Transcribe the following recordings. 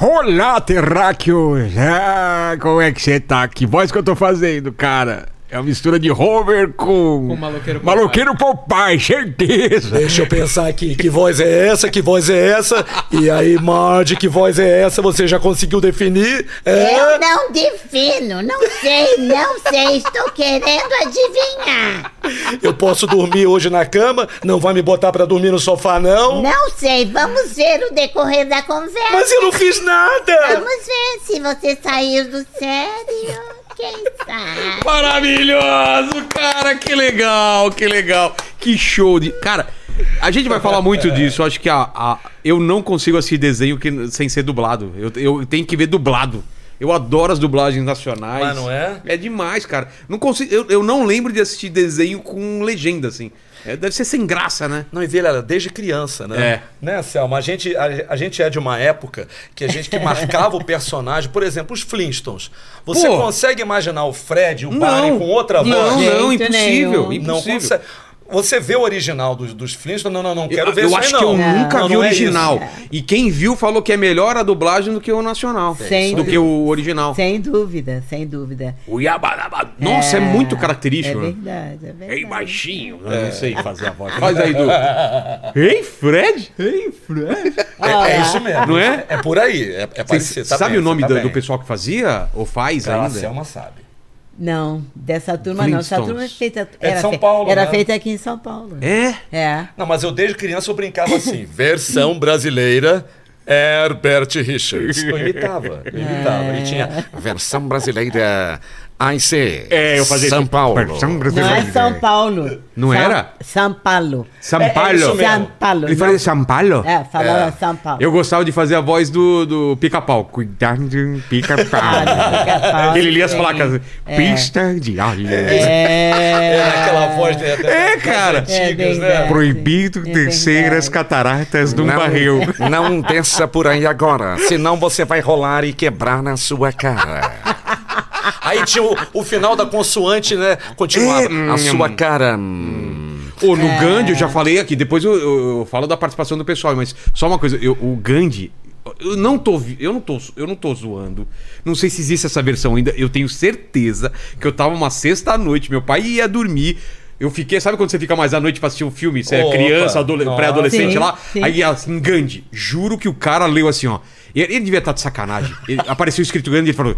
Olá, terráqueos! Ah, como é que você tá? Que voz que eu tô fazendo, cara? É uma mistura de Homer com... Com Maloqueiro Popeye. Maloqueiro Popeye, certeza! Deixa eu pensar aqui, que voz é essa, que voz é essa? E aí, Marge, que voz é essa? Você já conseguiu definir? Eu É... não defino, não sei, não sei, estou querendo adivinhar. Eu posso dormir hoje na cama? Não vai me botar pra dormir no sofá, não? Não sei, vamos ver o decorrer da conversa. Mas eu não fiz nada! Vamos ver se você saiu do sério, quem sabe. Maravilhoso, cara, que legal, que legal. Que show de. Cara, a gente vai falar muito disso. Acho que a, a- eu não consigo assistir desenho que- sem ser dublado. Eu, eu tenho que ver dublado. Eu adoro as dublagens nacionais. Mas não é? É demais, cara. Não consigo, eu, eu não lembro de assistir desenho com legenda, assim. É, deve ser sem graça, né? Não, e vê, ela desde criança, né? É. Né, Selma? A gente, a, a gente é de uma época que a gente que marcava o personagem, por exemplo, os Flintstones. Você Pô. consegue imaginar o Fred, o Não. Barney com outra voz? Não, De né? não, jeito impossível. nenhum. Não Impossível. consegue. Você vê o original dos, dos Flintstones? Não, não, não. Quero ver eu isso aí, acho não. que eu Não, nunca não, vi o não é isso. original. e quem viu falou que é melhor a dublagem do que o nacional. Sem do que o original. Sem dúvida, sem dúvida. O Yabaraba. Nossa, é, muito É característico. né? verdade, é verdade. Ei, baixinho. né? Eu não sei fazer a voz. Faz aí, Du. Ei, Fred? Ei, Fred. É, é isso mesmo. Não é? É por aí. É, é parecido. Tá sabe bem, o nome tá do, bem. é um do pessoal que fazia? Ou faz Cara, A ainda? Selma sabe. Não, dessa turma não. Essa Flintstones. turma é feita. É de Era São fe- Paulo, Era né? feita aqui em São Paulo. É? É. Não, mas eu desde criança eu brincava assim. Versão brasileira. Herbert Richards. É. Eu imitava, eu imitava. E tinha versão brasileira ANC. É, eu fazia... São Paulo. São Não é brasileiro. São Paulo. Não São- era? São Paulo. É, é Sampalho. isso mesmo. né? São Paulo. Ele fala de São Paulo? É, falava São Paulo. Eu gostava de fazer a voz do, do pica-pau. Cuidado de pica-pau. Eu... Ele lia as placas. Pista de alho. É, É. aquela voz da, da, É, cara. das antigas, É né? verdade. Proibido É descer verdade. as cataratas de um barril. Não desça por aí agora, senão você vai rolar e quebrar na sua cara. Aí tinha o, o final da consoante, né? Continuava. a sua cara. hum. Ô, É. no Gandhi, eu já falei aqui, depois eu, eu- eu falo da participação do pessoal, mas só uma coisa, eu- o Gandhi, eu não tô, vi- eu não tô, eu não tô zoando. Não sei se existe essa versão ainda. Eu tenho certeza que eu tava uma sexta à noite, meu pai ia dormir. Eu fiquei, sabe quando você fica mais à noite pra assistir um filme, você é Opa, criança, adole- nossa. pré-adolescente Sim, lá? sim. Aí assim, Gandhi, juro que o cara leu assim, ó. Ele, ele devia estar de sacanagem. Ele- apareceu escrito Gandhi e ele falou: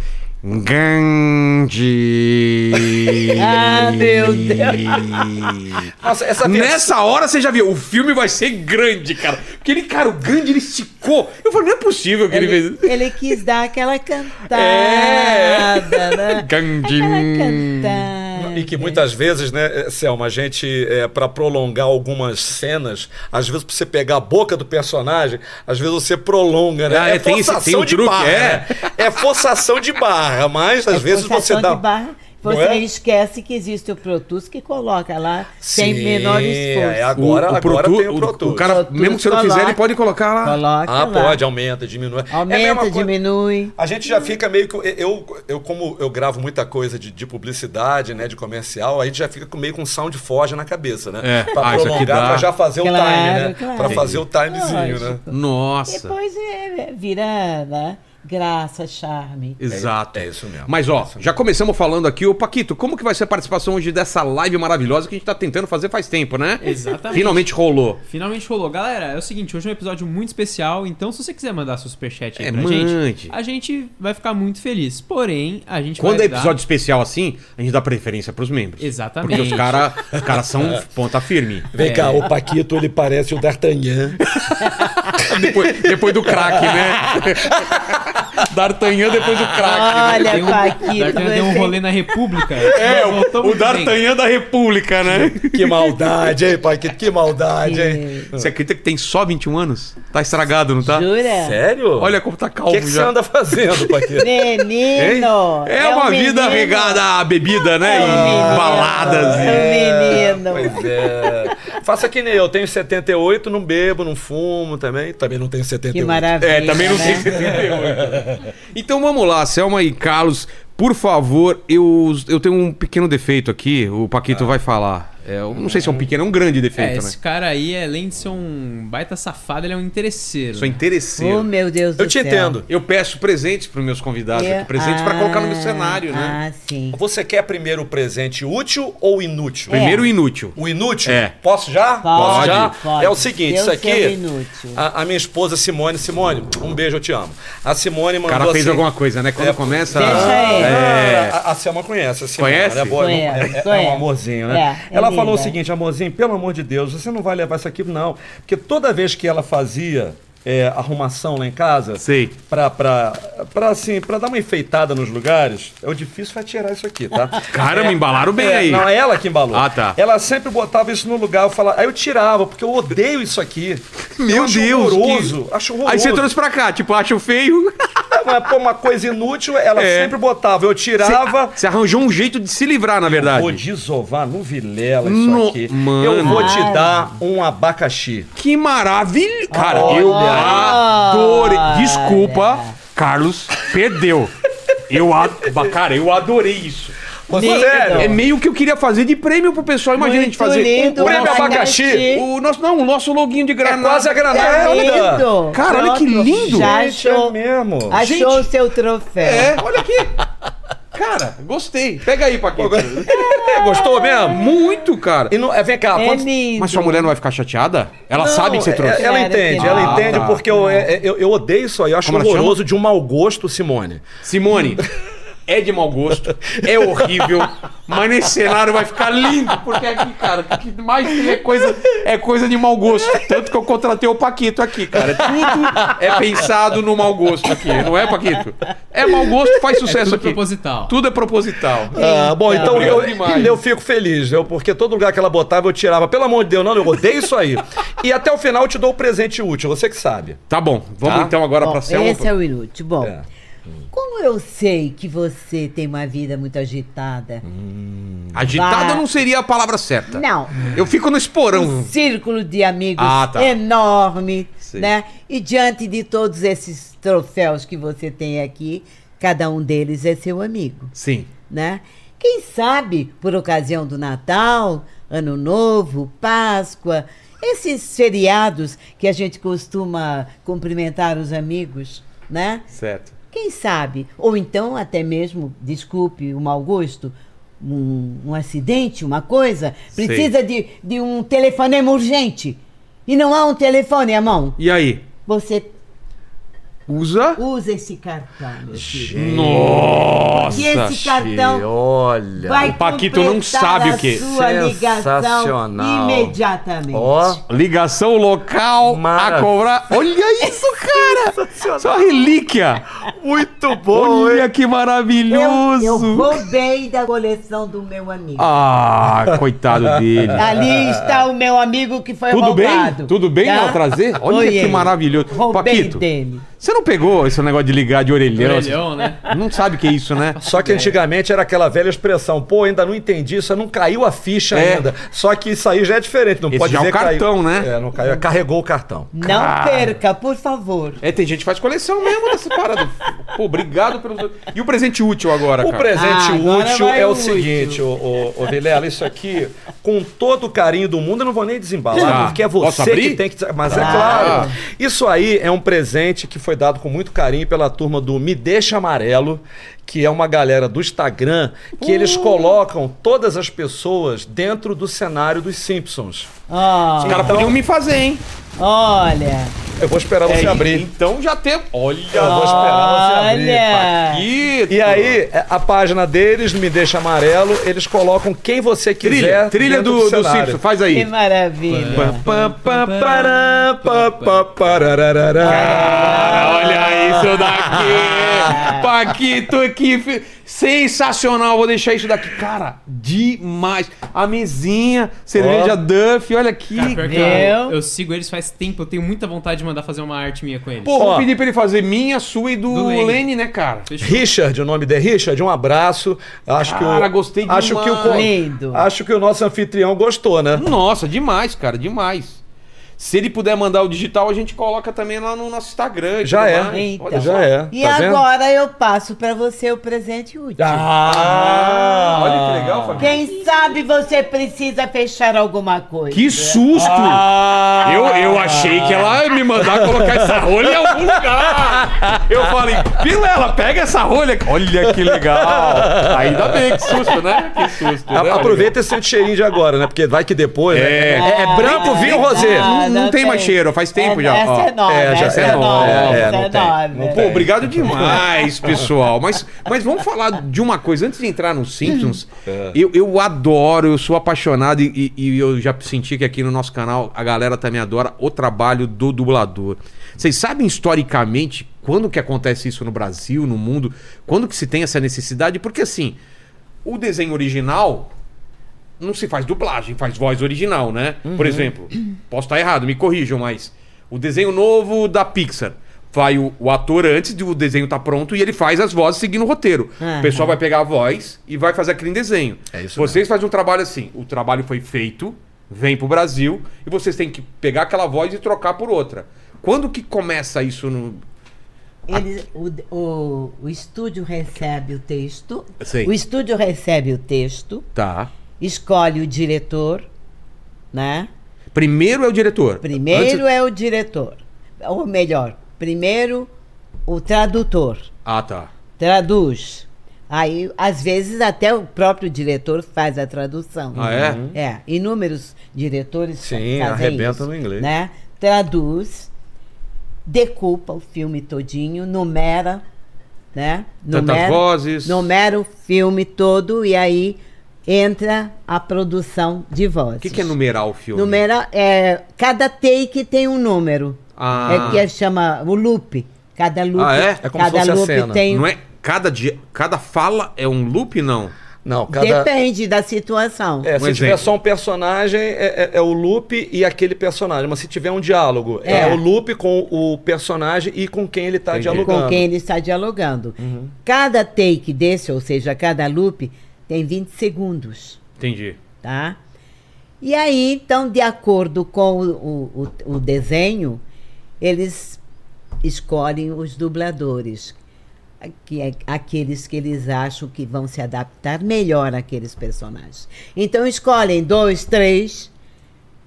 Gandhi. Ah, meu Deus. Nossa, essa versão. Nessa hora você já viu, o filme vai ser grande, cara. Porque ele, cara, o grande ele esticou. Eu falei, não é possível que ele, Ele, fez. ele quis dar aquela cantada, né? Gandhi. Aquela cantada. Hum. E que muitas vezes, né, Selma, a gente, é, para prolongar algumas cenas, às vezes pra você pegar a boca do personagem, às vezes você prolonga, né? Ah, é, tem esse- tem um truque, barra. é. né? É forçação de barra, mas às É vezes você forçação dá. de barra, Não você é? esquece que existe o Protus que coloca lá sem Sim, menor é, esforço. Agora- o, o, agora Pro tem o Tour- Pro o, Tour. cara, Pro Tour mesmo que você não fizer, coloca. ele pode colocar lá. Coloca Ah, lá. pode, aumenta, diminui. É a mesma Aumenta, coisa- diminui. A gente já fica meio que. eh, Eu, eu como eu gravo muita coisa de, de publicidade, né? De comercial, a gente já fica com- meio com um sound forge na cabeça, né? É. Pra Ah, isso aqui dá. prolongar, pra já fazer Claro, o time, né? claro. Pra fazer o timezinho, né? Lógico. Nossa. Depois é, vira né? graça, charme. Exato. É isso mesmo. Mas ó, já começamos falando aqui, ô Paquito, como que vai ser a participação hoje dessa live maravilhosa que a gente tá tentando fazer faz tempo, né? Exatamente. Finalmente rolou. Finalmente rolou. Galera, é o seguinte, hoje é um episódio muito especial, então se você quiser mandar seu superchat aí É, pra mande. gente, a gente vai ficar muito feliz. Porém, a gente Quando é vai episódio especial assim, a gente dá preferência pros membros. Exatamente. Porque os caras os cara são ponta firme. Vem cá, É. o Paquito, ele parece o D'Artagnan. depois, depois do crack, né? D'Artagnan depois do crack. né? Olha, Tem um, Paquito, D'Artagnan deu um você- rolê na República. É, mas voltou o, o muito bem. D'Artagnan da República, né? Que maldade, hein, Paquito? Que maldade, hein? Você acredita que tem só 21 anos? Tá estragado, não tá? Jura? Sério? Olha como tá o calmo que, que você já. anda fazendo, Paquito? Hein? Menino! É, uma um vida menino. regada a bebida, né? É um e menino. baladas. e- É um menino. Pois é. Faça que nem eu, tenho 78, não bebo, não fumo também. Também não tenho 78. Que maravilha. É, também não né? tem 78. Então vamos lá, Selma e Ah. Carlos, por favor, eu, eu tenho um pequeno defeito aqui, o Paquito vai falar. É, eu não sei se é um pequeno ou um grande É, defeito, esse né? cara aí, além de ser um baita safado, ele é um interesseiro. Sou interesseiro. Oh, meu Deus Eu do te céu. entendo. Eu peço presentes para meus convidados, aqui, Eu- presentes pra para Ah, colocar no meu cenário, né? Ah, sim. Você quer primeiro o presente útil ou inútil? Primeiro inútil. O inútil? É. Posso já? Posso Pode, já? pode. É o seguinte, Deu isso seu aqui. inútil. A, a minha esposa Simone, Simone, um beijo, eu te amo. A Simone O mandou. cara fez assim- alguma coisa, né? Quando É, Ah. começa. deixa ele. É. A, a Selma conhece, a Simone. Conhece? Ela é, boa, é uma- Conhece, é- é conhece. um amorzinho, né? É, é ela linda. falou o seguinte, amorzinho, pelo amor de Deus, você não vai levar isso aqui, não. Porque toda vez que ela fazia é, arrumação lá em casa, Sei. pra, pra, pra, assim, pra dar uma enfeitada nos lugares, é o difícil vai tirar isso aqui, tá? Cara, me embalaram bem é, aí. Não, é ela que embalou. Ah, tá. Ela sempre botava isso no lugar, eu falava, aí eu tirava, porque eu odeio isso aqui. Meu eu acho Deus, que- Horroroso, Acho horroroso. Aí você trouxe pra cá, tipo, acho feio. É, mas, pô, uma coisa inútil, ela É. sempre botava. Eu tirava. Você arranjou um jeito de se livrar, na verdade. Vou desovar no Vilela isso Ah, No- aqui. Mano. Eu vou te dar um abacaxi. Que maravilha! Cara, eu Olha. adorei. Desculpa, Carlos, perdeu. Eu adorei. Cara, eu adorei isso. Lindo. sério? É meio que eu queria fazer de prêmio pro pessoal. Imagina a gente Muito fazer lindo, um prêmio abacaxi. abacaxi. O nosso, não, o nosso loguinho de É granada. quase a Tá granada. lindo. Cara, olha que lindo. Já Gente, é achou, mesmo. achou Gente. o seu troféu. É, olha aqui. Cara, gostei. Pega aí, Paquito. É, Gostou mesmo? Muito, cara. E não, é, vem cá, É quanto- lindo. Mas sua mulher não vai ficar chateada? Ela Não, sabe que você é- trouxe. Ela Claro que entende, não. ela Ah, entende tá. porque eu, é- é- eu, eu odeio isso aí. Eu acho Como ela horroroso de um mau gosto, Simone. Simone, é de mau gosto, é horrível, mas nesse cenário vai ficar lindo, porque aqui, cara, o que mais tem é coisa, é coisa de mau gosto. Tanto que eu contratei o Paquito aqui, cara. Tudo é pensado no mau gosto aqui, não é, Paquito? É mau gosto, faz É sucesso tudo aqui. proposital. Tudo é proposital. Ah, bom, então Obrigado eu, demais. eu fico feliz, eu, porque todo lugar que ela botava eu tirava. Pelo amor de Deus, não, eu odeio isso aí. E até o final eu te dou o presente útil, você que sabe. Tá bom, vamos Tá. então agora Bom, pra Selma. Esse é o inútil. Bom, É. como eu sei que você tem uma vida muito agitada, Hum. Agitada Vá. não seria a palavra certa. não, Eu fico no um esporão. círculo de amigos Ah, tá. enorme, Sim. né? E diante de todos esses troféus que você tem aqui, cada um deles é seu amigo, Sim. né? Quem sabe, por ocasião do Natal, Ano Novo, Páscoa, esses feriados que a gente costuma cumprimentar os amigos, né? Certo. Quem sabe? Ou então, até mesmo, desculpe o mau gosto, um, um acidente, uma coisa, Sei. precisa de, de um telefonema urgente. E não há um telefone à mão. E aí? Você Usa? usa esse cartão, meu filho. Nossa! E esse cartão Olha. vai O Paquito não completar sabe a o quê. sua ligação Sensacional. imediatamente. Ligação local Maravilha. a cobrar. Olha isso, cara! Isso é uma relíquia! muito bom, Olha hein? que eu, maravilhoso! eu roubei da coleção do meu amigo. Ah, coitado dele. Ali está o meu amigo que foi Tudo bem? roubado. Tudo bem tá? ao trazer? Olha Foi que ele. maravilhoso. Roubei Paquito. dele. Você não pegou esse negócio de ligar de orelhão? Orelhão, né? assim? Não sabe o que é isso, né? Só que antigamente era aquela velha expressão, pô, ainda não entendi isso, não caiu a ficha É. ainda. Só que isso aí já é diferente, não Esse pode já é o dizer que cartão, caiu. né? É, não caiu, carregou o cartão. Não Cara. perca, por favor. É, tem gente que faz coleção mesmo dessa parada. Pô, obrigado pelo. E o presente útil agora, O Tá, cara? presente Ah, agora útil vai é o útil. seguinte, ô, ô, ô, Vilela, isso aqui, com todo o carinho do mundo, eu não vou nem desembalar, Tá. porque é Posso você que abrir? tem que... des- Mas é Ah. claro, isso aí é um presente que foi dado com muito carinho pela turma do Me Deixa Amarelo, que é uma galera do Instagram, que Uh. eles colocam todas as pessoas dentro do cenário dos Simpsons. Ó, Os caras podiam me fazer, hein? olha. Eu vou esperar você É, abrir. Então já tem. Olha, Eu vou esperar você abrir, Olha. Paquito. E aí, a página deles, Me Deixa Amarelo, eles colocam quem você Trilha, quiser. trilha dentro do, do cenário. Simpson, faz Que aí. maravilha. Pam, pam, Pará, pá, pá, parararará. Ah, olha isso daqui! Paquito, que fi- sensacional! Vou deixar isso daqui. Cara, demais! A mesinha, cerveja Duff, olha aqui. Cara, pior que Meu. eu, eu sigo eles faz tempo, eu tenho muita vontade de mandar fazer uma arte minha com eles. Pô, vou Ó. pedir pra ele fazer minha, sua e do, Do Lene. Lene. né, cara? Fechou. Richard, o nome dele é Richard, um abraço. Acho que Cara, o, gostei acho que o co- Lindo. Acho que o nosso anfitrião gostou, né? Nossa, demais, cara, demais. Se ele puder mandar o digital, a gente coloca também lá no nosso Instagram. e Já tudo é. mais. Eita. Olha Tá. Já é. E tá vendo? agora eu passo pra você o presente útil. Tá. Ah! Olha que legal, Fabi. Quem sabe você precisa fechar alguma coisa. Que susto! É. Ah! Eu, eu achei que ela ia me mandar colocar essa rolha em algum lugar. Eu falei, Vilela, pega essa rolha. Olha que legal. Ainda bem, que susto, né? Que susto. A- né? Aproveita e sente o cheirinho de agora, né? Porque vai que depois. É. né? é, Ah, é branco, vinho, rosé. Não- não tem mais cheiro, faz tempo É, já. Essa Ó. é nova, É, já- essa é é nova, nova, é, essa não é tem, nova. Pô, obrigado demais, pessoal. Mas, mas vamos falar de uma coisa. Antes de entrar nos Simpsons, eu, eu adoro, eu sou apaixonado e, e- e eu já senti que aqui no nosso canal a galera também adora o trabalho do dublador. Vocês sabem historicamente quando que acontece isso no Brasil, no mundo? Quando que se tem essa necessidade? Porque assim, o desenho original não se faz dublagem, faz voz original, né? Por exemplo, posso estar errado, me corrijam, mas o desenho novo da Pixar. Vai o, o ator antes de o desenho estar pronto e ele faz as vozes seguindo o roteiro. O pessoal vai pegar a voz e vai fazer aquele desenho. É isso vocês fazem um trabalho assim, o trabalho foi feito, vem pro Brasil e vocês têm que pegar aquela voz e trocar por outra. Quando que começa isso no Eles- o, o- o estúdio recebe o texto. Sei. O estúdio recebe o texto, tá? escolhe o diretor, né? Primeiro é o diretor. Primeiro Antes- é o diretor. Ou melhor, primeiro o tradutor. Ah, tá. Traduz. Aí, às vezes, até o próprio diretor faz a tradução. Ah, é? É. Inúmeros diretores fa- Sim, fazem arrebenta isso, no inglês. Né? Traduz, decupa o filme todinho, numera, né? Tantas vozes. Numera o filme todo e aí entra a produção de vozes. O que, que é numerar o filme? Numera, é, cada take tem um número. Ah. É que chama o loop. Cada loop, Ah, é? É como se cada fosse a loop cena, tem Não é cada dia, cada fala é um loop não? Não, cada. Depende da situação. É, Um se exemplo. tiver só um personagem, é, é- é o loop e aquele personagem. Mas se tiver um diálogo, é, É. o loop com o personagem e com quem ele tá Entendi. dialogando. com quem ele está dialogando. Uhum. Cada take desse, ou seja, cada loop, tem 20 segundos, Entendi. tá? E aí, então, de acordo com o, o- o desenho, eles escolhem os dubladores, que é aqueles que eles acham que vão se adaptar melhor àqueles personagens. Então, escolhem dois, três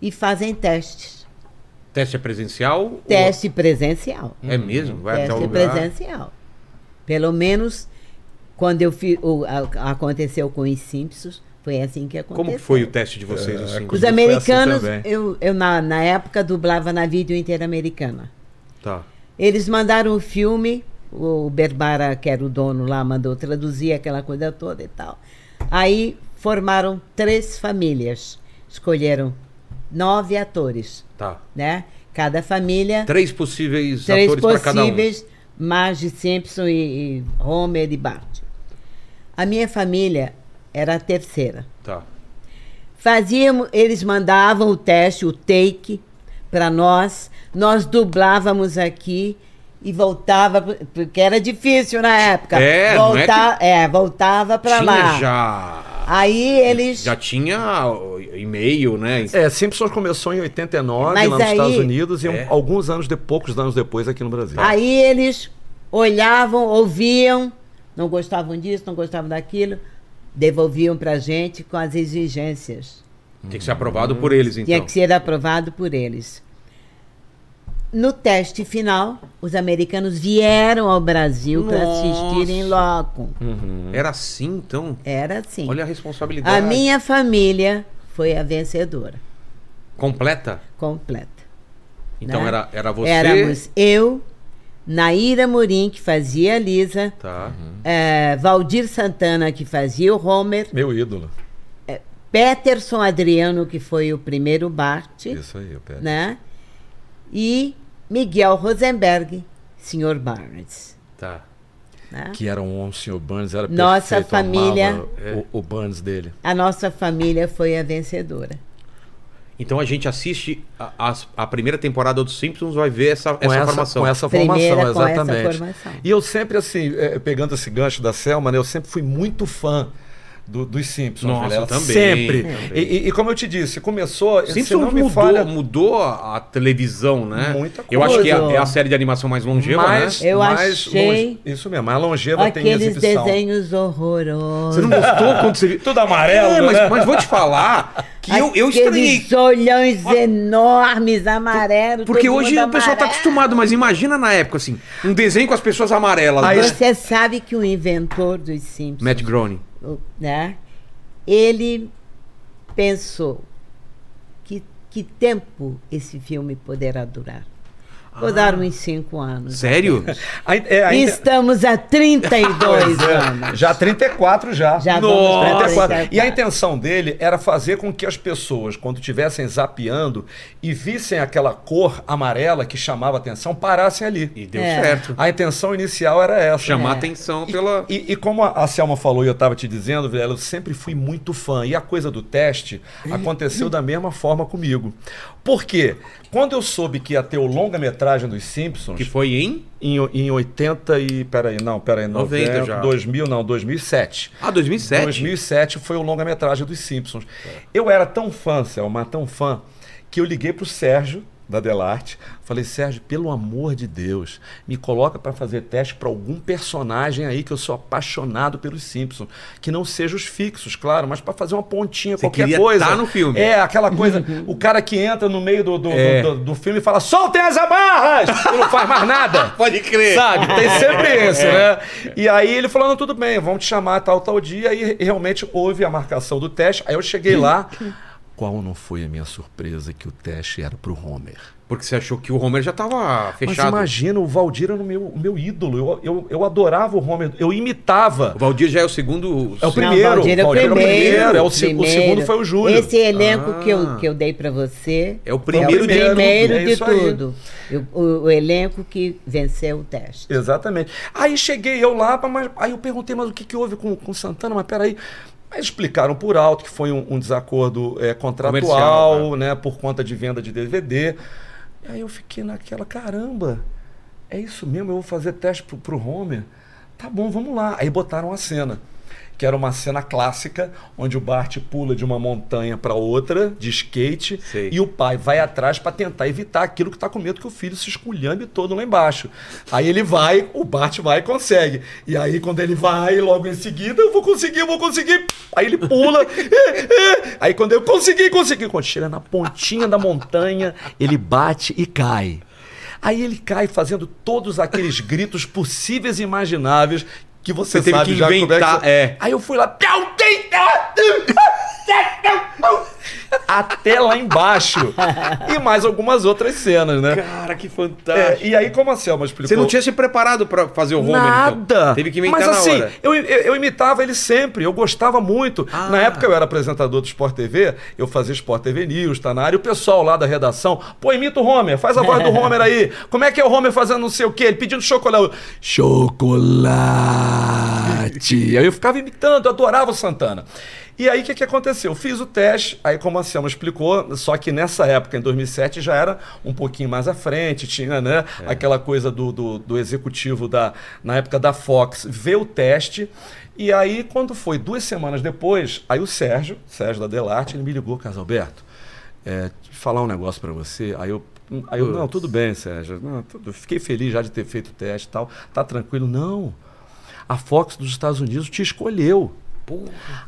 e fazem testes. Teste é presencial? ou- Teste presencial. É mesmo? Vai até o teste lugar. presencial. Pelo menos quando eu fi, o- a- aconteceu com os Simpsons, foi assim que aconteceu. Como que foi o teste de vocês? assim? Os americanos, eu, eu na, na época dublava na vídeo interamericana. Tá. Eles mandaram o filme, o Berbara, que era o dono lá, mandou traduzir aquela coisa toda e tal. Aí formaram três famílias, escolheram nove atores, Tá. né? Cada família Três possíveis três atores para cada um. possíveis, Marge Simpson e, e Homer e Bart. A minha família era a terceira. Tá. Fazíamos, eles mandavam o teste, o take, para nós. Nós dublávamos aqui e voltava, pro- porque era difícil na época. É, não é Volta- é, voltava para Tinha lá. já. Aí eles. Já tinha o e-mail, né? É, Simpsons começou em 89 Mas lá nos aí- Estados Unidos e um- É. alguns anos, de, poucos anos depois aqui no Brasil. Aí eles olhavam, ouviam, não gostavam disso, não gostavam daquilo, devolviam pra gente com as exigências. Tem que ser aprovado por eles, então. Tinha que ser aprovado por eles. No teste final, os americanos vieram ao Brasil para assistir em loco. Era assim, então? Era assim. Olha a responsabilidade. a minha família foi a vencedora, Completa? completa. Então Né? era, era você. Éramos eu, Naíra Morim, que fazia a Lisa, Tá. É, Valdir Santana, que fazia o Homer, Meu ídolo. Peterson Adriano, que foi o primeiro Bart, Isso aí, o Pedro. né? E Miguel Rosenberg, Sr. Barnes. Tá. né? Que era um homem, o senhor Burns, era Nossa perfeito, eu família- amava O, o Burns dele. A nossa família foi a vencedora. Então a gente assiste a, as- a primeira temporada dos Simpsons, vai ver essa, Com essa, essa, formação. com essa formação, Primeira com essa exatamente. formação. é, E eu sempre, assim, eh, pegando esse gancho da Selma, né, eu sempre fui muito fã do- dos Simpsons. Nossa, Vilela. também, Sempre. também. E, e- e como eu te disse, começou. se Simpsons não me mudou, um falha, mudou a televisão, né? Muita Eu acho que é, coisa. é a série de animação mais longeva, mais, né? Eu mais achei longe- Isso mesmo, a longeva tem Aqueles exibição. desenhos Você horrorosos. não gostou quando você viu? Tudo amarelo, É, né? mas, mas vou te falar que eu, eu estranhei. Aqueles olhões enormes, amarelos. Porque todo hoje mundo o pessoal tá amarelo. acostumado, mas imagina na época, assim, um desenho com as pessoas amarelas. Aí- né? Você sabe que o inventor dos Simpsons, Matt Groening. o- né? Ele pensou que, que tempo esse filme poderá durar. Ah. Vou dar uns cinco anos. Sério? A- é, a inter- Estamos a 32 é. anos. Já 34 já. é. Já Nossa. vamos pra 34. 34. E a intenção dele era fazer com que as pessoas, quando estivessem zapeando e vissem aquela cor amarela que chamava atenção, E parassem ali. deu É. certo. A intenção inicial era essa. Chamar É. atenção E- pela. E, e como a a Selma falou e eu estava te dizendo, Vilela, eu sempre fui muito fã. E a coisa do teste aconteceu da mesma forma comigo. Por quê? Quando eu soube que ia ter o longa-metragem dos Simpsons, Que foi em. em, o- em 80 e... Peraí, não, peraí. 90 90, já. 2000, não, 2007. Ah, 2007. 2007 foi o longa-metragem dos Simpsons. Eu era tão fã, Selma, tão fã, que eu liguei pro Sérgio da Delarte, falei: "Sérgio, pelo amor de Deus, me coloca pra fazer teste pra algum personagem aí que eu sou apaixonado pelos Simpsons, que não seja os fixos, claro, mas pra fazer uma pontinha, Você qualquer queria coisa". tá no filme. É, aquela coisa, o cara que entra no meio do do, É. do, do- do filme e fala: "Soltem as amarras!" e não faz mais nada. Pode crer. Sabe? Tem sempre esse, né? E aí ele falou: não, tudo bem, vamos te chamar tal, tal dia. E realmente houve a marcação do teste. Aí eu cheguei lá. Qual não foi a minha surpresa que o teste era pro Homer? Porque você achou que o Homer já tava Mas fechado. imagina, o Valdir era o meu, o meu ídolo. Eu, eu, eu adorava o Homer, eu imitava. O Valdir já é o segundo. É o Não, primeiro. Valdir é o Valdir é o primeiro. primeiro, é o se- o segundo foi o Júlio. Esse elenco Ah. que, eu, que eu dei pra você É o primeiro de de, primeiro tudo, é de isso aí. tudo. O, o- o elenco que venceu o teste. Exatamente. Aí cheguei eu lá, mas aí eu perguntei, mas o que, que houve com o Santana? Mas peraí. Aí explicaram por alto que foi um, um desacordo eh, contratual, Comercial, é. né? Por conta de venda de DVD. Aí eu fiquei naquela, caramba, é isso mesmo, eu vou fazer teste pro, pro Homer? Tá bom, vamos lá. Aí botaram a cena. Que era uma cena clássica, onde o Bart pula de uma montanha para outra, de skate, Sei. e o pai vai atrás para tentar evitar aquilo que tá com medo que o filho se esculhambe todo lá embaixo. Aí ele vai, o Bart vai e consegue. E aí quando ele vai, logo em seguida, eu vou conseguir, eu vou conseguir. Aí ele pula. eh, eh. aí quando eu consegui, consegui. Quando chega na pontinha da montanha, ele bate e cai. Aí ele cai fazendo todos aqueles gritos possíveis e imagináveis que você, Você teve sabe que já como inventar, que- é. Aí eu fui lá. "Piau, tem- ah, ah, Até lá embaixo. E mais algumas outras cenas, né? Cara, que É, fantástico. e aí, como a Selma explicou? É, Você não tinha se preparado pra fazer o Homer, Nada. então. Teve que inventar Mas na assim, hora. Eu, eu, eu imitava ele sempre, eu gostava muito. Na época eu era apresentador do Sport TV, eu fazia Sport TV News, tá na área, e o pessoal lá da redação, pô, imita o Homer, faz a voz do Homer aí. Como é que é o Homer fazendo não sei o quê? Ele pedindo chocolate. Eu, Chocolate. aí eu ficava imitando, eu adorava o Santana. E aí, o que, que aconteceu? Eu Fiz o teste, aí como a Selma explicou, só que nessa época, em 2007, já era um pouquinho mais à frente, tinha né, aquela coisa do, do, do executivo da, na época da Fox, ver o teste. E aí, quando foi duas semanas depois, aí o Sérgio, Sérgio da Delarte, ele me ligou, Casalberto, é, te falar um negócio pra você. Aí eu, aí eu, não, tudo bem, Sérgio, não, tudo- fiquei feliz já de ter feito o teste e tal, tá tranquilo. Não, a Fox dos Estados Unidos te escolheu.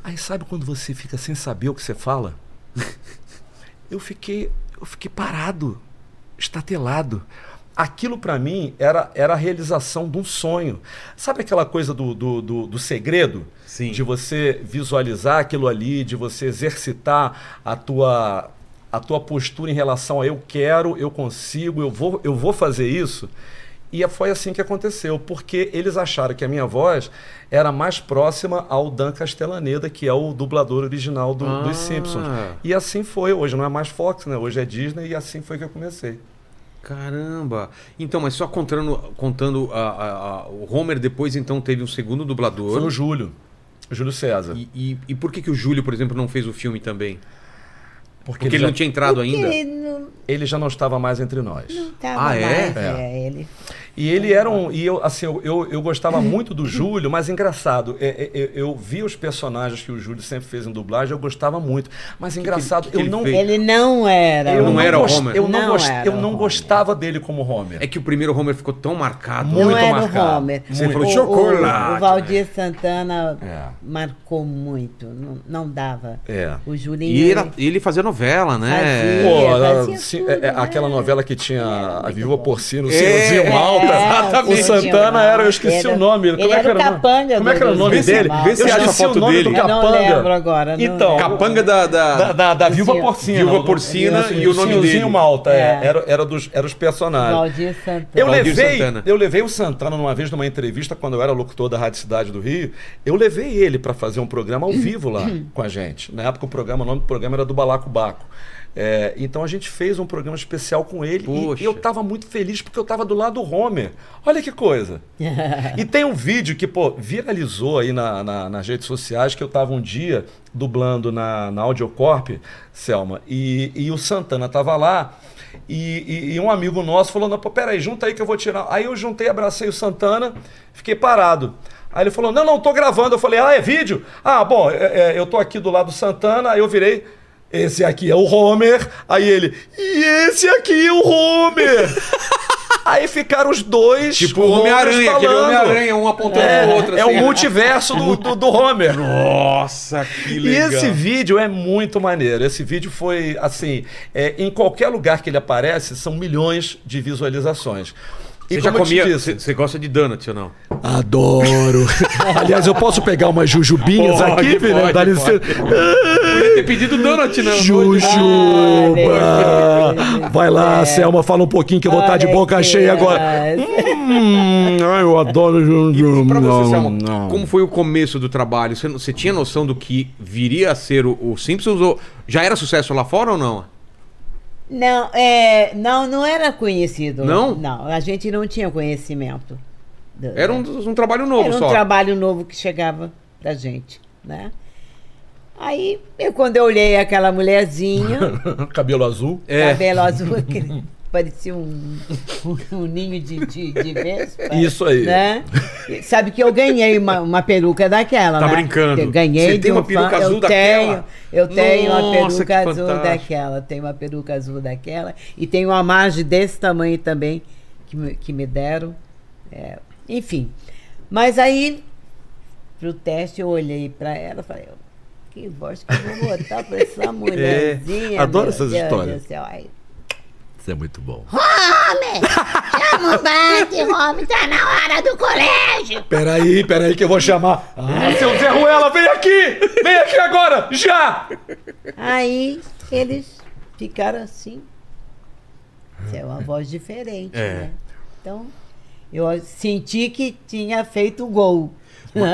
Aí sabe quando você fica sem saber o que você fala? eu fiquei, eu fiquei parado, estatelado. Aquilo pra mim era, era a realização de um sonho. Sabe aquela coisa do, do, do, do segredo? Sim. De você visualizar aquilo ali, de você exercitar a tua, a tua postura em relação a eu quero, eu consigo, eu vou, eu vou fazer isso. E foi assim que aconteceu, porque eles acharam que a minha voz era mais próxima ao Dan Castellaneda, que é o dublador original do- dos Ah. Simpsons. E assim foi. Hoje não é mais Fox, né? Hoje é Disney e assim foi que eu comecei. Caramba. Então, mas só contando, contando a- a- a- o Homer depois, então, teve um segundo dublador. Foi o Júlio. Júlio César. E, e- e por que, que o Júlio, por exemplo, não fez o filme também? Porque ele, já, não tinha entrado ainda? Ele não ele já não estava mais entre nós. estava Ah, é? mais. é, ele E ele era um. E eu, assim, eu, eu, eu gostava muito do Júlio, mas engraçado, é- é- eu, eu vi os personagens que o Júlio sempre fez em dublagem, eu gostava muito. Mas engraçado, que ele eu não. fez? Ele não era. eu não era o gos- Homer. Eu não, Não gos- era eu o não Homer. gostava dele como Homer. É que o primeiro Homer ficou tão marcado. Não muito era marcado. o Homer. Você O- falou o- chocolate. O Valdir Santana É. marcou muito. Não, não dava. É. O Julinho. E ele, ele fazia novela, né? Fazia. Pô, fazia ela- tudo, sim, é- é né? aquela novela que tinha a muito Viúva bom. Porcino, o É, Sinozinho é, Malta. exatamente. O Santana era, eu esqueci Ele o era- nome. ele era o capanga Como é que era o do- nome do dele? Malta. Vê se eu acha a esqueci foto o nome dele. do Eu capanga. não lembro agora, não então, lembro. Capanga da. Da, da- da, da Viúva Sim. Porcina. Viúva o- Porcina isso, e o nome Sinozinho dele. Malta, é. É. Era, era, dos, era os personagens. Valdir Santana. Eu Valdir levei, Santana. eu levei o Santana uma vez numa entrevista quando eu era locutor da Rádio Cidade do Rio. Eu levei ele para fazer um programa ao vivo lá com a gente. Na época o programa, o nome do programa era do Balaco Baco. É, então a gente fez um programa especial com ele Poxa. e eu tava muito feliz porque eu tava do lado do Homer. Olha que coisa. e tem um vídeo que, pô, viralizou aí na- na- nas redes sociais que eu tava um dia dublando na, na Audiocorp, Selma, e, e o Santana tava lá e, e- e um amigo nosso falou, não, pô, peraí, junta aí que eu vou tirar. Aí eu juntei, abracei o Santana, fiquei parado. Aí ele falou, não, não, tô gravando. Eu falei, ah, é vídeo? Ah, bom, é- é, eu tô aqui do lado do Santana, aí eu virei... Esse aqui é o Homer. Aí ele, e esse aqui é o Homer. aí ficaram os dois. Tipo o Homers Homem-Aranha, aquele falando. Homem-Aranha, um apontando É, pro outro. é assim, o né? multiverso do, do, do Homer. Nossa, que E legal. esse vídeo é muito maneiro. Esse vídeo foi assim: é, em qualquer lugar que ele aparece, são milhões de visualizações. E Você já como eu te comia. disse- Você você gosta de donut ou não? Adoro. Aliás, eu posso pegar umas jujubinhas Pode, aqui, filho? pode, Dá licença. Podia ter pedido donut, né? não. Jujuba! Olha. Ah, Vai lá, Selma, fala um pouquinho que eu vou estar de boca cheia agora. Hum, ai, eu adoro E Jujuba. pra você, Selma, Não, não. como foi o começo do trabalho? Você, você tinha noção do que viria a ser o, o Simpsons? Ou já era sucesso lá fora ou não? Não, é, não, não era conhecido. Não? Não, a gente não tinha conhecimento. do- Era um, um trabalho novo Era um só. trabalho novo que chegava pra gente, né? Aí, eu, quando eu olhei aquela mulherzinha, Cabelo azul. É. cabelo azul, que parecia um, um, um ninho de, de, de vespa. Isso aí. Né? E Sabe que eu ganhei uma, uma peruca daquela, Tá né? brincando. Eu ganhei Você de tem um uma peruca fã- azul eu tenho, daquela? Eu tenho uma Nossa, que peruca azul fantástico. daquela, tenho uma peruca azul daquela. E tenho uma margem desse tamanho também que me, que me deram. É, enfim. Mas aí, pro teste, eu olhei pra ela e falei... Que voz que eu vou botar pra essa mulherzinha. É, adoro meu essas Deus histórias. do céu. Aí, Isso é muito bom. Homem! Chama o bate, homem, tá na hora do colégio! Peraí, peraí que eu vou chamar. Ah, seu Zé Ruela, vem aqui! Vem aqui agora! Já! Aí eles ficaram assim. Isso é uma voz diferente, É. né? Então, eu senti que tinha feito o gol.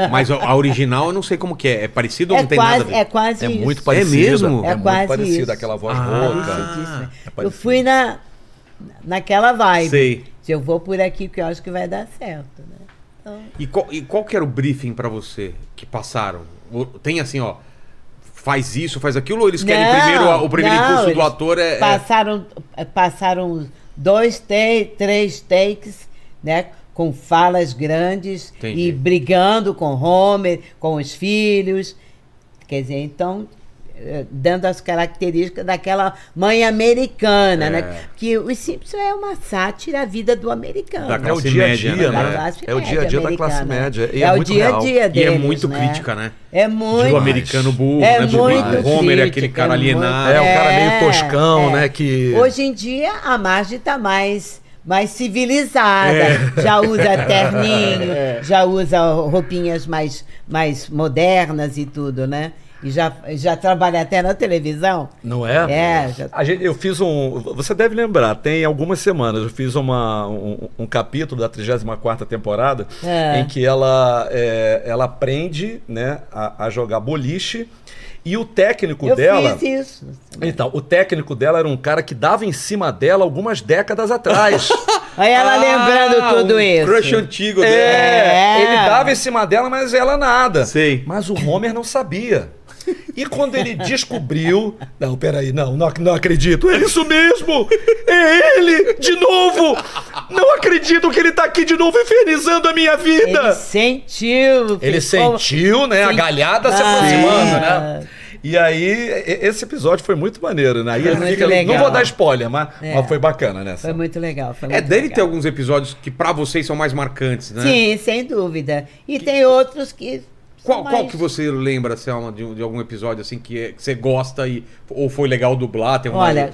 Mas a, a original eu não sei como que é. É parecido ou É não tem nada a quase, ver? é quase É isso. muito É parecido. mesmo? É quase parecido, isso. aquela voz Ah. rouca. Parecidíssimo. eu parecido. fui na, naquela vibe. Sei. Se eu vou por aqui, porque eu acho que vai dar certo, né? Então, E qual, e qual que era o briefing pra você que passaram? O- Tem assim, ó, faz isso, faz aquilo, ou eles querem Não, primeiro, a- o primeiro não, impulso do eles ator é... é- Passaram, passaram dois, te- três takes, né? Com falas grandes Entendi. e brigando com Homer, com os filhos. Quer dizer, então, eh, dando as características daquela mãe americana, É. né? Que o Simpson é uma sátira à vida do americano. Da É o classe dia a média, dia, né? Da né? classe É o dia a dia da média classe americana. média. E É, o muito dia a real. dia E deles, é muito né? crítica, né? É E muito. o americano burro, É né? Burro. muito o Homer é aquele crítica, cara é alienado. muito- É, um cara É, meio toscão, é. né? Que. Hoje em dia a Marge está mais, mais civilizada, É. já usa terninho, já usa roupinhas mais, mais modernas e tudo, né? E já, já trabalha até na televisão. Não é? É, já- A gente- eu fiz um. Você deve lembrar, tem algumas semanas eu fiz uma, um, um capítulo da 34 temporada É. em que ela, é, ela aprende né, a, a jogar boliche e o técnico Eu dela. fiz isso. Então, o técnico dela era um cara que dava em cima dela algumas décadas atrás. Olha ela Ah, lembrando um tudo isso. crush antigo É, É. ele dava em cima dela, mas ela nada. Sei. Mas o Homer não sabia. E quando ele descobriu. Não, peraí, não, não, ac- não acredito. É isso mesmo! É ele! De novo! Não acredito que ele tá aqui de novo infernizando a minha Ele vida! sentiu. Ele ficou- sentiu, né? A Sim. galhada se Ah, aproximando, é. né? E aí, e- esse episódio foi muito maneiro, né? Aí Foi ele muito fica. Não legal. vou dar spoiler, mas, É. mas foi bacana, né? Foi muito legal. foi É, muito deve legal. ter alguns episódios que pra vocês são mais marcantes, né? Sim, sem dúvida. E tem outros que. são Qual, qual mais- que você lembra, Selma, de, um- de algum episódio assim que, é- que você gosta e ou foi legal dublar? Tem uma... Olha,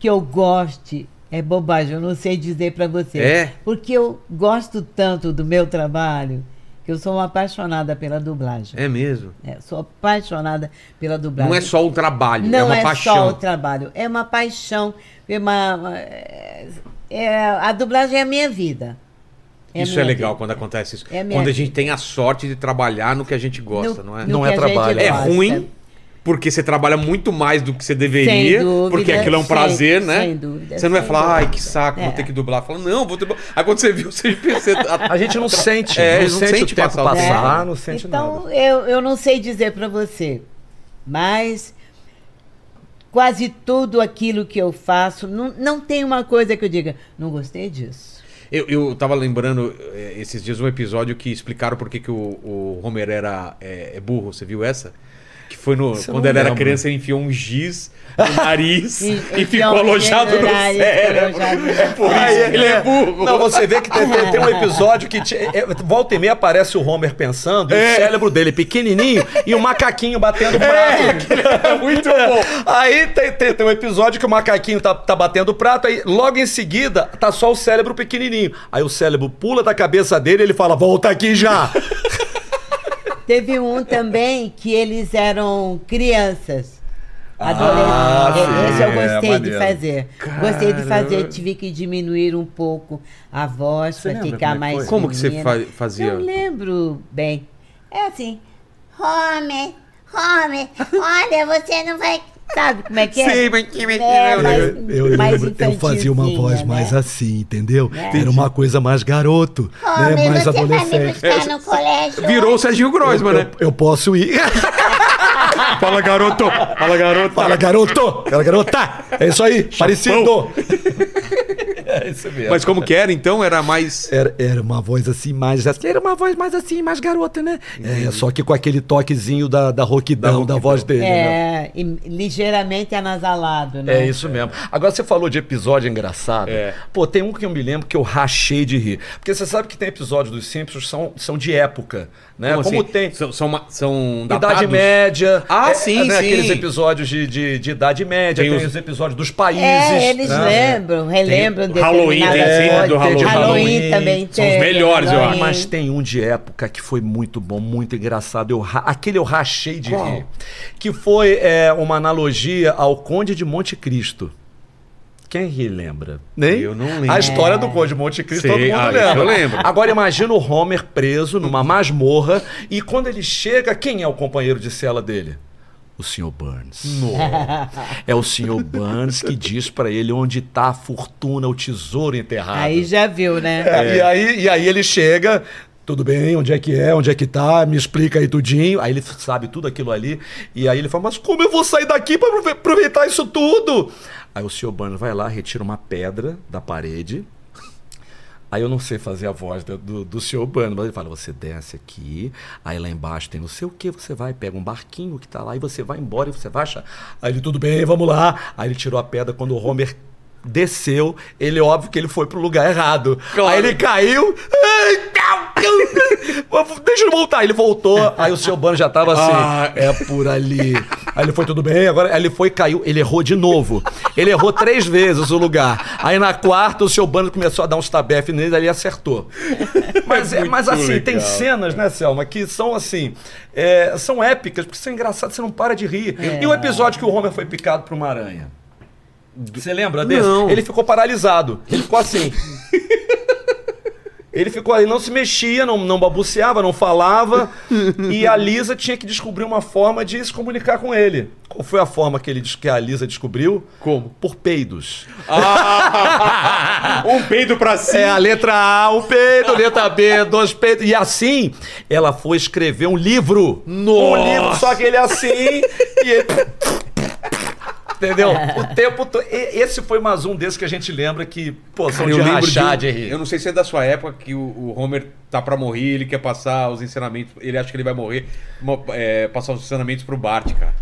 que eu goste é bobagem, eu não sei dizer pra você. É? Porque eu gosto tanto do meu trabalho que eu sou uma apaixonada pela dublagem. É mesmo. É, sou apaixonada pela dublagem. Não é só o trabalho, é Não uma é, só o paixão. trabalho, é uma paixão. É uma, uma- é- é- a dublagem é a minha vida. a isso é minha legal vida. quando acontece isso. É a minha quando a vida. gente tem a sorte de trabalhar no que a gente gosta, No- não é? no Não que é a gente trabalho. É gosta. ruim, porque você trabalha muito mais do que você deveria, Sem dúvida, porque aquilo é um sem- prazer, né? sem dúvida, Você não vai sem falar, ai, dúvida. que saco, vou É. ter que dublar. Fala, não, vou dublar. Aí quando você viu, você percebe. A gente não sente, É, não, sente, o tempo passar. passar, Então, É. não sente então, nada. Eu, eu não sei dizer pra você, mas quase tudo aquilo que eu faço, não, não tem uma coisa que eu diga, não gostei disso. Eu, eu tava lembrando eh, esses dias um episódio que explicaram por que, que o, o Homer era é, é burro. Você viu essa? Que foi no, Isso eu quando não ele era lembro. criança, ele enfiou um giz no nariz e, então, ficou um alojado no ah, ele cérebro. ficou alojado no Por isso Aí, que ele é burro. né? Não, você vê que tem, tem- tem um episódio que. te- é, volta e meia aparece o Homer pensando, e É. o cérebro dele pequenininho e o macaquinho batendo prato. É muito bom. Aí tem, tem- tem um episódio que o macaquinho tá, tá batendo prato, aí logo em seguida tá só o cérebro pequenininho. Aí o cérebro pula da cabeça dele e ele fala: volta aqui já! Teve um também que eles eram crianças. Adolescentes. Ah, sim, Esse eu é, gostei de maneiro. fazer. Gostei de fazer, tive que diminuir um pouco a voz Você pra lembra ficar como é que mais. foi? Como que você menina. fa- fazia? Não lembro bem. É assim. Homer, Homer, olha, você não vai. Sabe como é que é? Sim, mas que É, mentira. mas- mais infantilzinha, né? assim, entendeu? É. Ah, Era uma coisa mais garoto, né? Homer, você vai me buscar no colégio. Virou o Serginho Groisman, né? Eu posso ir. Fala, garoto. Fala, garoto. Fala, garoto! Fala, garota! É isso aí, parecido! É isso mesmo. Mas como que era, então? Era mais... Era, era uma voz assim, mais assim. Era uma voz mais assim, mais garota, né? É, só que com aquele toquezinho da, da roquidão, da, voz dele, né? É, e ligeiramente anasalado, né? É isso mesmo. Agora você falou de episódio engraçado. É. Pô, tem um que eu me lembro que eu rachei de rir. Porque você sabe que tem episódios dos Simpsons que são, são de época, né? Como, assim? tem São, são, ma- são datados? Idade Média. É, né, Ah, sim, sim. Aqueles episódios de, de, de Idade Média, Tem tem, os- os episódios dos países. É, eles né? lembram, relembram Ah, Tem Halloween, tem determinadas sempre coisas. do Halloween. Halloween também São os teve, melhores, eu acho. Halloween. Mas tem um de época que foi muito bom, muito engraçado. Eu ra- Aquele eu rachei de rir. Que foi é, uma analogia ao Conde de Monte Cristo. Quem ri lembra? Nem? Eu não lembro. A história do Conde de Monte Cristo, Sei, todo mundo ah, isso lembra. eu lembro. Agora imagina o Homer preso numa masmorra e quando ele chega, quem é o companheiro de cela dele? O Sr. Burns. É o Sr. Burns que diz pra ele onde tá a fortuna, o tesouro enterrado. Aí já viu, né? É, E, aí, e aí ele chega. Tudo bem, onde é que é, onde é que tá, me explica aí tudinho. Aí ele sabe tudo aquilo ali. E aí ele fala: Mas como eu vou sair daqui pra aprove- aproveitar isso tudo? Aí o Sr. Burns vai lá, retira uma pedra da parede. Aí eu não sei fazer a voz do, do, do Sr. Burns, mas ele fala: Você desce aqui, aí lá embaixo tem não sei o que, você vai, pega um barquinho que tá lá e você vai embora e você vai achar. Aí ele: Tudo bem, vamos lá. Aí ele tirou a pedra quando o Homer. Desceu, ele óbvio que ele foi pro lugar errado. Aí ele caiu. Ai, não! Deixa eu voltar. Ele voltou, aí o seu Burns já tava assim. Ah. É por ali. Aí ele foi tudo bem, agora aí ele foi caiu, ele errou de novo. Ele errou três vezes o lugar. Aí na quarta o seu Bano começou a dar uns tabef nele, aí ele acertou. Mas, é- mas assim, tem cenas, né, Selma, que são assim, é, são épicas, porque são engraçadas, você não para de rir. E o episódio que o Homer foi picado por uma aranha? Você lembra desse? Não. Ele ficou paralisado. Ele ficou assim. Ele ficou ali, não se mexia, não, não babuceava, não falava. e a Lisa tinha que descobrir uma forma de se comunicar com ele. Qual foi a forma que, ele, des- que a Lisa descobriu? Como? Por peidos. Um peido pra cima. É a letra A, um peido, letra B, dois peidos. E assim, ela foi escrever um livro. Um livro, só que ele é assim e ele. Entendeu? O tempo todo. E- Esse foi mais um desses que a gente lembra que, pô, são Cara, de lembro de um- rachar, de rir. Eu não sei se é da sua época que o, o Homer tá pra morrer, ele quer passar os ensinamentos, ele acha que ele vai morrer, uma- é, passar os ensinamentos pro Bart, cara.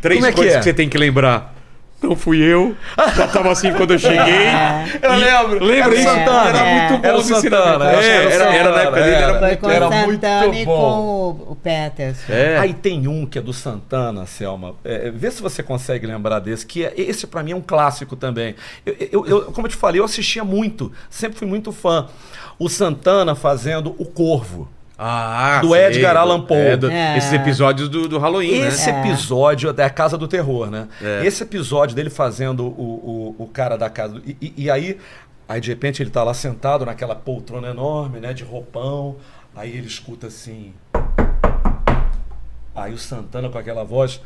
Três Como é que coisas é? que você tem que lembrar. Não fui eu, já tava assim quando eu cheguei. É. Eu lembro. Lembra Era isso? Santana. Era muito bom Era o os ensinamentos. Santana, eu acho que era o É, era, era na época dele, era Santana, Foi muito com era o muito Santana e bom. com o, o Peterson. É. Aí tem um que é do Santana, Selma. É, é, vê se você consegue lembrar desse, que é, esse pra mim é um clássico também. Eu, eu- eu- como eu te falei, eu assistia muito, sempre fui muito fã. O Santana fazendo O Corvo. Ah, Do sei, Edgar do- Allan Poe. é, do- É. Esses episódios do, do Halloween, Esse né? É. episódio é da Casa do Terror, né? Esse episódio dele fazendo o, o, o cara da casa. do- E, e- e aí, aí, de repente, ele tá lá sentado naquela poltrona enorme, né? De roupão. Aí ele escuta assim. Aí o Santana com aquela voz.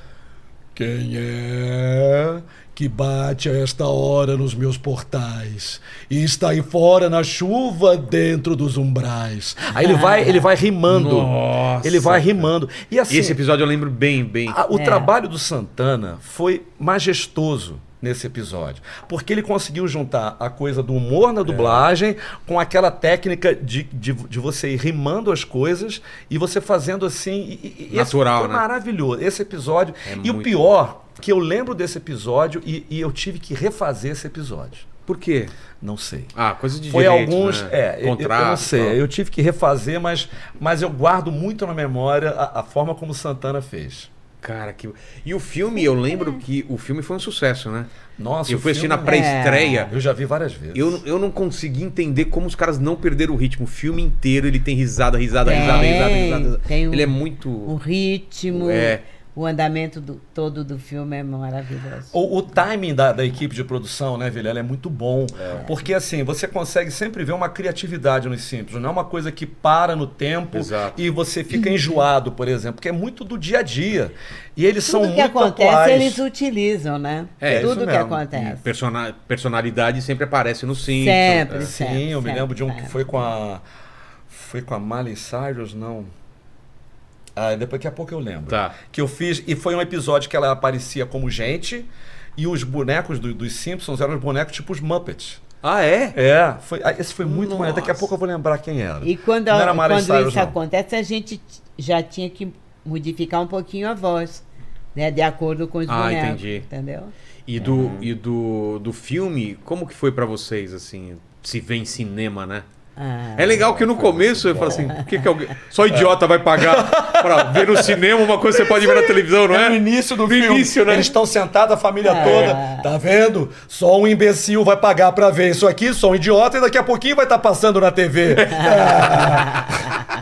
Quem é que bate a esta hora nos meus portais e está aí fora na chuva dentro dos umbrais? Aí ele vai, ele vai rimando. Nossa, ele vai cara. rimando. E assim, Esse episódio eu lembro bem, bem. a- o É. trabalho do Santana foi majestoso nesse episódio, porque ele conseguiu juntar a coisa do humor É. na dublagem com aquela técnica de, de, de você ir rimando as coisas e você fazendo assim, e- e- e Natural, esse foi né? É maravilhoso esse episódio. e o muito pior, que eu lembro desse episódio e- e eu tive que refazer esse episódio. Por quê? Não sei. Ah, coisa de Foi direito, alguns. né? É, eu- eu, eu não Contrato, sei. tal. Eu tive que refazer, mas, mas eu guardo muito na memória a, a forma como Santana fez. Cara, que. E o filme, eu lembro que o filme foi um sucesso, né? Nossa, eu o fui assistir filme- é na pré-estreia. Eu já vi várias vezes. Eu, eu não consegui entender como os caras não perderam o ritmo. O filme inteiro ele tem risada, risada, Tem, risada, risada, risada. risada. tem um- ele é muito. O ritmo, É. o andamento do- todo do filme é maravilhoso. O, o timing da, da equipe de produção, né, Vilela, é muito bom. Porque, assim, você consegue sempre ver uma criatividade nos Simpsons. Não é uma coisa que para no tempo Exato. e você fica enjoado, por exemplo. Porque é muito do dia a dia. E eles são Tudo muito que acontece, atuais. eles utilizam, né? É, Tudo isso que mesmo. E acontece. persona- Personalidade sempre aparece no Simpsons. Sempre, É. sempre. Sim, eu me sempre, lembro de um que sempre. foi com a. Foi com a Miley Cyrus, não. Ah, depois, daqui a pouco eu lembro. Tá. Que eu fiz. E foi um episódio que ela aparecia como gente. E os bonecos do- dos Simpsons eram os bonecos tipo os Muppets. Ah, é? É, foi, ah, esse foi muito maneiro. Daqui a pouco eu vou lembrar quem era. E quando, Não era Miley quando Cyrus, isso não. acontece, a gente t- já tinha que modificar um pouquinho a voz, né? De acordo com os Ah, bonecos, entendi. entendeu? E do, Uhum. e do, do filme, como que foi pra vocês, assim? Se vê em cinema, né? Ah, É legal que no começo eu falo assim, por que, que alguém. Só idiota vai pagar pra ver no cinema uma coisa que você pode ver na televisão, não É é? no início do No filme. início, né? Eles estão sentados, a família É. toda. Tá vendo? Só um imbecil vai pagar pra ver isso aqui, só um idiota, e daqui a pouquinho vai estar passando na TV.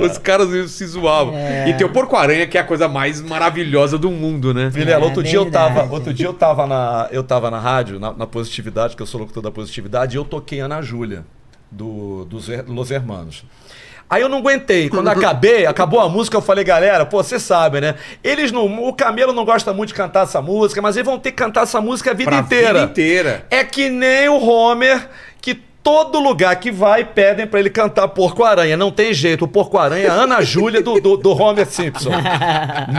Os caras se zoavam. E tem o Porco-Aranha, que é a coisa mais maravilhosa do mundo, né? Vilela, É, outro dia eu verdade. tava, outro dia eu tava na, eu tava na rádio, na, na Positividade, que eu sou locutor da Positividade, e eu toquei Ana Júlia do dos Her- Los Hermanos. Aí eu não aguentei. Quando acabei, acabou a música, eu falei, galera, pô, você sabe, né? Eles não, o Camelo não gosta muito de cantar essa música, mas eles vão ter que cantar essa música a vida Pra inteira. vida inteira. É que nem o Homer, que todo lugar que vai pedem pra ele cantar Porco Aranha. Não tem jeito. O Porco Aranha é a Ana Júlia do, do, do Homer Simpson.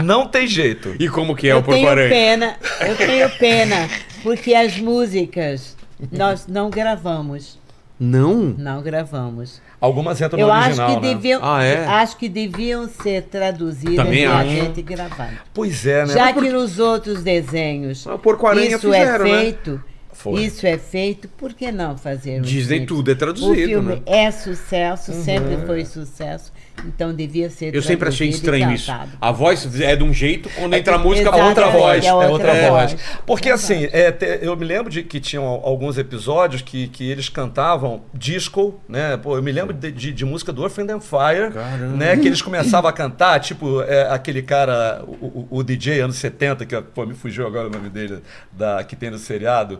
Não tem jeito. E como que é o eu tenho Porco-Aranha? pena, eu tenho pena, porque as músicas nós não gravamos, Não. não gravamos. Algumas entram Eu no acho original, que né? deviam, Ah, é? acho que deviam ser traduzidas Também e a acho. gente gravar. Pois é, né? Já que nos outros desenhos Mas o Porco-Aranha isso fizeram, é né? feito, Foi. isso é feito, por que não fazer um Dizem filme? tudo, é traduzido, O filme né? é sucesso, sempre foi sucesso, então devia ser Eu sempre achei traduzido e estranho isso. cantado. A voz é de um jeito, quando entra a música, Exatamente, outra voz. é É outra outra voz. voz. Porque assim, é, te- eu me lembro de que tinham al- alguns episódios que, que eles cantavam disco, né? Pô, eu me lembro de, de- de música do Earth, Wind and Fire, né? Que eles começavam a cantar, tipo é, aquele cara, o, o- o DJ anos 70, que pô, me fugiu agora o nome dele, da, que tem no seriado.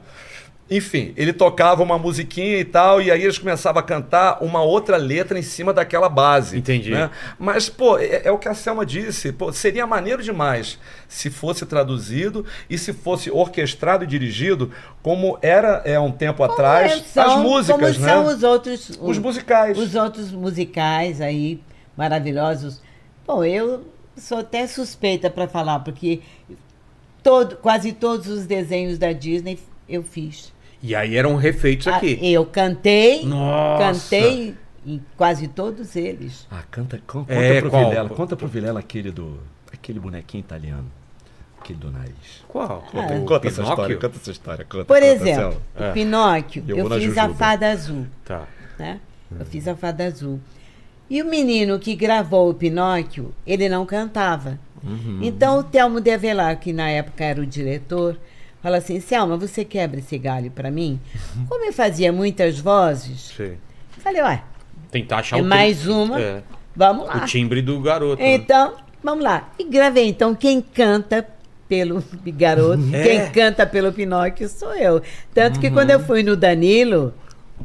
Enfim, ele tocava uma musiquinha e tal, e aí eles começavam a cantar uma outra letra em cima daquela base. Entendi. né? Mas, pô, é, é o que a Selma disse. Pô, seria maneiro demais se fosse traduzido e se fosse orquestrado e dirigido, como era é, um tempo atrás, Como são- as músicas, como né? são os outros... Os musicais. Os outros musicais aí, maravilhosos. Bom, eu sou até suspeita para falar, porque todo, quase todos os desenhos da Disney eu fiz. E aí eram refeitos Ah, aqui. Eu cantei, Nossa. cantei em quase todos eles. Ah, canta, con- conta É, pro qual? Vilela, conta pro Vilela aquele do. aquele bonequinho italiano. Aquele do nariz. Qual? Ah, O Conta Pinóquio? essa história, conta essa história. Conta, Por conta, exemplo, Selma. É. o Pinóquio, Eu eu, vou na fiz a Jujuba. Fada Azul. Tá. né? Eu fiz a Fada Azul. E o menino que gravou o Pinóquio, ele não cantava. Uhum. Então o Telmo de Avelar, que na época era o diretor, fala assim: Selma, você quebra esse galho pra mim? Como eu fazia muitas vozes, Sei. falei: ué, Tentar achar é o mais tim- uma, é, vamos lá. O timbre do garoto. né? Então, vamos lá. E gravei. Então, quem canta pelo garoto, É. quem canta pelo Pinóquio sou eu. Tanto que quando eu fui no Danilo,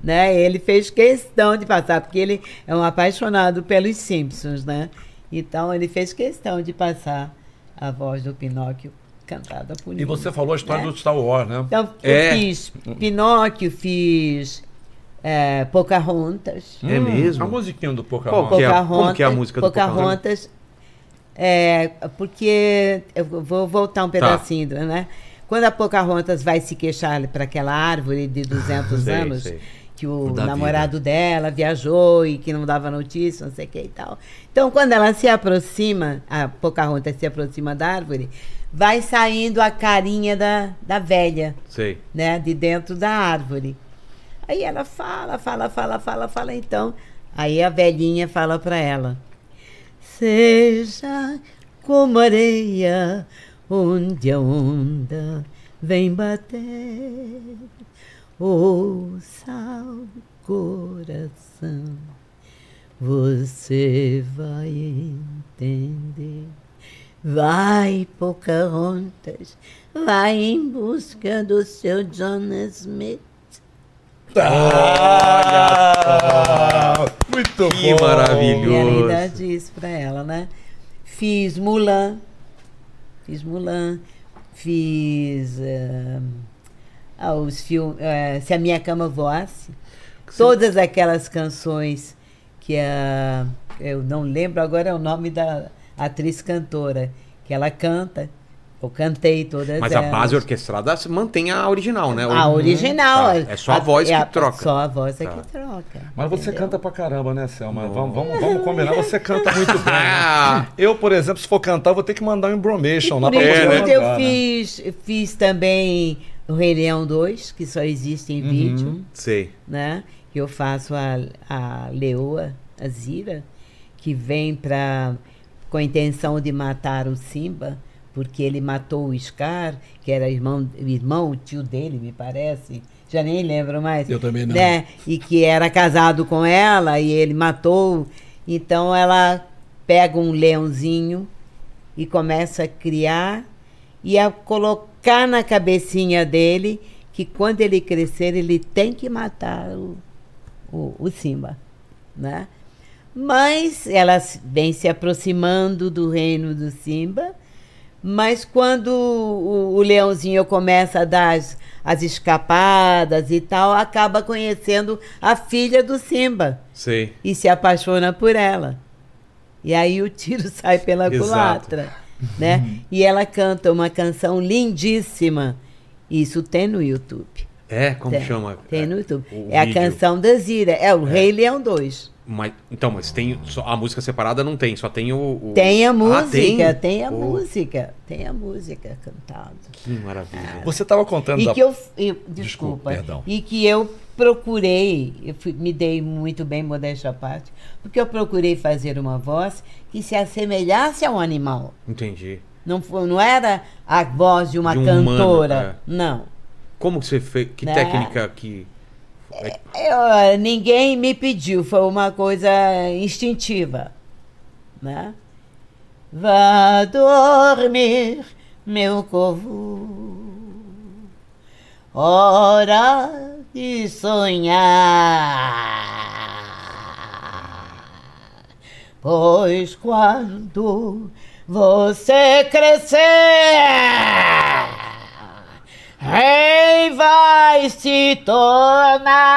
né, ele fez questão de passar, porque ele é um apaixonado pelos Simpsons, né? Então, ele fez questão de passar a voz do Pinóquio cantada por mim. E você falou a história É. do Star Wars, né? Então, É. eu fiz Pinóquio, fiz é, Pocahontas. É mesmo? A musiquinha do Qual Pokémon. que é? Pocahontas. como que é a música do Pocahontas? É, porque eu vou voltar Tá. um pedacinho, né? Quando a Pocahontas vai se queixar para aquela árvore de 200 Sei, anos, sei. que o Da vida. namorado dela viajou e que não dava notícia, não sei o que e tal. Então, quando ela se aproxima, a Pocahontas se aproxima da árvore, vai saindo a carinha da, da velha Sei. né, de dentro da árvore. Aí ela fala, fala, fala, fala, fala então. Aí a velhinha fala para ela: Seja como areia onde a onda vem bater, ouça o coração, você vai entender. Vai, Pocahontas, vai em busca do seu John Smith. Ah! Muito Que maravilhoso. E ela ainda disse pra ela, né? Fiz Mulan, fiz Mulan, fiz eh, ah, os filmes, Se a Minha Cama Voasse, todas aquelas canções que a, eu não lembro agora é o nome da atriz cantora, que ela canta, eu cantei todas Mas elas. a base orquestrada se mantém a original, né? é. A original. Tá. É só a voz é que troca. Só a voz é Tá. que troca. Mas você entendeu? canta pra caramba, né, Selma? Vamos, vamos, vamos combinar, você canta muito bem. né? Ah! Eu, por exemplo, se for cantar, eu vou ter que mandar um embromation lá Por pra você enquanto mandar, eu né? fiz, fiz também o Rei Leão 2, que só existe Uhum. em vídeo, Sei. né? Que eu faço a, a leoa, a Zira, que vem pra, com a intenção de matar o Simba, porque ele matou o Scar, que era irmão, irmão, o tio dele, me parece. Já nem lembro mais. Eu também não. Né? E que era casado com ela e ele matou. Então ela pega um leãozinho e começa a criar e a colocar na cabecinha dele que quando ele crescer ele tem que matar o, o, o Simba, né? Mas ela se- vem se aproximando do reino do Simba, mas quando o, o leãozinho começa a dar as, as escapadas e tal, acaba conhecendo a filha do Simba Sei. e se apaixona por ela. E aí o tiro sai pela Exato. Uhum. culatra, né? E ela canta uma canção lindíssima. Isso tem no YouTube. É, como tem, chama? Tem no YouTube. o é a vídeo. canção da Zira, é o Rei Leão 2. Mas, então, mas tem só- a música separada não tem, só tem o. o- Tem a Ah, música, tem, a Pô, música, tem a música cantada. Que maravilha. Ah. Você tava contando E da... que eu, e- desculpa, Desculpa, perdão. e que eu procurei, eu fui- me dei muito bem, modéstia à parte, porque eu procurei fazer uma voz que se assemelhasse a um animal. Entendi. Não, fo- não era a voz de uma De um humano, cantora, é. não. Como que você fez? Que Né? técnica que. Eu- eh, ninguém me pediu, foi uma coisa instintiva, né? Vá dormir, meu corvo. Hora de sonhar. Pois quando você crescer, rei vai se tornar.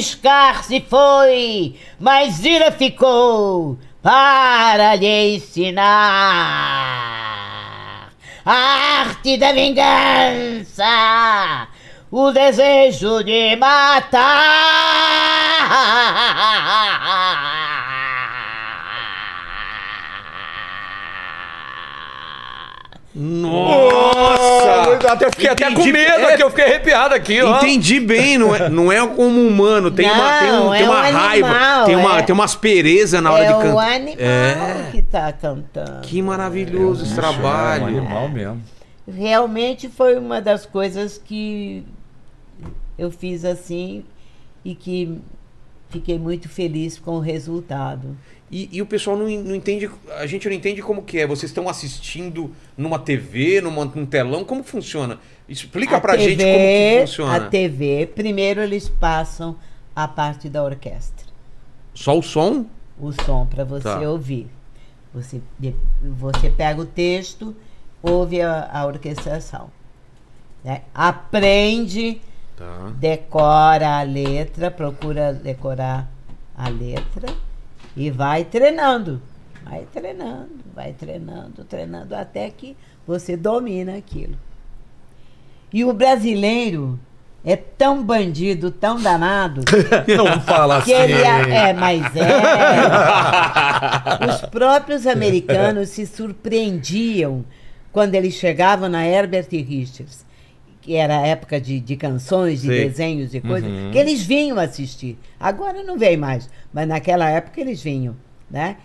Scar se foi, mas Ira ficou para lhe ensinar a arte da vingança, o desejo de matar. Nossa! Até, eu fiquei até com Entendi. medo É. aqui, eu fiquei arrepiado aqui, ó. Entendi bem, não é, não é como humano. Tem uma, tem um- Não, tem é uma um raiva, animal, tem, uma, é. tem uma aspereza na hora É de o cantar. animal É. que tá cantando. Que É, maravilhoso esse um trabalho. mesmo. realmente foi uma das coisas que eu fiz assim e que fiquei muito feliz com o resultado. E, e o pessoal não, en- não entende, a gente não entende como que é. Vocês estão assistindo numa TV, numa, num telão, como funciona? Explica pra gente como que funciona. A TV, primeiro eles passam a parte da orquestra, Só o som? o som para você Tá. ouvir. Você, de- você pega o texto, ouve a, a orquestração. né? Aprende Tá. decora a letra, procura decorar a letra e vai treinando. Vai treinando, vai treinando, treinando até que você domina aquilo. E o brasileiro é tão bandido, tão danado, Não fala assim. que ele é, é, mas é. Os próprios americanos se surpreendiam quando eles chegavam na Herbert Richards, que era a época de, de canções, de Sei. desenhos e coisas, que eles vinham assistir. Agora não vem mais, mas naquela época eles vinham, né?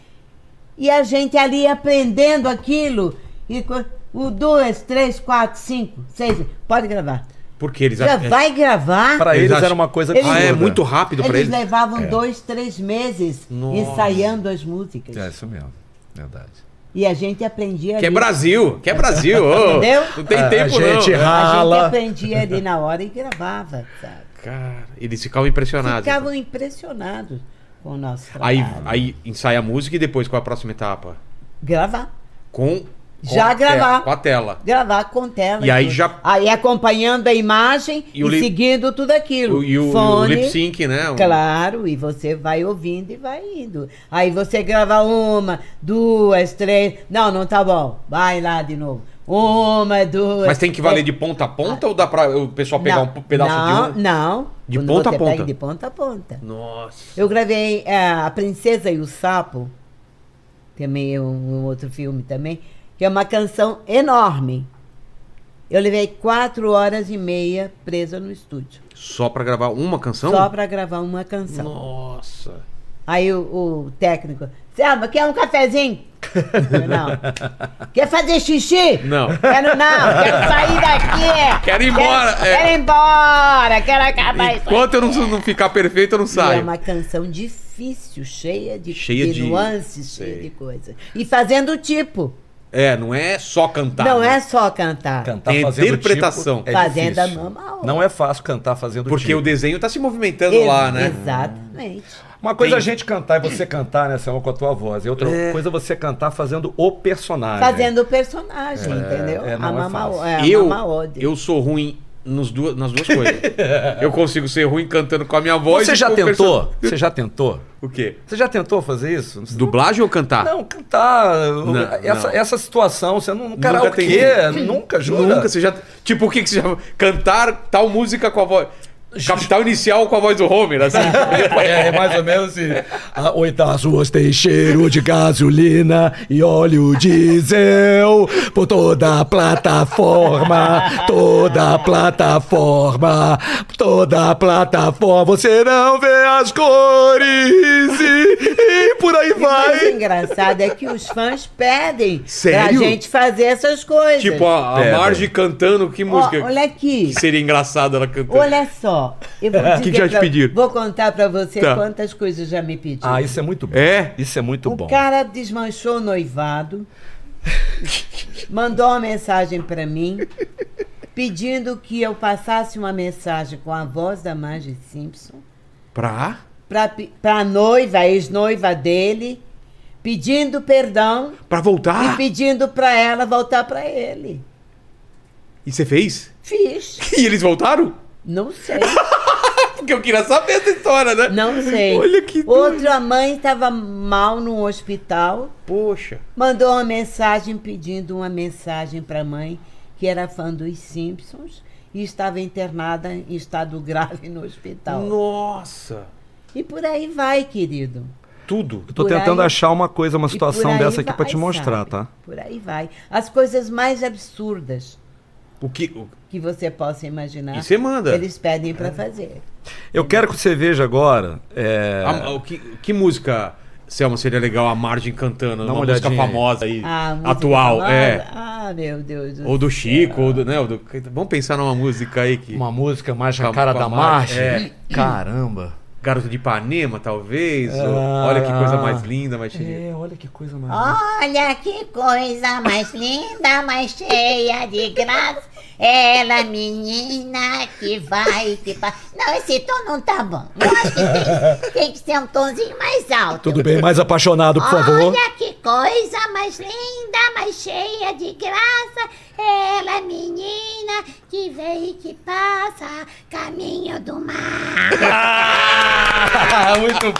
E a gente ali aprendendo aquilo e co- o dois, três, quatro, cinco, seis, pode gravar. Porque eles Já é- vai gravar. Pra Eles eles acham- era uma coisa Eles- Ah, é absurda. muito rápido pra Eles eles. levavam dois, três meses Nossa. ensaiando as músicas. É isso mesmo. Verdade. E a gente aprendia Que é ali. Brasil, que é Brasil. ô. Entendeu? Não tem É, A- a tempo gente não. A gente Rala. aprendia ali na hora e gravava, sabe? Cara, eles ficavam impressionados. Ficavam impressionados com o nosso trabalho. Aí, aí ensaia a música e depois qual é a próxima etapa? Gravar. Com, com Já a te- gravar. com a tela. Gravar com tela. E aí tudo. já- Aí acompanhando a imagem E e, o lip- seguindo tudo E o, aquilo. e o- e o Fone, lip sync, né? Um- Claro, e você vai ouvindo e vai indo. Aí você grava uma, duas, três. Não, não tá bom. Vai lá de novo. Uma, duas. Mas tem que valer de ponta a ponta ou dá pra o pessoal pegar é. Ah. Não, um pedaço não, de um? Não. De Quando ponta a você ponta. pega de ponta a ponta. Nossa. Eu gravei é, A Princesa e o Sapo, também é um, um outro filme também, que é uma canção enorme. Eu levei quatro horas e meia presa no estúdio, Só pra gravar uma canção? só pra gravar uma canção. Nossa. Aí o, o técnico, Selma, quer um cafezinho? Eu, não. Quer fazer xixi? Não. Quero não, quero sair daqui. Quero ir embora, Quero, é. quero ir embora, quero acabar isso Enquanto eu não, não ficar perfeito, eu não E é saio. uma canção difícil, cheia de, Cheia de de- nuances, cheia sei. de coisas. E fazendo o tipo. É, não é só cantar. não né? é só cantar. Cantar Tem fazendo interpretação. tipo, Fazendo a difícil. mama, É ó. Não é fácil cantar fazendo Porque tipo. o desenho tá se movimentando Ex- lá, né? Hum. Exatamente. Uma coisa é a Tem- gente cantar e você cantar, né, Selma, com a tua voz. E outra coisa é você cantar fazendo o personagem. Fazendo o personagem, entendeu? é, não a é fácil. mama, é, a eu, mama ode. eu sou ruim nos duas, nas duas coisas. eu consigo ser ruim cantando com a minha voz. Você e já com o tentou? person- Você já tentou? O quê? Você já tentou fazer isso? Você Dublagem ou cantar? Não, cantar. tá, não. essa, essa situação, você um não. Karaokê, tentei. nunca, jura? Nunca, você já. Tipo, o que, que você chama? Cantar tal música com a voz. Capital inicial com a voz do Homer, assim. É, é mais ou menos assim. Ah, Oitas ruas tem cheiro de gasolina e óleo diesel por toda a plataforma, toda a plataforma, toda a plataforma. Você não vê as cores e, e por aí E o mais vai. engraçado é que os fãs pedem Sério? pra gente fazer essas coisas. tipo, a, a Pera. Marge cantando, que Ó, música? olha aqui. Que seria engraçado ela cantando. Olha só, eu vou que dizer já te pra- pediram? Vou contar pra você Tá. Ah, quantas coisas já me pediram. Um Ah, isso é muito bom. É? Isso é muito o bom. cara desmanchou o noivado. mandou uma mensagem pra mim pedindo que eu passasse uma mensagem com a voz da Marge Simpson Pra? pra, pe- pra noiva, a ex-noiva dele, pedindo perdão Pra voltar? Ah. e pedindo pra ela voltar pra ele. E você fez? Fiz. E eles voltaram? Não sei. Porque eu queria saber essa história, né? Não sei. Olha que Outra mãe estava mal num hospital, Poxa. mandou uma mensagem pedindo uma mensagem para a mãe, que era fã dos Simpsons, e estava internada em estado grave no hospital. Nossa. E por aí vai, querido. Tudo. Eu tô Por tentando aí- achar uma coisa, uma E por situação aí dessa aqui pra vai, te mostrar, sabe? tá? Por aí vai. As coisas mais absurdas O que... o- que você possa imaginar, E você manda. eles pedem para fazer. Eu quero que você veja agora. é, a- o que, que música, Selma, seria legal a Margin cantando? Dá uma uma música olhadinha aí. famosa aí. Ah, música atual, famosa? é. Ah, meu Deus do Ou do Chico, ou do, né, ou do- Vamos pensar numa música aí que... Uma música mais na Com a- cara com a da margem, marcha. é. Caramba. Garoto de Ipanema, talvez. ou Ah. Olha que coisa mais linda, mais cheia. É, olha que coisa mais. Olha que coisa mais linda, mais cheia de graça. Ela, menina, que vai, que vai. Não, esse tom não tá bom. Eu acho que tem, tem que ser um tomzinho mais alto. Tudo bem, mais apaixonado, Então, por favor. Olha que coisa mais linda, mais cheia de graça. Ela, menina, que vem e que passa, caminho do mar. Ah, Muito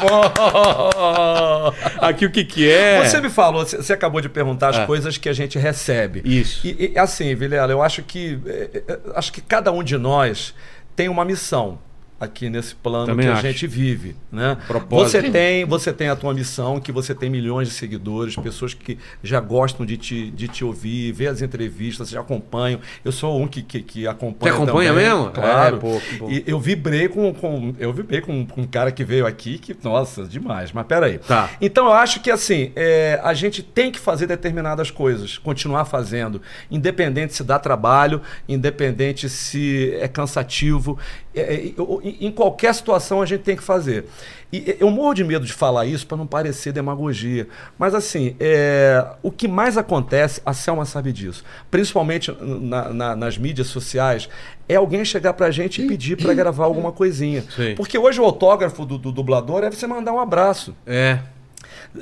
bom! Aqui o que que é? Você tá me falou, você você acabou de perguntar as É. coisas que a gente recebe. Isso. E, e, assim, Vilela, eu acho que é, é, acho que cada um de nós tem uma missão aqui nesse plano Também que acho. a gente vive, né? Propósito. Você tem, você tem a tua missão, que você tem milhões de seguidores, pessoas que já gostam de te, de te ouvir, ver as entrevistas, já acompanham. Eu sou um que, que, que acompanha Você acompanha também, mesmo? Claro. É, pô, que bom. E eu vibrei com, com eu vibrei com, com um cara que veio aqui que nossa, demais. Mas peraí. Tá. Então eu acho que assim, é, a gente tem que fazer determinadas coisas, continuar fazendo, independente se dá trabalho, independente se é cansativo, é, é, eu- em- em qualquer situação a gente tem que fazer. E é, eu morro de medo de falar isso para não parecer demagogia, mas assim, é, o que mais acontece, a Selma sabe disso, principalmente na- na- nas mídias sociais, é alguém chegar pra gente e pedir para gravar alguma coisinha. Sim. Porque hoje o autógrafo do- do dublador é você mandar um abraço. É.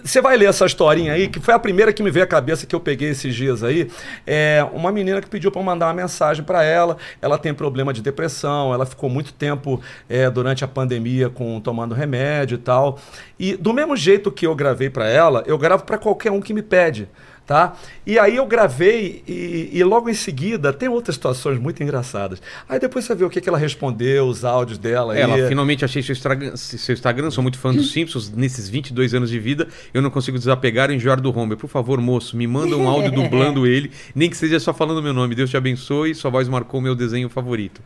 Você vai ler essa historinha aí, que foi a primeira que me veio à cabeça que eu peguei esses dias aí. É uma menina que pediu para mandar uma mensagem para ela. Ela tem problema de depressão, ela ficou muito tempo é, durante a pandemia com tomando remédio e tal. E do mesmo jeito que eu gravei para ela, eu gravo para qualquer um que me pede. Tá? E aí eu gravei e, e logo em seguida tem outras situações muito engraçadas. Aí depois você vê o que, que ela respondeu, os áudios dela. aí. é. Ela, finalmente achei seu Instagram, seu Instagram, sou muito fã dos Simpsons, nesses 22 anos de vida, eu não consigo desapegar e enjoar do Homer. Por favor, moço, me manda um áudio dublando ele, nem que seja só falando meu nome. Deus te abençoe, sua voz marcou meu desenho favorito.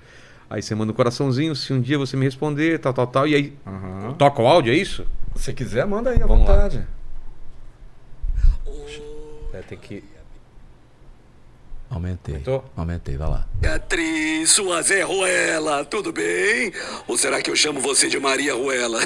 Aí você manda um coraçãozinho, se um dia você me responder, tal, tal, tal, e aí toca o áudio, é isso? Se quiser, manda aí à Vamos lá. vontade. É, tem que... Aumentei. Aumentou? Aumentei, vai lá. Beatriz, sua Zé Ruela, tudo bem? Ou será que eu chamo você de Maria Ruela?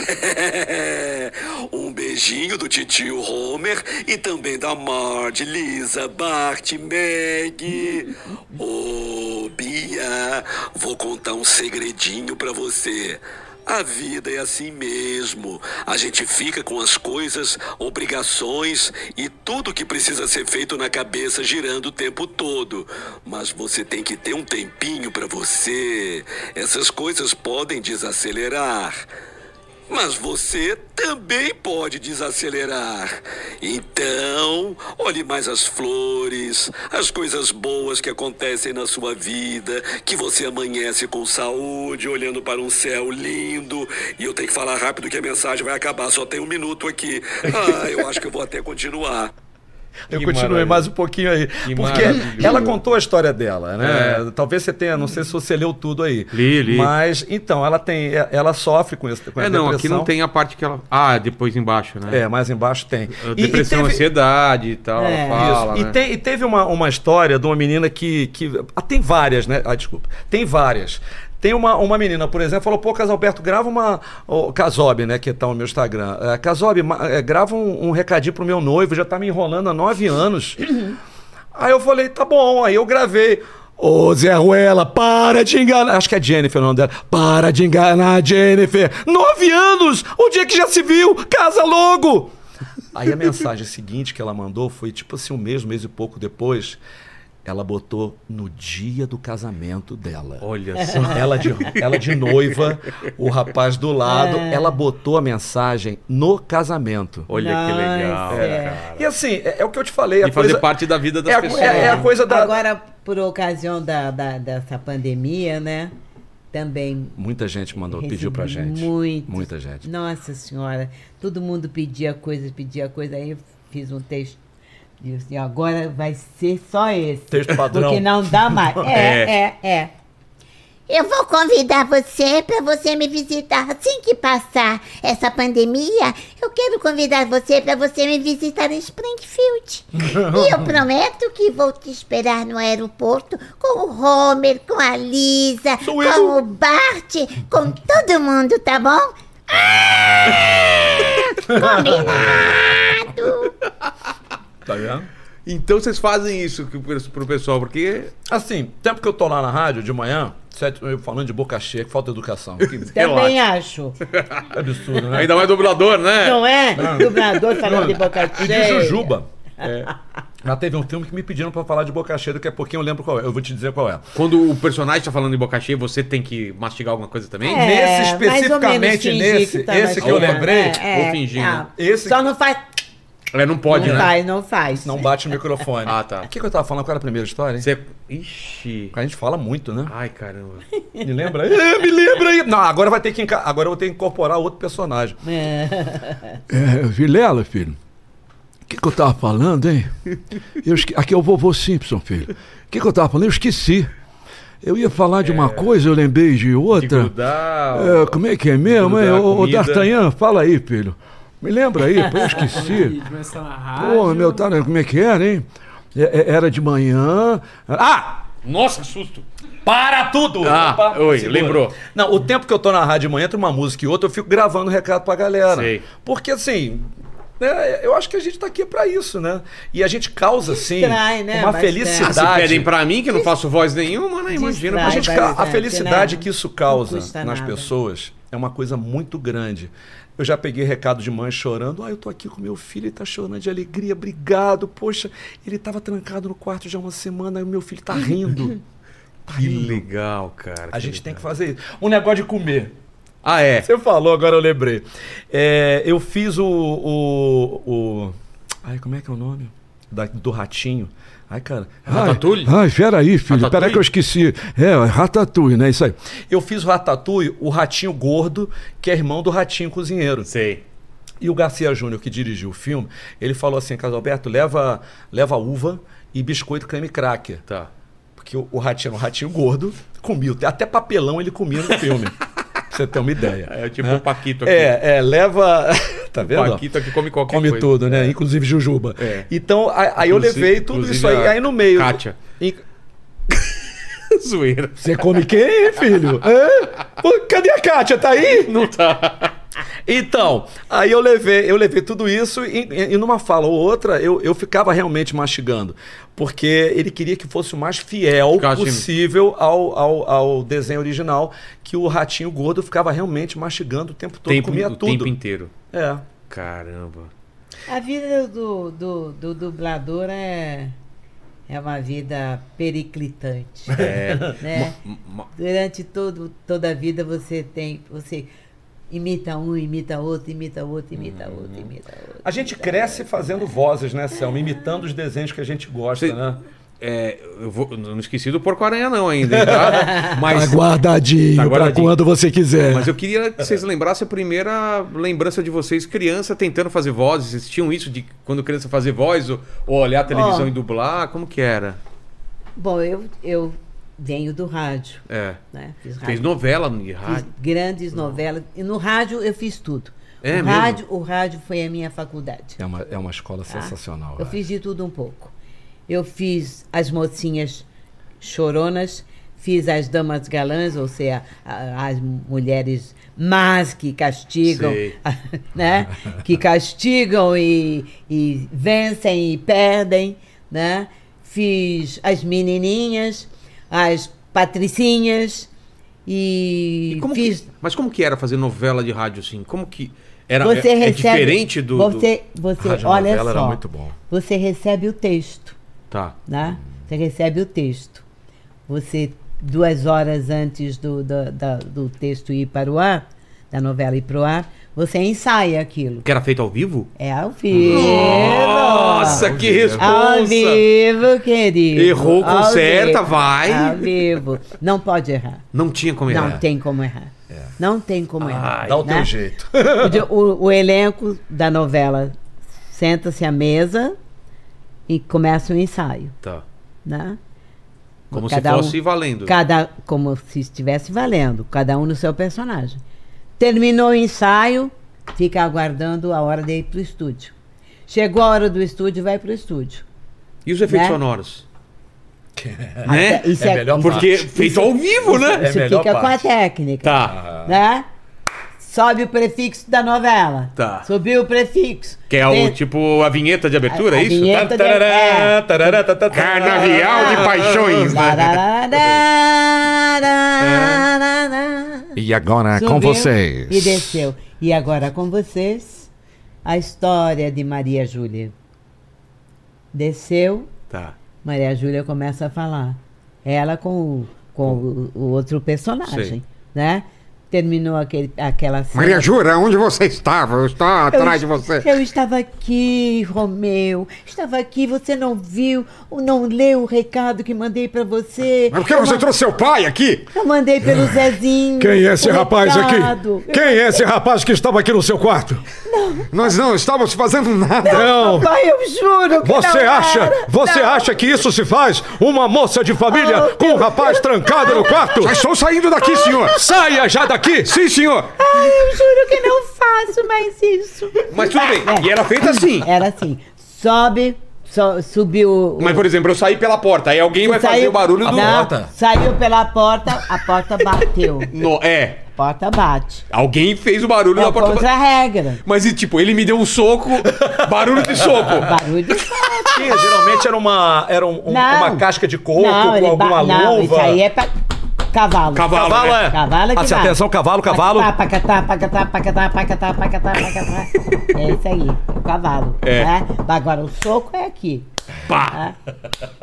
um beijinho do titio Homer e também da Marge, Lisa, Bart, Meg. Ô, Bia, vou contar um segredinho pra você. A vida é assim mesmo. A gente fica com as coisas, obrigações e tudo que precisa ser feito na cabeça girando o tempo todo. Mas você tem que ter um tempinho para você. Essas coisas podem desacelerar. Mas você também pode desacelerar. Então, olhe mais as flores, as coisas boas que acontecem na sua vida, que você amanhece com saúde, olhando para um céu lindo. E eu tenho que falar rápido que a mensagem vai acabar, só tem um minuto aqui. Ah, eu acho que eu vou até continuar. Eu Que continuei maravilha. mais um pouquinho aí. porque maravilha. É. ela contou a história dela, né? Talvez você tenha, não sei se você leu tudo aí. Li, li. Mas, então, ela tem. Ela sofre com isso. Com a É, não, aqui não depressão. tem a parte que ela... Ah, depois embaixo, né? É, mais embaixo tem. Uh, Depressão, teve- ansiedade e tal, É. ela fala, Isso. né? E, tem- e teve uma, uma história de uma menina que. que ah, tem várias, né? Ah, desculpa. Tem várias. Tem uma, uma menina, por exemplo, falou: pô, Casalberto, grava uma. Oh, Casob, né? Que tá no meu Instagram. É, Casob, ma- é, grava um, um recadinho pro meu noivo, já tá me enrolando há nove anos. Aí eu falei, tá bom, aí eu gravei. Ô Zé Ruela, para de enganar. Acho que é Jennifer o nome dela. Para de enganar, Jennifer. Nove anos! O dia que já se viu! Casa logo! Aí a mensagem seguinte que ela mandou foi tipo assim, um mês, um mês e pouco depois. Ela botou no dia do casamento dela. Olha só. Ela de, ela de noiva, o rapaz do lado. Ela botou a mensagem no casamento. É. Olha que Nossa, legal, é. cara. E assim, é, é o que eu te falei. E fazer parte da vida das é, a- pessoas. É, é a É. coisa da... Agora, por ocasião da, da- dessa pandemia, né? Também. Muita gente mandou, recebi pediu pra gente. Muito. Muita gente. Nossa Senhora. Todo mundo pedia coisa, pedia coisa. Aí eu fiz um texto. E eu disse, agora vai ser só esse. Texto padrão. Porque não dá mais. É, é, é. Eu vou convidar você para você me visitar assim que passar essa pandemia. Eu quero convidar você para você me visitar em Springfield. e eu prometo que vou te esperar no aeroporto com o Homer, com a Lisa, com o Bart, com todo mundo, tá bom? Ah, combinado! Tá vendo? Então vocês fazem isso que- pro pessoal, porque. Assim, tempo que eu tô lá na rádio de manhã, sete, eu falando de boca cheia, que falta de educação. Que Também acho. absurdo, né? Ainda mais dublador, né? Não é? Dublador falando de boca E cheia. de Jujuba. É. Já teve um filme que me pediram pra falar de boca cheia, daqui a pouquinho eu lembro qual é. Eu vou te dizer qual é. Quando o personagem tá falando em boca cheia, você tem que mastigar alguma coisa também? É, Nesse mais ou menos especificamente, fingir nesse- tá esse que eu vacinado. lembrei, ou fingindo. Esse- É, tá. Só não faz. É, não pode, não né? faz, não faz. Não bate o microfone. Ah, tá. O que, que eu tava falando? Qual era a primeira história? hein? Você. é- Ixi. A gente fala muito, né? Ai, caramba. Me lembra aí? É, me lembra aí! Não, agora vai ter que. enca- Agora eu vou ter que incorporar outro personagem. É, Vilela, filho. O que, que eu tava falando, hein? Eu esque... Aqui é o vovô Simpson, filho. O que, que eu tava falando? Eu esqueci. Eu ia falar de uma coisa, eu lembrei de É. De outra. grudar. É, como é que é mesmo, hein? grudar a Ô, ô, comida. D'Artagnan, fala aí, filho. Me lembra aí, pô, eu esqueci. Mas tá na rádio. Pô, meu, tá, como é que era, hein? É, é, Era de manhã. Ah! Nossa, que susto! Para tudo! Ah, oi, lembrou. Não, o tempo que eu tô na rádio de manhã, entre uma música e outra, eu fico gravando recado pra galera. Sei. Porque assim. né, eu acho que a gente tá aqui pra isso, né? E a gente causa, assim, Distrai, né? uma Bastante. Ah, se felicidade. pedem pra mim, que eu não faço voz nenhuma, né? Imagina. a, Distrai. Mas, gente Ai, ca- a bastante, felicidade né? que isso Não causa custa nas nada. pessoas é uma coisa muito grande. Eu já peguei recado de mãe chorando. Ah, eu tô aqui com meu filho, ele tá chorando de alegria, obrigado. Poxa, ele tava trancado no quarto já há uma semana, e o meu filho tá rindo. que legal, cara. A gente tem que fazer isso. Um negócio de comer. Ah, é. Você falou, agora eu lembrei. É, eu fiz o, o, o- Ai, como é que é o nome? Da- do ratinho. Ai, cara. Ratatouille? Ai, peraí, filho. Ratatouille? Peraí que eu esqueci. É, Ratatouille, né? Isso aí. Eu fiz o ratatouille, o ratinho gordo, que é irmão do ratinho cozinheiro. Sei. E o Garcia Júnior, que dirigiu o filme, ele falou assim, Casalberto, leva, leva uva e biscoito creme cracker. Tá. Porque o, o ratinho era um ratinho gordo, comia. Até papelão ele comia no filme. pra você ter uma ideia. É tipo né? o Paquito aqui. É, é, leva. tá vendo? ó? Paquito aqui come qualquer Come coisa. tudo, né? Inclusive jujuba. É. Então, aí, aí eu Inclusive- levei tudo inclusive isso aí, a aí no meio. Kátia. E- Zoeira. Você come quem, filho? Hã? Pô, Cadê a Kátia? Tá aí? Não tá. Então, aí eu levei, eu levei tudo isso e, e- e numa fala ou outra eu, eu ficava realmente mastigando. Porque ele queria que fosse o mais fiel Ficava assim. possível ao, ao, ao desenho original, que o ratinho gordo ficava realmente mastigando o tempo todo, Tempo, comia o tudo. tempo inteiro. É. Caramba. A vida do, do, do dublador é, é uma vida periclitante. É. Né? Ma- ma- Durante todo, toda a vida você tem. Você imita um, imita outro, imita outro, Uhum. imita outro, imita outro. A gente imita cresce fazendo vozes, né, Selma? Imitando os desenhos que a gente gosta, Você- né? é, eu vou- eu não esqueci do porco-aranha, não, ainda, hein, tá? Tá Mas, guardadinho, Tá pra guardadinho. quando você quiser. mas eu queria que vocês lembrassem a primeira lembrança de vocês, criança, tentando fazer vozes. Vocês tinham isso de quando criança fazer voz ou, ou olhar a televisão Ó. e dublar? Como que era? outro. Bom, eu, eu venho do rádio, É. né? Fiz rádio. Fez novela no Fiz rádio. grandes novelas. E no rádio eu fiz tudo. É o, mesmo? rádio, o rádio foi a minha faculdade. É uma, é uma escola tá? sensacional. Eu é. fiz de tudo um pouco. Eu fiz as mocinhas choronas, fiz as damas galãs, ou seja, a- as mulheres más que castigam, Sei. né? Que castigam e, e vencem e perdem, né? fiz as menininhas, as patricinhas e, E como que- fiz. mas como que era fazer novela de rádio assim? Como que era você é, é recebe, diferente do, do- você, você Rádio olha novela só. era muito bom. Você recebe o texto, tá? né? Você recebe o texto. Você duas horas antes do, da- da- do texto ir para o ar, da novela ir para o ar, você ensaia aquilo. Que era feito ao vivo? É ao vivo. Nossa, que Ao responsa! vivo, querido. Errou, Ao conserta, vivo. vai. Ao vivo. Não pode errar. Não É. tinha como errar. Não tem como errar. Não tem como errar. Dá o teu né? jeito. O di- O, o elenco da novela senta-se à mesa e começa o ensaio, Tá. né? Como Cada se um- fosse valendo. Cada como se estivesse valendo, cada um no seu personagem. Terminou o ensaio, fica aguardando a hora de ir pro estúdio. Chegou a hora do estúdio, vai pro estúdio. E os efeitos né? sonoros? né? Até- Isso É é, melhor Porque parte. feito ao vivo, né? É isso melhor fica com a parte. técnica. Tá. né? Sobe o prefixo da novela. Tá. Subiu o prefixo. Que é o Tem- tipo a vinheta de abertura, A- é a isso? tá, vinheta de- é. Carnavial de paixões. Dararararararararararararararararararararararararararararararararararararararararararararararara. E agora Subiu E desceu. E agora com vocês, a história de Maria Júlia. Desceu, Tá. Maria Júlia começa a falar. Ela com o, com o, o outro personagem, Sei. né? Terminou aquele, aquela cena. Maria Jura, onde você estava? Eu estou Eu atrás de est- você. Eu estava aqui, Romeu. Estava aqui, você não viu, ou não leu o recado que mandei pra você. Mas por que você eu, ma- trouxe seu pai aqui? eu mandei pelo Zezinho. Quem é esse o rapaz aqui? recado. Quem é esse rapaz que estava aqui no seu quarto? Nós não estávamos fazendo nada. Não! Pai, eu juro que Você não acha, era. você Não. acha que isso se faz? Uma moça de família Oh, com um rapaz trancado no quarto? Já estou saindo Ah. daqui, senhor. Saia já daqui! Sim, senhor. Ai, eu juro que não faço mais isso. Mas tudo bem. E era feito assim. Era assim, sobe, so, subiu... o- Mas, por exemplo, eu saí pela porta, aí alguém vai fazer saiu- o barulho do. Não, porta. Saiu pela porta, a porta bateu. No- é. A porta bate. Alguém fez o barulho É da porta. outra regra. Mas e tipo, ele me deu um soco, barulho de soco. Barulho de Tinha, geralmente era uma, era um- um- Não. uma casca de coco ele com alguma ba- não, luva. Isso aí é pra cavalo. Cavalo, Cavalo, né? é. Cavalo é que Ah, se vai. atenção, cavalo, cavalo. Pacatá, pacatá, pacatá, pacatá, pacatá, pacatá. É isso aí, o cavalo. É. né? Agora, o soco é aqui. Pá.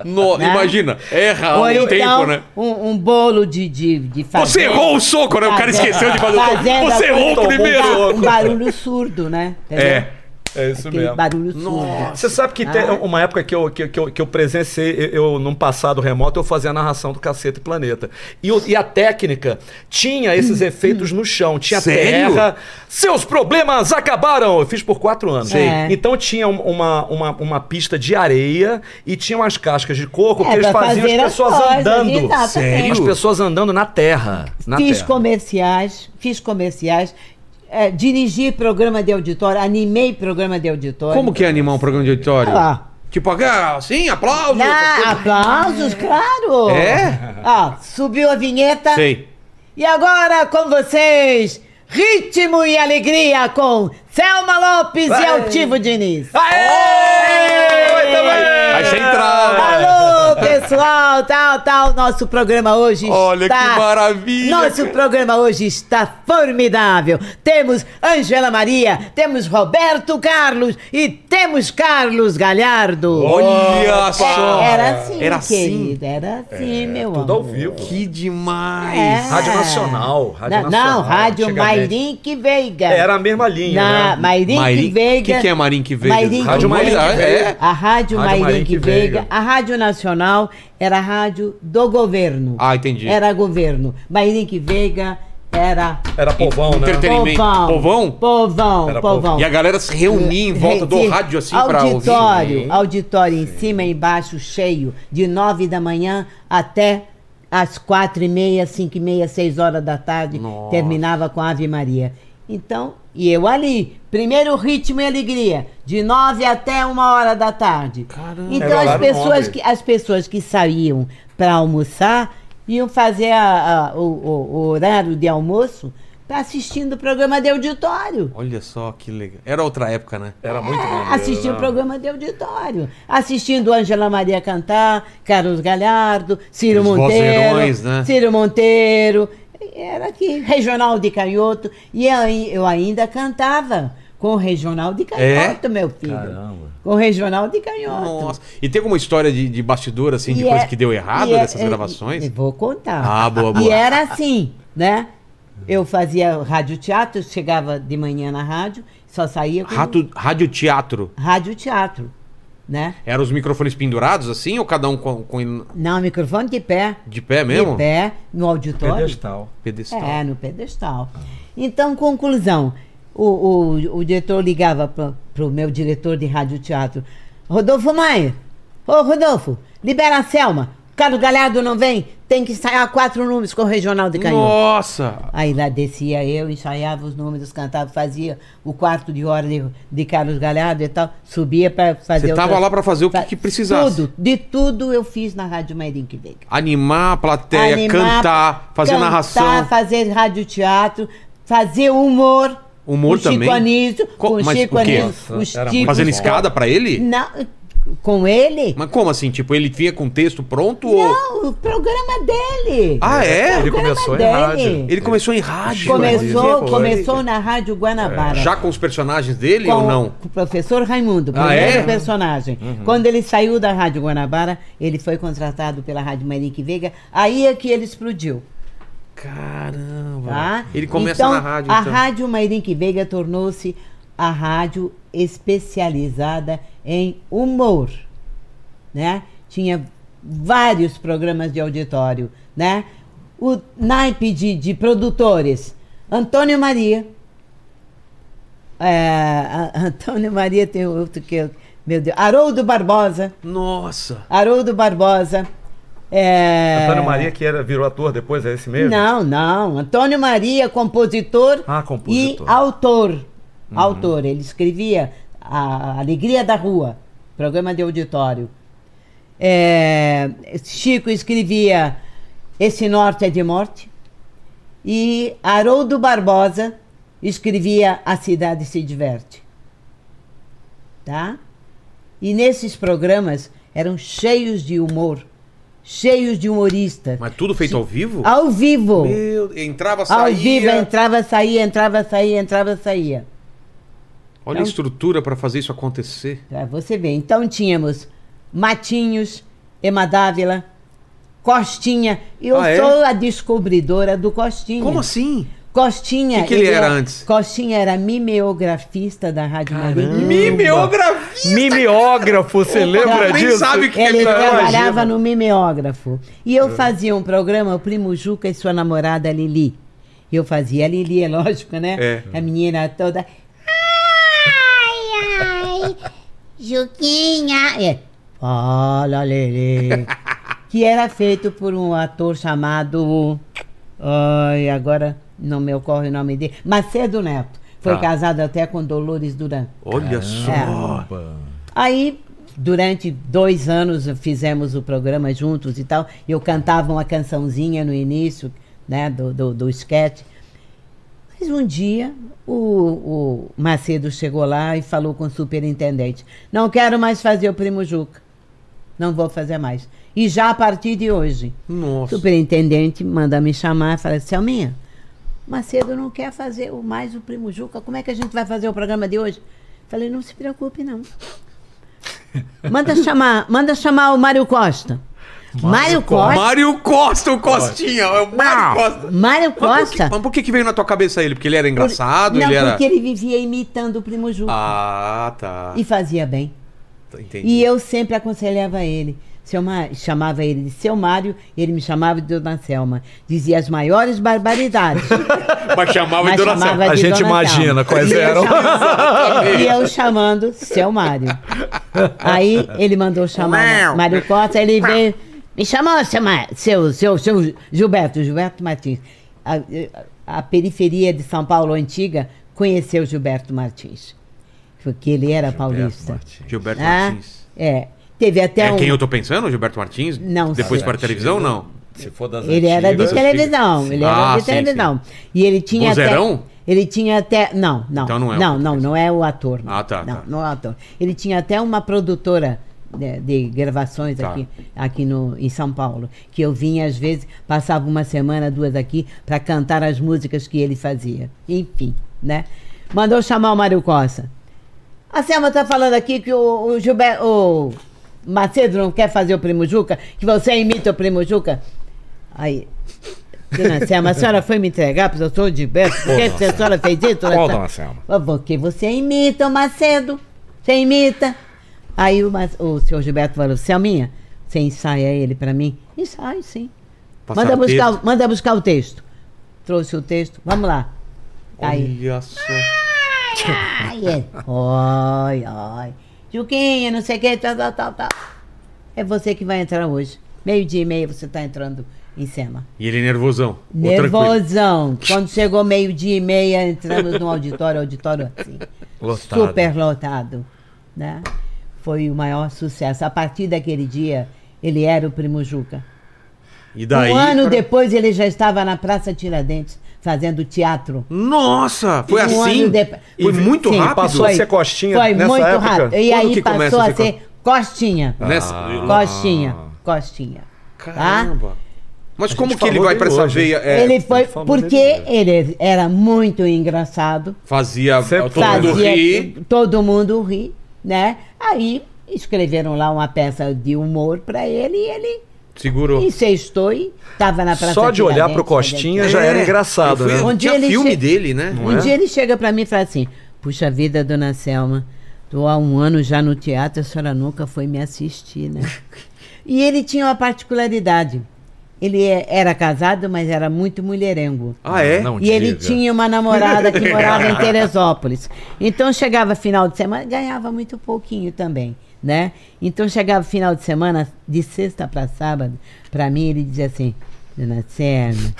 No- Né? Imagina, erra um então, tempo, né? um, um bolo de, de, de fazer- Você errou o soco, né? O cara fazer- esqueceu de fazer o soco. fazendo Você errou o um primeiro. ba- Um barulho surdo, né? Entendeu? É. É isso Aquele barulho surdo. Você sabe que Ah, é? tem uma época que eu, que, que eu, que eu presenciei, eu, eu, num passado remoto, eu fazia a narração do Cacete Planeta. E, o- e a técnica tinha esses Hum. efeitos no chão. Tinha Sério? terra. Seus problemas acabaram! Eu fiz por quatro anos. Sei. É. Então tinha um- uma, uma, uma pista de areia e tinha umas cascas de coco É, que eles pra faziam as fazer as pessoas coisas, andando. exatamente. Sério? As pessoas andando na terra. Na fiz terra. comerciais, fiz comerciais, eh, dirigi programa de auditório, animei programa de auditório. Como que é animar um programa de auditório? Ah. Tipo, ah, assim, aplauso. essas Dá coisas. Ah, aplausos, claro! É? Ah, subiu a vinheta. Sei. E agora com vocês, ritmo e alegria com Selma Lopes e Altivo Diniz. Aê! Muito bem! Aí você entrava. Alô, pessoal, tal, tal. Nosso programa hoje Olha está... que maravilha, Nosso programa hoje está formidável. Temos Angela Maria, temos Roberto Carlos e temos Carlos Galhardo. Olha só. É, Era assim, Era era assim. É, querido, era assim, meu amor. Tudo ao vivo. Que demais. É. Rádio Nacional, Rádio Na- Nacional, Não, Rádio antigamente. Mairink Veiga. Era a mesma linha, Na né? Mairink Mairink- Veiga. que que é Mairink Veiga? Ah, é? Mairink Rádio Mairink Veiga. Veiga. A Rádio, Rádio Mairink, Mairink Veiga. Veiga. A Rádio Nacional era a rádio do governo. Ah, entendi. Era governo. Mairink Veiga era... Era povão, né? Entretenimento. Povão. Povão? Povão, Era povão. povão. E a galera se reunia em volta do Sim. rádio, assim, pra ouvir. auditório, Auditório em cima e embaixo, cheio, de nove da manhã até às quatro e meia, cinco e meia, seis horas da tarde, terminava com Ave Maria. Então, e eu ali, primeiro ritmo e alegria, de nove até uma hora da tarde. Era Então as É horário pessoas, nobre. que, as pessoas que saíam para almoçar iam fazer a- a- o, o- o horário de almoço Tá assistindo o programa de auditório. Olha só que legal. Era outra época, né? Era muito bom. Assistindo Ah, o programa de auditório. Assistindo Ângela Maria cantar, Carlos Galhardo, Ciro Os Monteiro. vozeirões, né? Ciro Monteiro. Era aqui, Regional de Canhoto. E aí eu ainda cantava com o Regional de É? Canhoto, meu filho. Caramba. Com o Regional de Canhoto. Nossa. E tem alguma história de, de bastidor, assim, de E coisa é- que deu errado e é- nessas é- gravações? e Vou contar. Ah, boa, boa. E era assim, né? Eu fazia radioteatro, chegava de manhã na rádio, só saía com Rato, radioteatro. radioteatro, né? Eram os microfones pendurados, assim, ou cada um com, com ele Não, microfone de pé. de pé É mesmo? De pé, no auditório. Pedestal. Pedestal. É, no pedestal. Então, conclusão. O, o, o diretor ligava para o meu diretor de radioteatro. Rodolfo Maia. Ô, Rodolfo, libera a Selma. Carlos Galhardo não vem? Tem que ensaiar quatro números com o Regional de Canhoto. Nossa! Aí lá descia eu, ensaiava os números, cantava, fazia o quarto de hora de, de Carlos Galhardo e tal, subia para fazer Você tava outras- lá pra fazer o que fa- que precisasse. Tudo, de tudo eu fiz na Rádio Mairink Veiga. Animar a plateia, Animar, cantar, fazer cantar, narração. fazer radioteatro, fazer humor. Humor com Chico também? Anísio, Co- com mas Chico o quê? Anísio, o Nossa, era Chico- Fazendo escada pra ele? Não, com ele? Mas como assim? Tipo, ele vinha com o texto pronto ou. Não, o programa dele. Ah, é? Ele O programa começou em dele. rádio. É. Ele começou em rádio. Começou, Foi. começou na Rádio Guanabara. É. Já com os personagens dele com ou não? o professor Raimundo, Ah, primeiro é? personagem. Quando ele saiu da Rádio Guanabara, ele foi contratado pela Rádio Manique Veiga. Aí é que ele explodiu. Caramba. Tá? Ele começa Então, na rádio. A então. Rádio Mairink Veiga tornou-se a rádio especializada em humor, né? Tinha vários programas de auditório, né? O naipe de, de produtores, Antônio Maria. É, a- Antônio Maria tem outro que eu, meu Deus, Haroldo Barbosa, Nossa. Haroldo Barbosa. é, Antônio Maria, que era, virou ator depois, é esse mesmo? não, não. Antônio Maria, compositor, Ah, compositor. Uhum. e autor. Autor, ele escrevia A Alegria da Rua, programa de auditório. É, Chico escrevia Esse Norte é de Morte. E Haroldo Barbosa escrevia A Cidade se Diverte. Tá? E nesses programas eram cheios de humor, cheios de humorista. Mas tudo feito ao vivo? tipo, Ao vivo. Meu, entrava, saía. Ao vivo, entrava, saía, entrava, saía, entrava, saía. Olha a estrutura pra fazer isso acontecer. Pra você ver. Então tínhamos Matinhos, Ema Dávila, Costinha. Eu Ah, é? sou a descobridora do Costinha. Como assim? Costinha. é Que que ele era antes? Costinha era mimeografista da Rádio Marinha. Mimeografia! Mimeógrafo, você lembra nem disso? sabe o que é Ele mimeografia. trabalhava no mimeógrafo. E É. eu fazia um programa, o Primo Juca e sua namorada Lili. Eu fazia a Lili, é lógico, né? É. A menina toda. Ai, ai. Juquinha. É. Fala, Lelê. que era feito por um ator chamado. Ai, agora não me ocorre o nome dele. Macedo Neto. Foi Tá. casado até com Dolores Duran. É. Olha só. Aí, durante dois anos, fizemos o programa juntos e tal. Eu cantava uma cançãozinha no início, né, do, do, do sketch. Mas um dia, o, o Macedo chegou lá e falou com o superintendente: Não quero mais fazer o Primo Juca. Não vou fazer mais. E já a partir de hoje, o Nossa. superintendente manda me chamar e fala: Selminha, Macedo não quer fazer o- mais o Primo Juca, como é que a gente vai fazer o programa de hoje? Falei: Não se preocupe, não. Manda chamar, manda chamar o Mário Costa. Mário Costa? Mário Costa, o Costinha. É o Mário Costa. Mário Mas por, que, Costa? mas por que que veio na tua cabeça ele? Porque ele era engraçado? Não, ele era... porque ele vivia imitando o Primo Juca. Ah, tá. E fazia bem. Entendi. E eu sempre aconselhava ele. Seu Ma- Chamava ele de seu Mário, ele me chamava de Dona Selma. Dizia as maiores barbaridades. Mas chamava de Mas Dona chamava Selma. A de gente Dona imagina Selma. quais E eu eram. chamando- E eu chamando seu Mário. Aí ele mandou chamar Uau. Mário Costa, ele veio. Me chamou seu, Ma- seu, seu, seu Gilberto, Gilberto Martins. A, a periferia de São Paulo antiga conheceu Gilberto Martins. Porque ele era paulista. Gilberto né? Martins. É. Teve até É um. quem eu tô pensando? Gilberto Martins? Não Depois sei. para a televisão, não? Se for das Ele era de antigas, televisão. Ele era Ah, de sim, televisão. E ele tinha Vozeirão? até. Ele tinha até. Não, não. Então não é o não, que não, fez. não é o ator. não. Ah, tá, Não, tá. não é o ator. Ele tinha até uma produtora de, de gravações Tá. aqui, aqui no, em São Paulo. Que eu vinha, às vezes, passava uma semana, duas aqui, para cantar as músicas que ele fazia. Enfim, né? Mandou chamar o Mário Costa. A Selma tá falando aqui que o, o Gilberto. O Macedo não quer fazer o Primo Juca, que você imita o Primo Juca. Aí. Dona Selma, a senhora foi me entregar pro doutor Gilberto? Por que que a senhora fez isso? dona Ô, Selma? dona Selma. Ah, Porque você imita o Macedo. Você imita. Aí o, Mas- o senhor Gilberto falou: Selminha, você ensaia ele pra mim? Ensaio, sim. Passar manda, buscar, texto. o- manda buscar o texto. Trouxe o texto. Vamos lá. Tá aí. Olha só. Ai, é. Oi, oi. Juquinha, não sei o que, tal, tal, tal, tal. É você que vai entrar hoje. Meio-dia e meia você tá entrando em cena. E ele é nervosão. Ou tranquilo. Nervosão. Quando chegou meio-dia e meia, entramos num auditório, auditório assim. Lotado. Super lotado. Né? Foi o maior sucesso. A partir daquele dia, ele era o Primo Juca. E daí. um ano pra- depois, ele já estava na Praça Tiradentes fazendo teatro. Nossa! Foi Um assim? ano depois. Foi muito Sim, rápido. passou a foi. ser Costinha Foi nessa muito época? rápido. E Quando que aí começa Ah. passou a ser a ser Costinha. Nessa... Costinha. Costinha. tá? Caramba. Mas como gente que ele falou vai pra dele essa hoje. veia? é, ele foi ele falou porque ele era muito engraçado. Fazia Sempre todo mundo fazia rir. todo mundo ri, né? Aí escreveram lá uma peça de humor pra ele e ele Segurou. incestou e estava na praça Só de olhar pro Tiradentes, Costinha fazendo- já era É, engraçado, eu fui- né? Um Tinha dia ele filme che- dele, né? Não Um é? dia ele chega pra mim e fala assim: Puxa vida, dona Selma, tô há um ano já no teatro, a senhora nunca foi me assistir, né? e ele tinha uma particularidade. Ele é- era casado, mas era muito mulherengo. Ah, é? Não E ele diga. tinha uma namorada que morava em Teresópolis. Então chegava final de semana, ganhava muito pouquinho também, né? Então chegava final de semana, de sexta para sábado, para mim ele dizia assim: Dona Selma,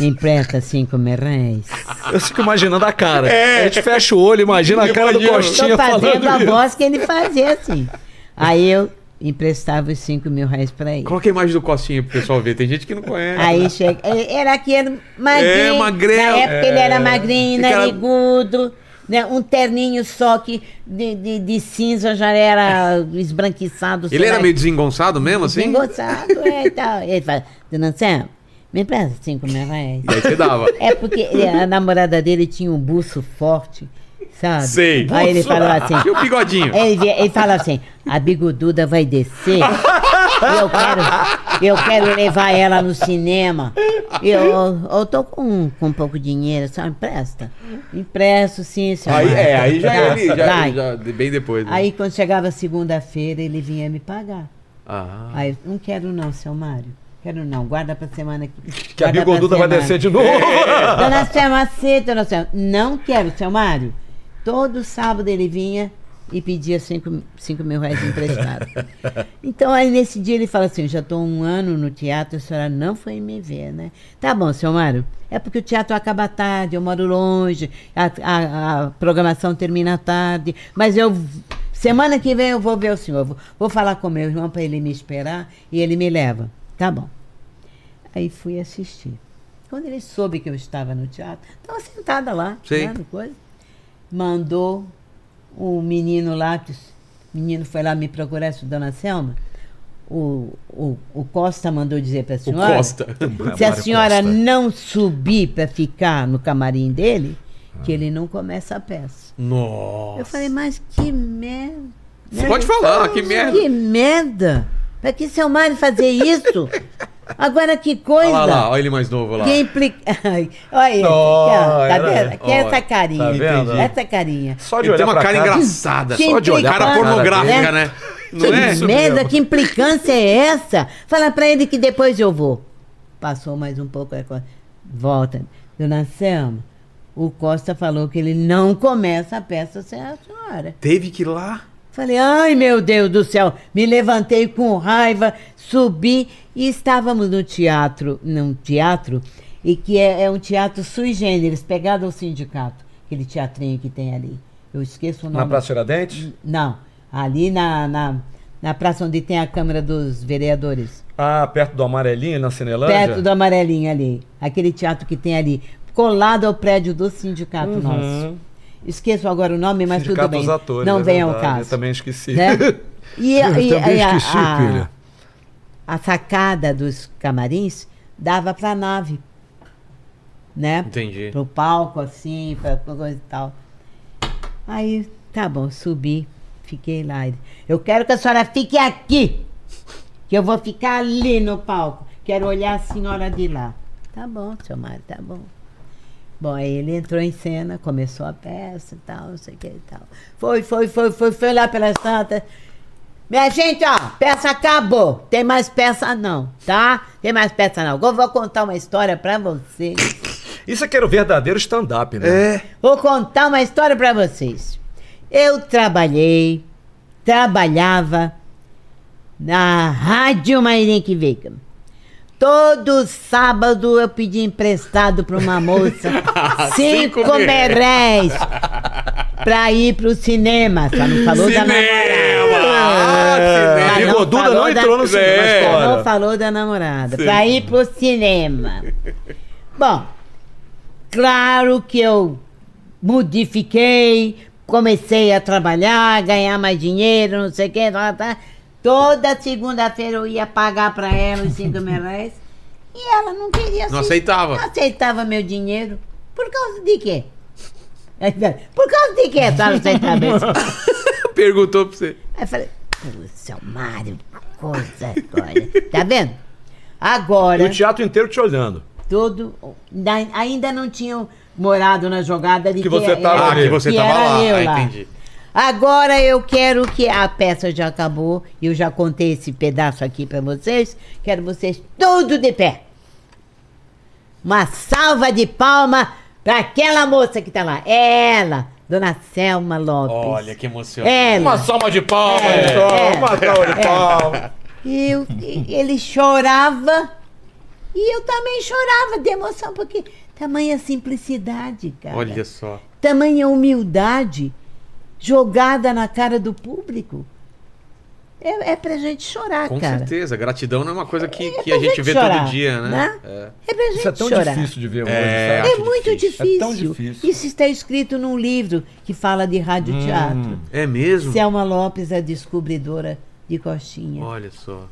me empresta cinco mil reais. Eu fico imaginando a cara. A gente fecha o olho, imagina a cara do É. Imagina. Costinha Estou fazendo a falando isso. voz que ele fazia assim. Aí eu emprestava os cinco mil reais para ele. Coloca a imagem do Costinha pro pessoal ver. Tem gente que não conhece. Aí chega. é, Era aquele magrinho. É, magrelo. É. Na época ele era magrinho, Aquela- narigudo. Né, um terninho só que de, de, de cinza já era esbranquiçado. sei Ele era lá, meio desengonçado mesmo, assim? engoçado, é, e tal. Ele fala, Dona Sam, me empresta cinco mil reais. Aí você dava. É porque ele- a namorada dele tinha um buço forte, sabe? Sei. Ah, Aí ele falou assim. E o bigodinho? Ele, vi- ele fala assim: a bigoduda vai descer. Eu quero, eu quero levar ela no cinema. Eu, eu tô com, com um pouco de dinheiro, só empresta. Empresto, sim, senhor. Aí, é, aí já Vai, ele, já, vai. já- bem depois. né? Aí quando chegava segunda-feira, ele vinha me pagar. Ah. Aí eu, não quero não, seu Mário. Quero não, guarda pra semana que. Que a guarda pra bigoduda vai semana. descer de novo. Dona Selma, aceita, dona Selma. Não quero, seu Mário. Todo sábado ele vinha e pedia 5 mil reais emprestado. Então, aí nesse dia ele fala assim: já estou um ano no teatro, a senhora não foi me ver, né? Tá bom, seu Mário. É porque o teatro acaba tarde, eu moro longe, a, a- a programação termina tarde, mas eu. Semana que vem eu vou ver o senhor. Vou, vou falar com meu irmão para ele me esperar e ele me leva. Tá bom. Aí fui assistir. Quando ele soube que eu estava no teatro, estava sentada lá, Sim. né, no coisa, mandou o menino lá, que o menino foi lá me procurar, se dona Selma. O, o, o Costa mandou dizer para a O senhora. Costa. Se a Mário senhora Costa. não subir para ficar no camarim dele, que ele não começa a peça. Nossa. Eu falei, mas que merda. Você pode falar, que merda. Que merda! Pra que seu Mário fazer isso? Agora que coisa! Olha lá, lá, olha ele mais novo lá. Que implica... Ai, olha esse, Não, aqui, ó, tá era- vendo? Aqui é olha, essa carinha. tá vendo? Essa carinha. Só de Ele tem olhar uma pra cara cá. engraçada. Que Só de olhar. Cara implicância, pornográfica, né? né? Não é? que merda, que implicância é essa? Fala pra ele que depois eu vou. Passou mais um pouco. aí co- Volta. Dona Selma, o Costa falou que ele não começa a peça sem a senhora. Teve que ir lá. Falei, ai meu Deus do céu, me levantei com raiva, subi e estávamos no teatro, num teatro, e que é, é um teatro sui generis, pegado ao sindicato, aquele teatrinho que tem ali. Eu esqueço o nome. Na Praça Tiradentes? Não, ali na, na, na praça onde tem a Câmara dos Vereadores. Ah, perto do Amarelinho, na Cinelândia? Perto do Amarelinho ali. Aquele teatro que tem ali. Colado ao prédio do sindicato nosso. Esqueço agora o nome, mas Uhum. Sindicato tudo bem. dos atores. Não é vem ao verdade, caso. Eu também esqueci. né? E, Eu e- também e a- esqueci, a- filha. a sacada dos camarins dava para nave, né? Entendi. Pro palco assim, para coisa e tal. Aí, tá bom, subi, fiquei lá. Eu quero que a senhora fique aqui, que eu vou ficar ali no palco. Quero olhar a senhora de lá. Tá bom, seu Mário, tá bom. Bom, aí ele entrou em cena, começou a peça e tal, não sei o que e tal. Foi, foi, foi, foi, foi lá pelas tantas. Minha gente, ó, peça acabou. Tem mais peça não, tá? Tem mais peça não. Eu vou contar uma história pra vocês. Isso é que era o verdadeiro stand-up, né? É. Vou contar uma história pra vocês. Eu trabalhei, trabalhava na Rádio Mairink Veiga. Todo sábado eu pedi emprestado pra uma moça Assim cinco, Cinco merés pra ir pro cinema. Só não falou da namorada. Ah, Mas cinema. Bigoduda não entrou no cinema, na história. Não falou da namorada. Pra ir pro cinema. Bom, claro que eu modifiquei, comecei a trabalhar, ganhar mais dinheiro, não sei o que. Tá, tá. Toda segunda-feira eu ia pagar pra ela os 5 mil reais. E ela não queria Não aceitar. Não aceitava. aceitava meu dinheiro. Por causa de quê? Por causa de quê a senhora aceitava isso? Perguntou pra você. Aí eu falei, pô, seu Mário, que coisa agora. Tá vendo? Agora, E o teatro inteiro te olhando. todo. da- Ainda não tinham morado na jogada de Que você tava era- Ah, que você tava era lá. eu Ah, lá. entendi. Agora eu quero que a peça já acabou. e Eu já contei esse pedaço aqui pra vocês. Quero vocês tudo de pé. Uma salva de palma pra aquela moça que tá lá. É Ela, Dona Selma Lopes. Olha que emocionante. Ela. salva de palmas, É, é. Uma salva de palmas. E eu- e ele chorava. E eu também chorava de emoção, porque tamanha simplicidade, cara. Olha só. Tamanha humildade jogada na cara do público. É, é pra gente chorar, Com cara. certeza. Gratidão não é uma coisa que, que pra a gente gente vê chorar, todo dia, né? né? É. É pra gente Isso é tão chorar. difícil de ver hoje, É, sabe? É muito difícil. É tão difícil. Hum. Isso está escrito num livro que fala de rádio teatro. É mesmo? Selma Lopes, a descobridora de Coxinha. Olha só.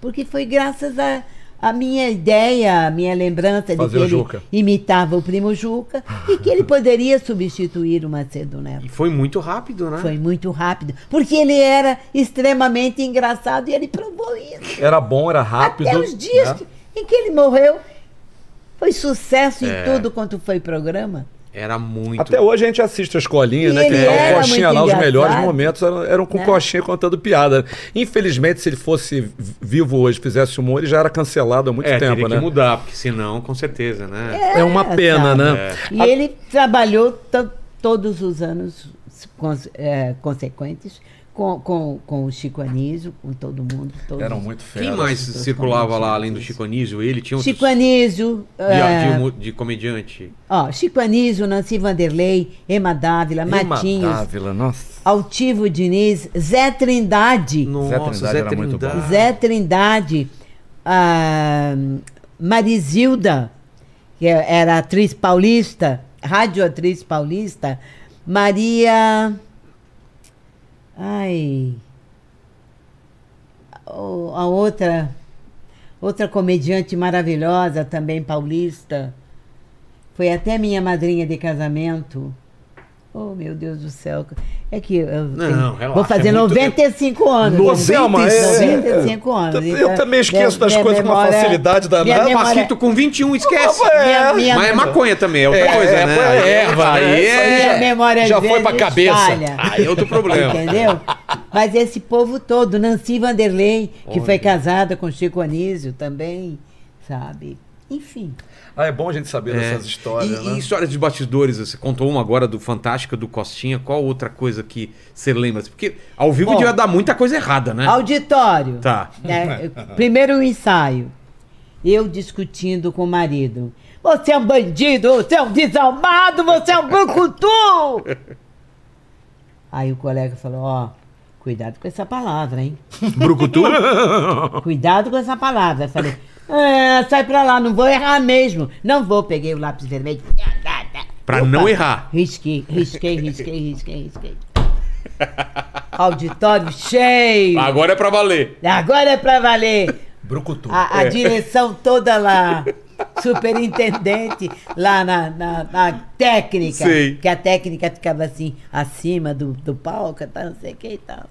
Porque foi graças à à minha ideia, à minha lembrança de Fazer que o ele Juca. imitava o primo Juca e que ele poderia substituir o Macedo Neto. E foi muito rápido, né? Foi muito rápido, porque ele era extremamente engraçado e ele provou isso. Era bom, era rápido. Até os dias né? que- em que ele morreu, foi sucesso É. em tudo quanto foi programa. Era muito. Até hoje a gente assiste as colinhas, E né? Que ele tá era o coxinha muito lá, os engraçado. melhores momentos eram, eram com Né? coxinha contando piada. Infelizmente, se ele fosse vi- vivo hoje, fizesse humor, ele já era cancelado há muito é, tempo, teria né? que mudar, porque senão, com certeza, né? É uma pena, sabe? né? E ele trabalhou to- todos os anos cons- eh, consequentes com, com, com o Chico Anísio, com todo mundo. todos. Eram muito feras. Quem mais pessoas circulava são lá, muito além do chatas. Chico Anísio? Ele tinha um Chico Anísio, eh, de, humo- de comediante. ó, Chico Anísio, Nancy Vanderlei, Emma Dávila, Emma Matinhos, Dávila, nossa. Altivo Diniz, Zé Trindade, Nossa, Trindade Zé era muito Trindade. bom. Zé Trindade, ah, Marizilda, que era atriz paulista, radioatriz paulista, Maria. Ai. o- A outra. Outra comediante maravilhosa, também paulista. Foi até minha madrinha de casamento. Oh, meu Deus do céu. É que eu Não, relaxa, vou fazer é muito- 95 anos. Ô, Selma, é- 95 anos. então. Eu também esqueço das coisas com uma facilidade danada. Minha Tá Tá memória, escrito com 21, esquece. Ah, minha, minha, Mas é maconha também, é outra coisa, é, né? pô, é erva, aí isso aí é... minha memória às já foi vezes pra cabeça. Ah, falha. Aí é outro problema. Entendeu? Mas esse povo todo, Nancy Vanderlei, que foi casada com Chico Anísio também, sabe? Enfim. Ah, é bom a gente saber É. dessas histórias, e, né? e histórias de bastidores, você contou uma agora do Fantástica, do Costinha, qual outra coisa que você lembra? Porque ao vivo Bom, devia dar muita coisa errada, É. né? Auditório. Tá. né? Primeiro o ensaio. Eu discutindo com o marido. Você é um bandido, você é um desalmado, você é um brucutu! Aí o colega falou, ó, Cuidado com essa palavra, hein? Brucutu? Cuidado com essa palavra. Eu Falei, é, sai pra lá, não vou errar mesmo. Não vou. Peguei o lápis vermelho. Pra não errar. Risquei, risquei, risquei, risquei, risquei. Auditório cheio. Agora é pra valer. É. Agora é pra valer. Brucutu. A, a direção toda lá. Superintendente lá na, na, na técnica. Sei. Que a técnica ficava assim, acima do, do palco, tá, não sei o que e tal.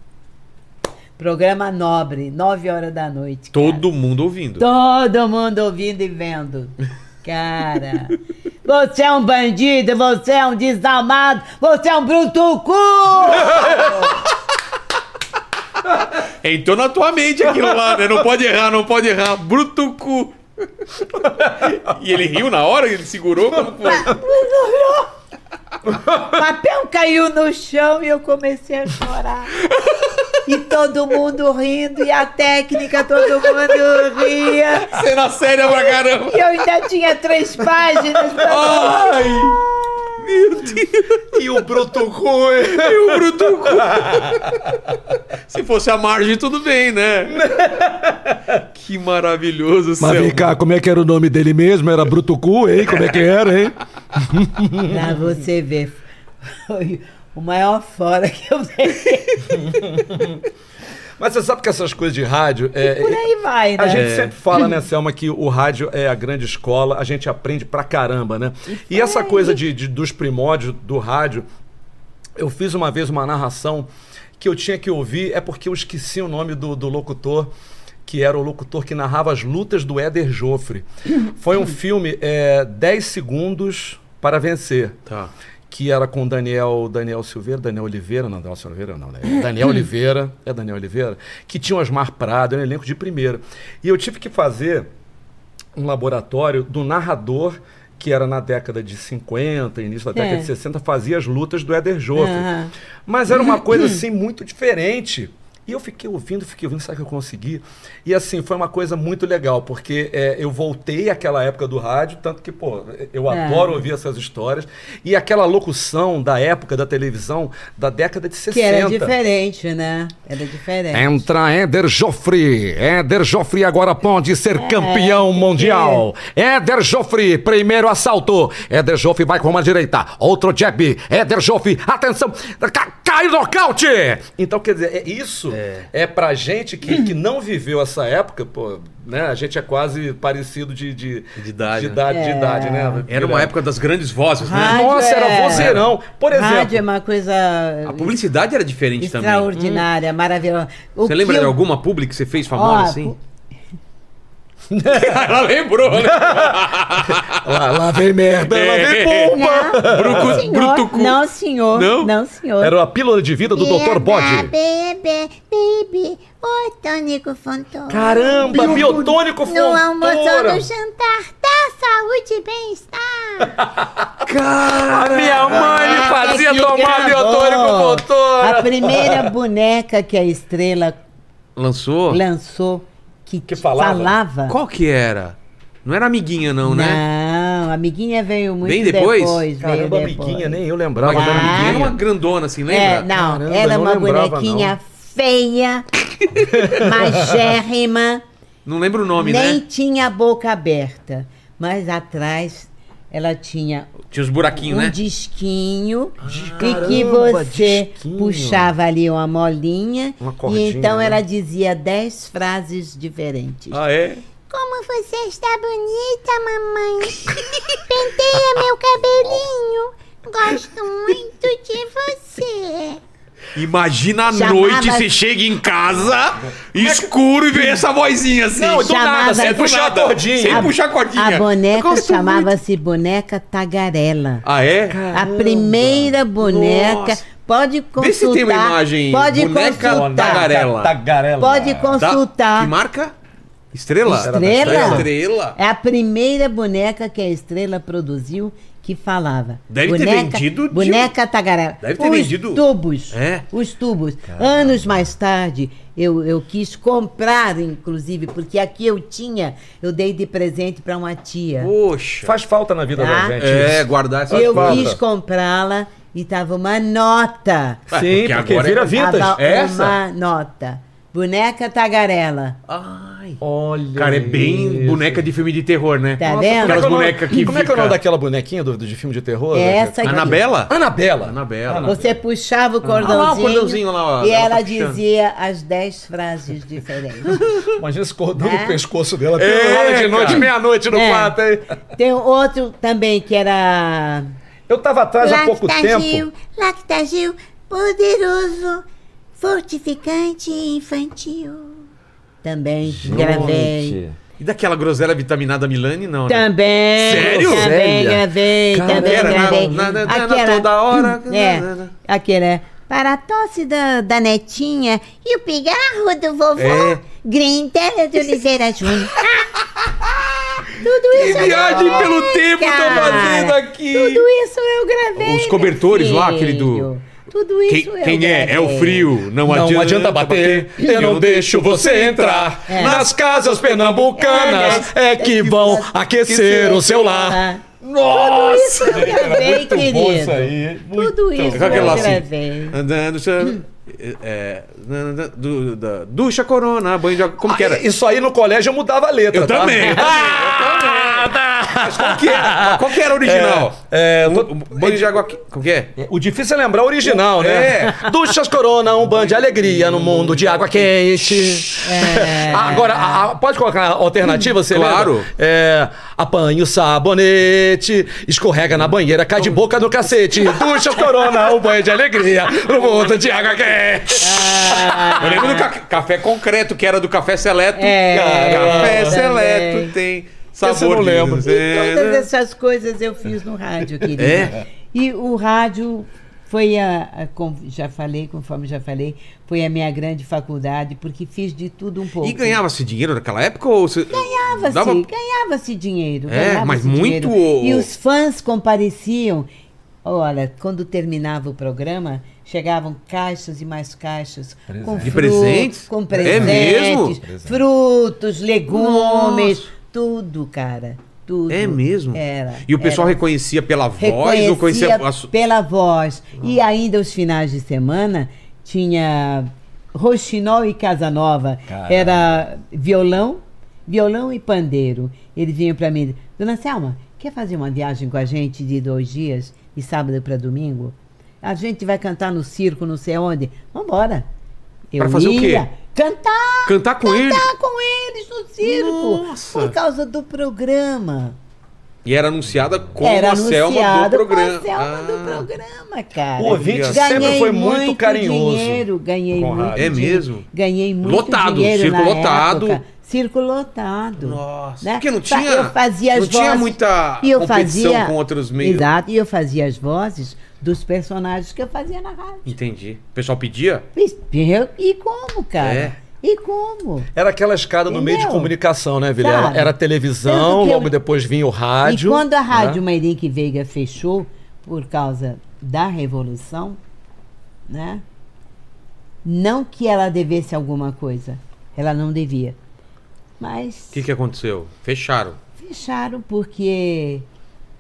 Programa nobre, nove horas da noite. cara. Todo mundo ouvindo. Então- Todo mundo ouvindo e vendo. Cara, você é um bandido, você é um desalmado, você é um brutucu! Entrou na tua mente aquilo lá, né? Não pode errar, não pode errar. Brutucu. E ele riu na hora, ele segurou como foi. O papel caiu no chão e eu comecei a chorar. E todo mundo rindo, e a técnica, todo mundo ria. Cena séria pra caramba. E eu ainda tinha três páginas pra. Ai! Meu Deus! E o Brutucu, hein? E o Brutucu? Se fosse a margem, tudo bem, né? Que maravilhoso, Mas Selma. vem cá, como é que era o nome dele mesmo? Era Brutucu, hein? Como é que era, hein? Pra você ver. Foi o maior fora que eu dei. Mas você sabe que essas coisas de rádio. É, Por aí vai, né? A gente sempre fala, né, Selma, que o rádio é a grande escola, a gente aprende pra caramba, né? E essa coisa de, de- dos primórdios do rádio, eu fiz uma vez uma narração que eu tinha que ouvir, é porque eu esqueci o nome do, do locutor. Que era o locutor que narrava as lutas do Éder Joffre. Foi um filme é, 10 segundos para vencer. Tá. Que era com Daniel, Daniel Silveira, Daniel Oliveira, não, Daniel Silveira não, né? Daniel Oliveira, é Daniel Oliveira, que tinha o Asmar Prado, era um elenco de primeira. E eu tive que fazer um laboratório do narrador que era na década de 50, início da década É. de 60, fazia as lutas do Éder Joffre. Aham. Mas era uma coisa assim muito diferente. E eu fiquei ouvindo, fiquei ouvindo, sabe o que eu consegui? E assim, foi uma coisa muito legal, porque é, eu voltei àquela época do rádio, tanto que, pô, eu É. adoro ouvir essas histórias. E aquela locução da época da televisão, da década de 60. Que era diferente, né? Era diferente. É um Entra Éder Joffre. Éder Joffre agora pode ser É, campeão mundial. Éder Joffre, primeiro assalto. Éder Joffre vai com uma direita. Outro jab. Éder Joffre, atenção. Tá. Ca- Cai o nocaute. Então, quer dizer, é isso é, pra gente que, que não viveu essa época, pô, né? A gente é quase parecido de, de, De idade, de idade, de É. idade, né? Era uma época das grandes vozes, né? Rádio Nossa, era é- vozeirão. Por exemplo. Rádio é uma coisa A publicidade era diferente também. extraordinária, maravilhosa. O Você lembra que de eu- alguma publi que você fez Ó, famosa assim? Ela lembrou, né? Lá, lá vem é merda. Lá vem pu- bomba. Não, Brucu- senhor, brutucu. não, senhor. Não? Não, senhor. Era a pílula de vida do é Dr. é Bode. Bebê, baby, o tônico Fontoura. Caramba, biotônico No almoço ou fontura. no jantar, dá saúde e bem-estar. A minha mãe me fazia tomar biotônico Ah, A fontura. primeira boneca que a estrela Lançou? lançou que, Que falava? Qual que era? Não era amiguinha, não, Não, né? amiguinha veio muito Bem depois? veio Caramba, depois. amiguinha, nem eu lembrava Mas Ah. da Era amiguinha. uma amiguinha. grandona, assim, É, lembra? não, Caramba, era não uma lembrava, bonequinha feia, magérrima, Não lembro o nome, nem né? tinha a boca aberta. Mas atrás ela tinha Tinha os buraquinhos, um né? disquinho e que Caramba, você disquinho. puxava ali uma molinha Uma e cordinha, então né? ela dizia dez frases diferentes. Ah, é? Como você está bonita, mamãe. Penteia meu cabelinho. Gosto muito de você. Imagina a Chamava- é noite, você chega em casa, escuro e vê essa vozinha assim. Não, do nada, Chamava- sem puxar a nada. Sem cordinha. puxar a cordinha. A boneca Gosto muito. chamava-se boneca tagarela. Ah, é? A primeira boneca. Nossa. Pode consultar. Vê se tem uma imagem. Pode boneca consultar. tagarela. Tagarela. Pode Da- consultar. Que marca? Estrela? Estrela? Era da Estrela. É a primeira boneca que a estrela produziu que falava. Deve ter boneca, vendido de- um- Boneca tagarela. Deve ter Os vendido- tubos. É. Os tubos. Anos mais tarde, eu, eu quis comprar, inclusive, porque aqui eu tinha, eu dei de presente para uma tia. Poxa. Faz falta na vida Tá? da gente. É, isso. guardar essa eu falta. quis comprá-la e tava uma nota. Ué, Sim, porque porque, agora é- vira vintage. Tava essa? Ah. uma nota. Boneca tagarela. Ai. Olha. Cara, é bem boneca de filme de terror, né? Tá vendo? Aquelas Como é que é o nome- bonecas que Como é que é o nome daquela bonequinha do, do- de filme de terror? É Angélica? essa aqui. Anabela? Anabela. Anabela. Você puxava o cordãozinho, Ah, lá, o cordãozinho lá, ó, e ela ela tá puxando. dizia as dez frases diferentes. Imagina esse cordão Né? no pescoço dela. É, É, de cara. noite, meia-noite no É. quarto, hein? Tem outro também que era Eu tava atrás há pouco tempo. Lactagil, lactagil, poderoso, fortificante infantil. também que gravei. E daquela groselha vitaminada Milani, não, né? Também. Sério? Também Sério? gravei, Cara, também era na- gravei. na- na- na- toda hora. Hum, É, Na- na- aquele é. Para a tosse da, da netinha e o pigarro do vovô, É. Grindela do Liseira Júnior. Tudo Que isso eu viagem gravei, pelo tempo cara. tô fazendo aqui! Tudo isso eu gravei. Os cobertores meu lá, aquele do- filho. Tudo isso Quem, eu quem é? gravei. É o frio. Não, Não, adianta, adianta bater, eu não deixo você entrar. É. Nas casas pernambucanas é que vão aquecer o seu lar. Ah, Nossa! é eu gravei, querido. aí. Tudo isso Sabe aquele eu lá Então, assim? gravei. Andando, cham- é, na- na- du- da- ducha corona, banho de água. Como que era? Ah, Isso aí no colégio eu mudava a letra. Eu tá? também, eu também, Ah, tá. Qual que era? Qual que era a original? É, eu tô- Um- um banho de água. que- Como que é? O difícil é lembrar o original, né? É. Duchas Corona, um banho de alegria no mundo de água quente. É. É. Ah, Agora, a- a- pode colocar a alternativa, você Claro. lembra? É, apanha o sabonete, escorrega na banheira, cai de boca no cacete. Duchas Corona, um banho de alegria no mundo de água quente. Eu lembro do ca- café concreto, que era do café seleto. É, café também. seleto tem sabor. Esse eu não de- lembro. É, Todas né? essas coisas eu fiz no rádio, querida. É? E o rádio foi a, a- com- já falei, conforme já falei, foi a minha grande faculdade, porque fiz de tudo um pouco. E ganhava-se dinheiro naquela época? Ou se... Ganhava-se, Dava- ganhava-se dinheiro. É, ganhava-se mas muito dinheiro. ou- E os fãs compareciam. Olha, quando terminava o programa, chegavam caixas e mais caixas com De fru- presentes? com É presentes, mesmo? frutos, legumes, Nossa. tudo, cara, tudo. É mesmo? Era. E o pessoal reconhecia pela voz Ah. ou conhecia a su- pela voz. E ainda os finais de semana tinha Roxinol e Casanova. Era violão, violão e pandeiro. Ele vinha pra mim, Dona Selma, quer fazer uma viagem com a gente de dois dias, de sábado pra domingo? A gente vai cantar no circo, não sei onde. Vambora. Eu Pra fazer o quê? ia Cantar! Cantar com ele. Cantar com eles no circo! Nossa. Por causa do programa E era anunciada como era a Selma do anunciado com programa. a Selma Ah, do programa, cara. O ouvinte Ganhei sempre foi muito, carinhoso. Dinheiro, ganhei com a muito rádio. É dinhe- mesmo? Ganhei muito Lotado, dinheiro circo na lotado. época. Circo lotado. Nossa, né? porque não Fa- tinha- eu fazia as não tinha vozes- muita e eu competição fazia, com outros meios. Exato, e eu fazia as vozes dos personagens que eu fazia na rádio. Entendi. O pessoal pedia? E, eu- e como, cara? É. E como? Era aquela escada no meio de Entendeu? comunicação, né, Vilela? Sabe? Era Tanto televisão, que eu- logo depois vinha o rádio. e quando a Rádio né? Meirinque Veiga fechou por causa da Revolução, né? Não que ela devesse alguma coisa. Ela não devia. Mas O que, que aconteceu? Fecharam. fecharam porque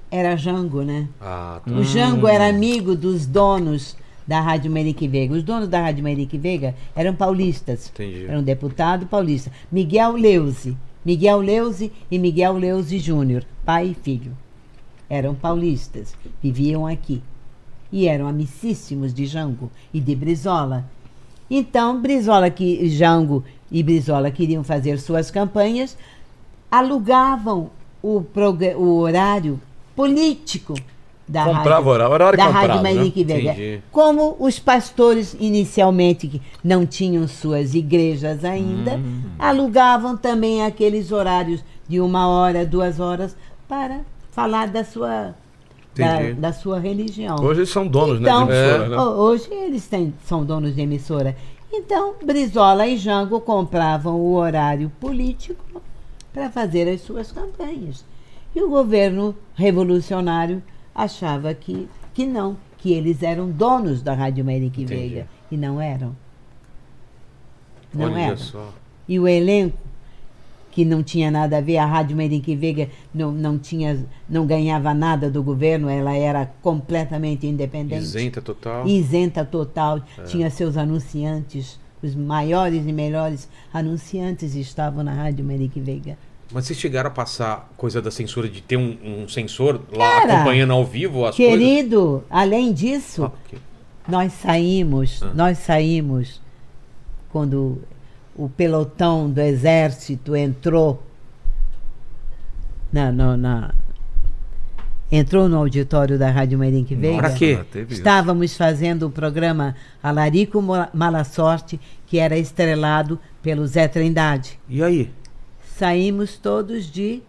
era Jango, né? Ah, tá. O Jango era amigo dos donos da Rádio Meirinque Veiga. Os donos da Rádio Meirinque Veiga eram paulistas. Entendi. Era um deputado paulista. Miguel Leuze. Miguel Leuze e Miguel Leuze Júnior, pai e filho. Eram paulistas, viviam aqui. E eram amicíssimos de Jango e de Brizola. Então, Brizola que Jango e Brizola queriam fazer suas campanhas, alugavam o, progra- o horário político da Comprava rádio, o horário- o horário da comprado, rádio né? Mairique Veiga. Entendi. Como os pastores inicialmente que não tinham suas igrejas ainda, alugavam também aqueles horários de uma hora, duas horas para falar da sua da, Entendi. da sua religião. Hoje eles são donos, Então, né, de emissora, né? ho- hoje eles têm- são donos de emissora. Então, Brizola e Jango compravam o horário político para fazer as suas campanhas. E o governo revolucionário achava que, que não, que eles eram donos da Rádio Meirinque Veiga. E não eram. Não Olha eram. só. E o elenco que não tinha nada a ver, a Rádio Merenque Veiga não, não, tinha, não ganhava nada do governo, ela era completamente independente. Isenta total. É. Isenta total, tinha seus anunciantes, os maiores e melhores anunciantes estavam na Rádio Merenque Veiga. Mas vocês chegaram a passar coisa da censura de ter um, um sensor lá Cara, acompanhando ao vivo as coisas? Querido, além disso, Ah, ok. Nós saímos, Ah. nós saímos quando o pelotão do exército entrou na, na, na- entrou no auditório da Rádio Merenque Veiga. Pra quê? Estávamos fazendo o programa Alarico Mo- Mala Sorte, que era estrelado pelo Zé Trindade. E aí? Saímos todos de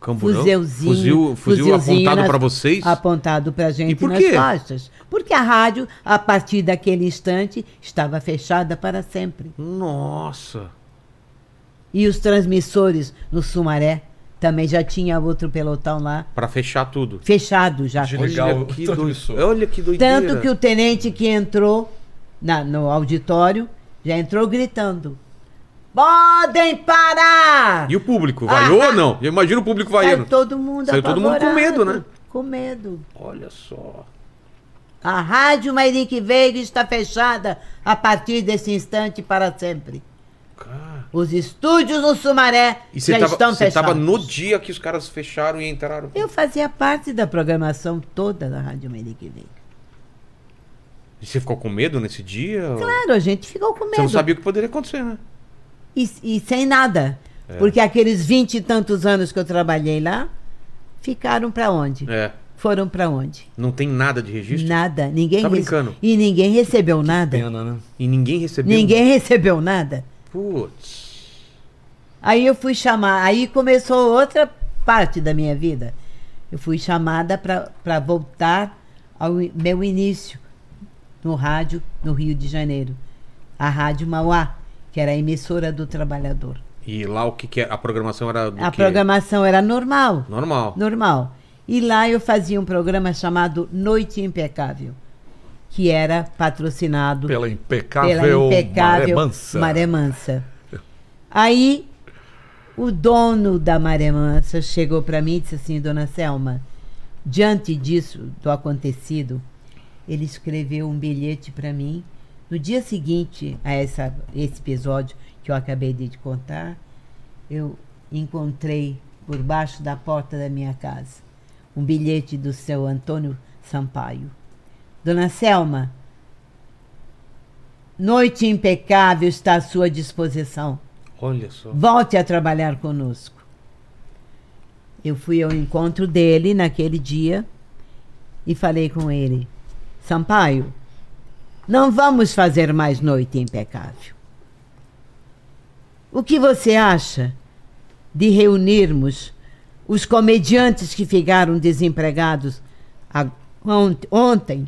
Camburão? Fuselzinho. Fuzil, fuzil fuzelzinho apontado nas- pra vocês? Apontado pra gente E por nas quê? costas. Porque a rádio, a partir daquele instante, estava fechada para sempre. Nossa. E os transmissores no Sumaré também já tinha outro pelotão lá, Pra fechar tudo. fechado já. Legal, Olha que, tudo doi... isso. Olha que doideira. Tanto que o tenente que entrou na- no auditório já entrou gritando: Podem parar! E o público, vaiou ou não? Eu imagino o público vaiando. Saiu todo mundo Saiu todo mundo com medo, apavorado, né? Com medo. Olha só. A Rádio Mairique Veiga está fechada a partir desse instante para sempre. Cara. Os estúdios no Sumaré E você já tava, estão você fechados. tava no dia que os caras fecharam e entraram. Eu fazia parte da programação toda da Rádio Mairique Veiga. E você ficou com medo nesse dia? Ou- Claro, a gente ficou com Você não medo. sabia o que poderia acontecer, né? E, e sem nada. É. Porque aqueles vinte e tantos anos que eu trabalhei lá, ficaram para onde? É. Foram para onde? Não tem nada de registro. Nada. Ninguém Tá rece- brincando. E ninguém recebeu nada. Pena, né? E ninguém recebeu. Ninguém recebeu nada. Putz. Aí eu fui chamar, aí começou outra parte da minha vida. Eu fui chamada para voltar ao i- meu início no rádio no Rio de Janeiro, a Rádio Mauá, que era a emissora do trabalhador. E lá o que que é? A programação era do a quê? programação era normal, Normal. normal. E lá eu fazia um programa chamado Noite Impecável, que era patrocinado Pela impecável, pela impecável Maré Mansa. Maré Mansa. Aí o dono da Maré Mansa chegou para mim e disse assim, dona Selma, diante disso, do acontecido, ele escreveu um bilhete para mim. No dia seguinte a essa, esse episódio que eu acabei de te contar, eu encontrei por baixo da porta da minha casa um bilhete do seu Antônio Sampaio. Dona Selma, Noite Impecável está à sua disposição. Olha só. Volte a trabalhar conosco. Eu fui ao encontro dele naquele dia e falei com ele: Sampaio, não vamos fazer mais Noite Impecável. O que você acha de reunirmos os comediantes que ficaram desempregados a- ont- ontem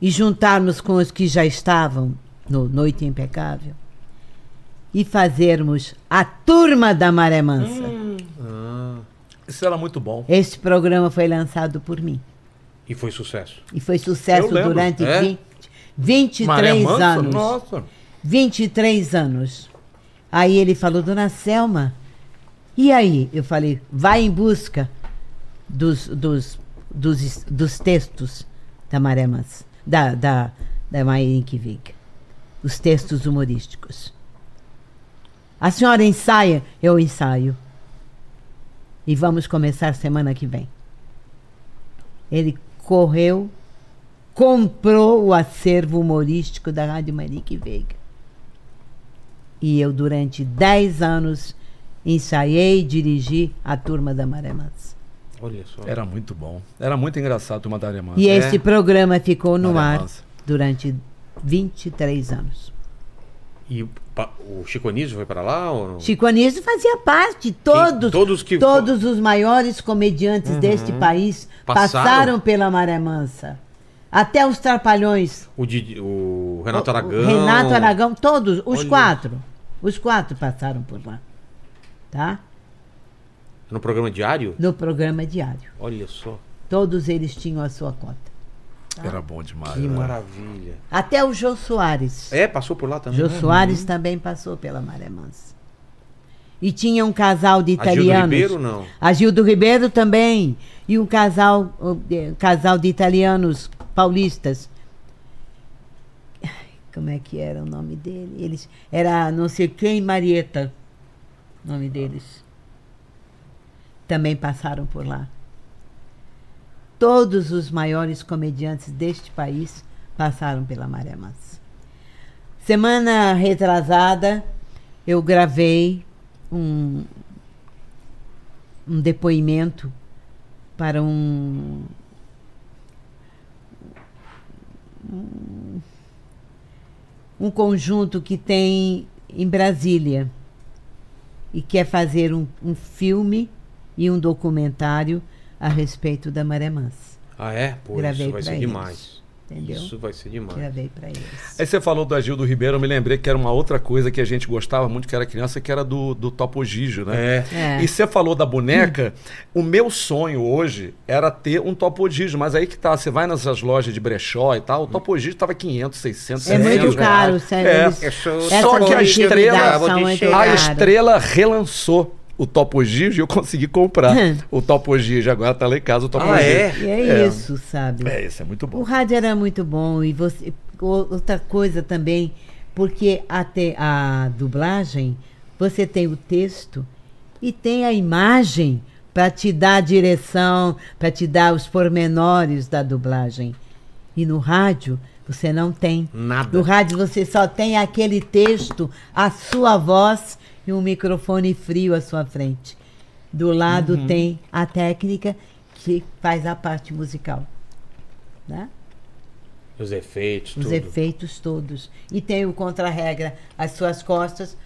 e juntarmos com os que já estavam no Noite Impecável e fazermos a turma da Maré Mansa. Hum. Isso era muito bom. Este programa foi lançado por mim E foi sucesso. e foi sucesso Eu lembro, durante é? 20, 23 Maré Mansa? anos. Nossa. 23 anos. Aí ele falou, Dona Selma, e aí? Eu falei, vai em busca dos, dos, dos, es- dos textos da Maré Mansa, da, da, da Mairink Vig, os textos humorísticos. A senhora ensaia, eu ensaio. E vamos começar semana que vem. Ele correu, comprou o acervo humorístico da Rádio Mairink Veiga. E eu, durante 10 anos, ensaiei e dirigi a turma da Maré Mansa. Olha só. Era muito bom. Era muito engraçado o Madaré Mansa. É. E este programa ficou no Maré ar Mansa. durante 23 anos. E pa- o Chico Anísio foi pra lá ou não? Chico Anísio fazia parte, todos, todos que- Uhum. todos os maiores comediantes deste país Passaram? passaram, pela Maré Mansa. Até os Trapalhões. O, Didi- o Renato o- o Aragão. Renato Aragão, todos, os Olha. quatro. Os quatro passaram por lá. Tá? No programa diário? No programa diário. Olha só. Todos eles tinham a sua cota. Era bom demais. Que né? maravilha. Até o Jô Soares. É, passou por lá também. Jô Soares também passou pela Maré Mansa. E tinha um casal de A Gildo italianos. Ribeiro, não. Agildo Ribeiro também. E um casal, um eh, casal de italianos paulistas. Ai, Como é que era o nome dele? Eles, era não sei quem Marieta. O nome deles. Também passaram por lá. Todos os maiores comediantes deste país passaram pela Maré Mansa. Semana retrasada, eu gravei um, um depoimento para um, um- um conjunto que tem em Brasília e quer fazer um, um filme e um documentário a respeito da Maré Mansa, Ah, é? Pô, Gravei isso vai pra ser eles. demais. entendeu? Isso vai ser demais. Gravei para eles. Aí você falou do Agildo Ribeiro, eu me lembrei que era uma outra coisa que a gente gostava muito, que era criança, que era do, do Topo Gijo, né? É. É. E você falou da boneca, o meu sonho hoje era ter um Topo Gijo, mas aí que tá, você vai nessas lojas de brechó e tal, o Topo Gijo tava 500, 600, É 700 muito caro, reais. sério. É. eles- essas Só que a atividades estrela, são é muito Ah, a caras. estrela relançou o Topo Gijo e eu consegui comprar Hum. o Topo Gijo, agora tá lá em casa o Topo Ah, Gijo. é? E é, É. isso, sabe? É, isso é muito O bom. rádio era muito bom e você o- outra coisa também, porque até a dublagem você tem o texto e tem a imagem para te dar a direção, para te dar os pormenores da dublagem. E no rádio você não tem. Nada. No rádio você só tem aquele texto, a sua voz e um microfone frio à sua frente. Do lado Uhum. tem a técnica que faz a parte musical. Né? Os efeitos, Os tudo. efeitos todos. E tem o contra-regra, as suas costas,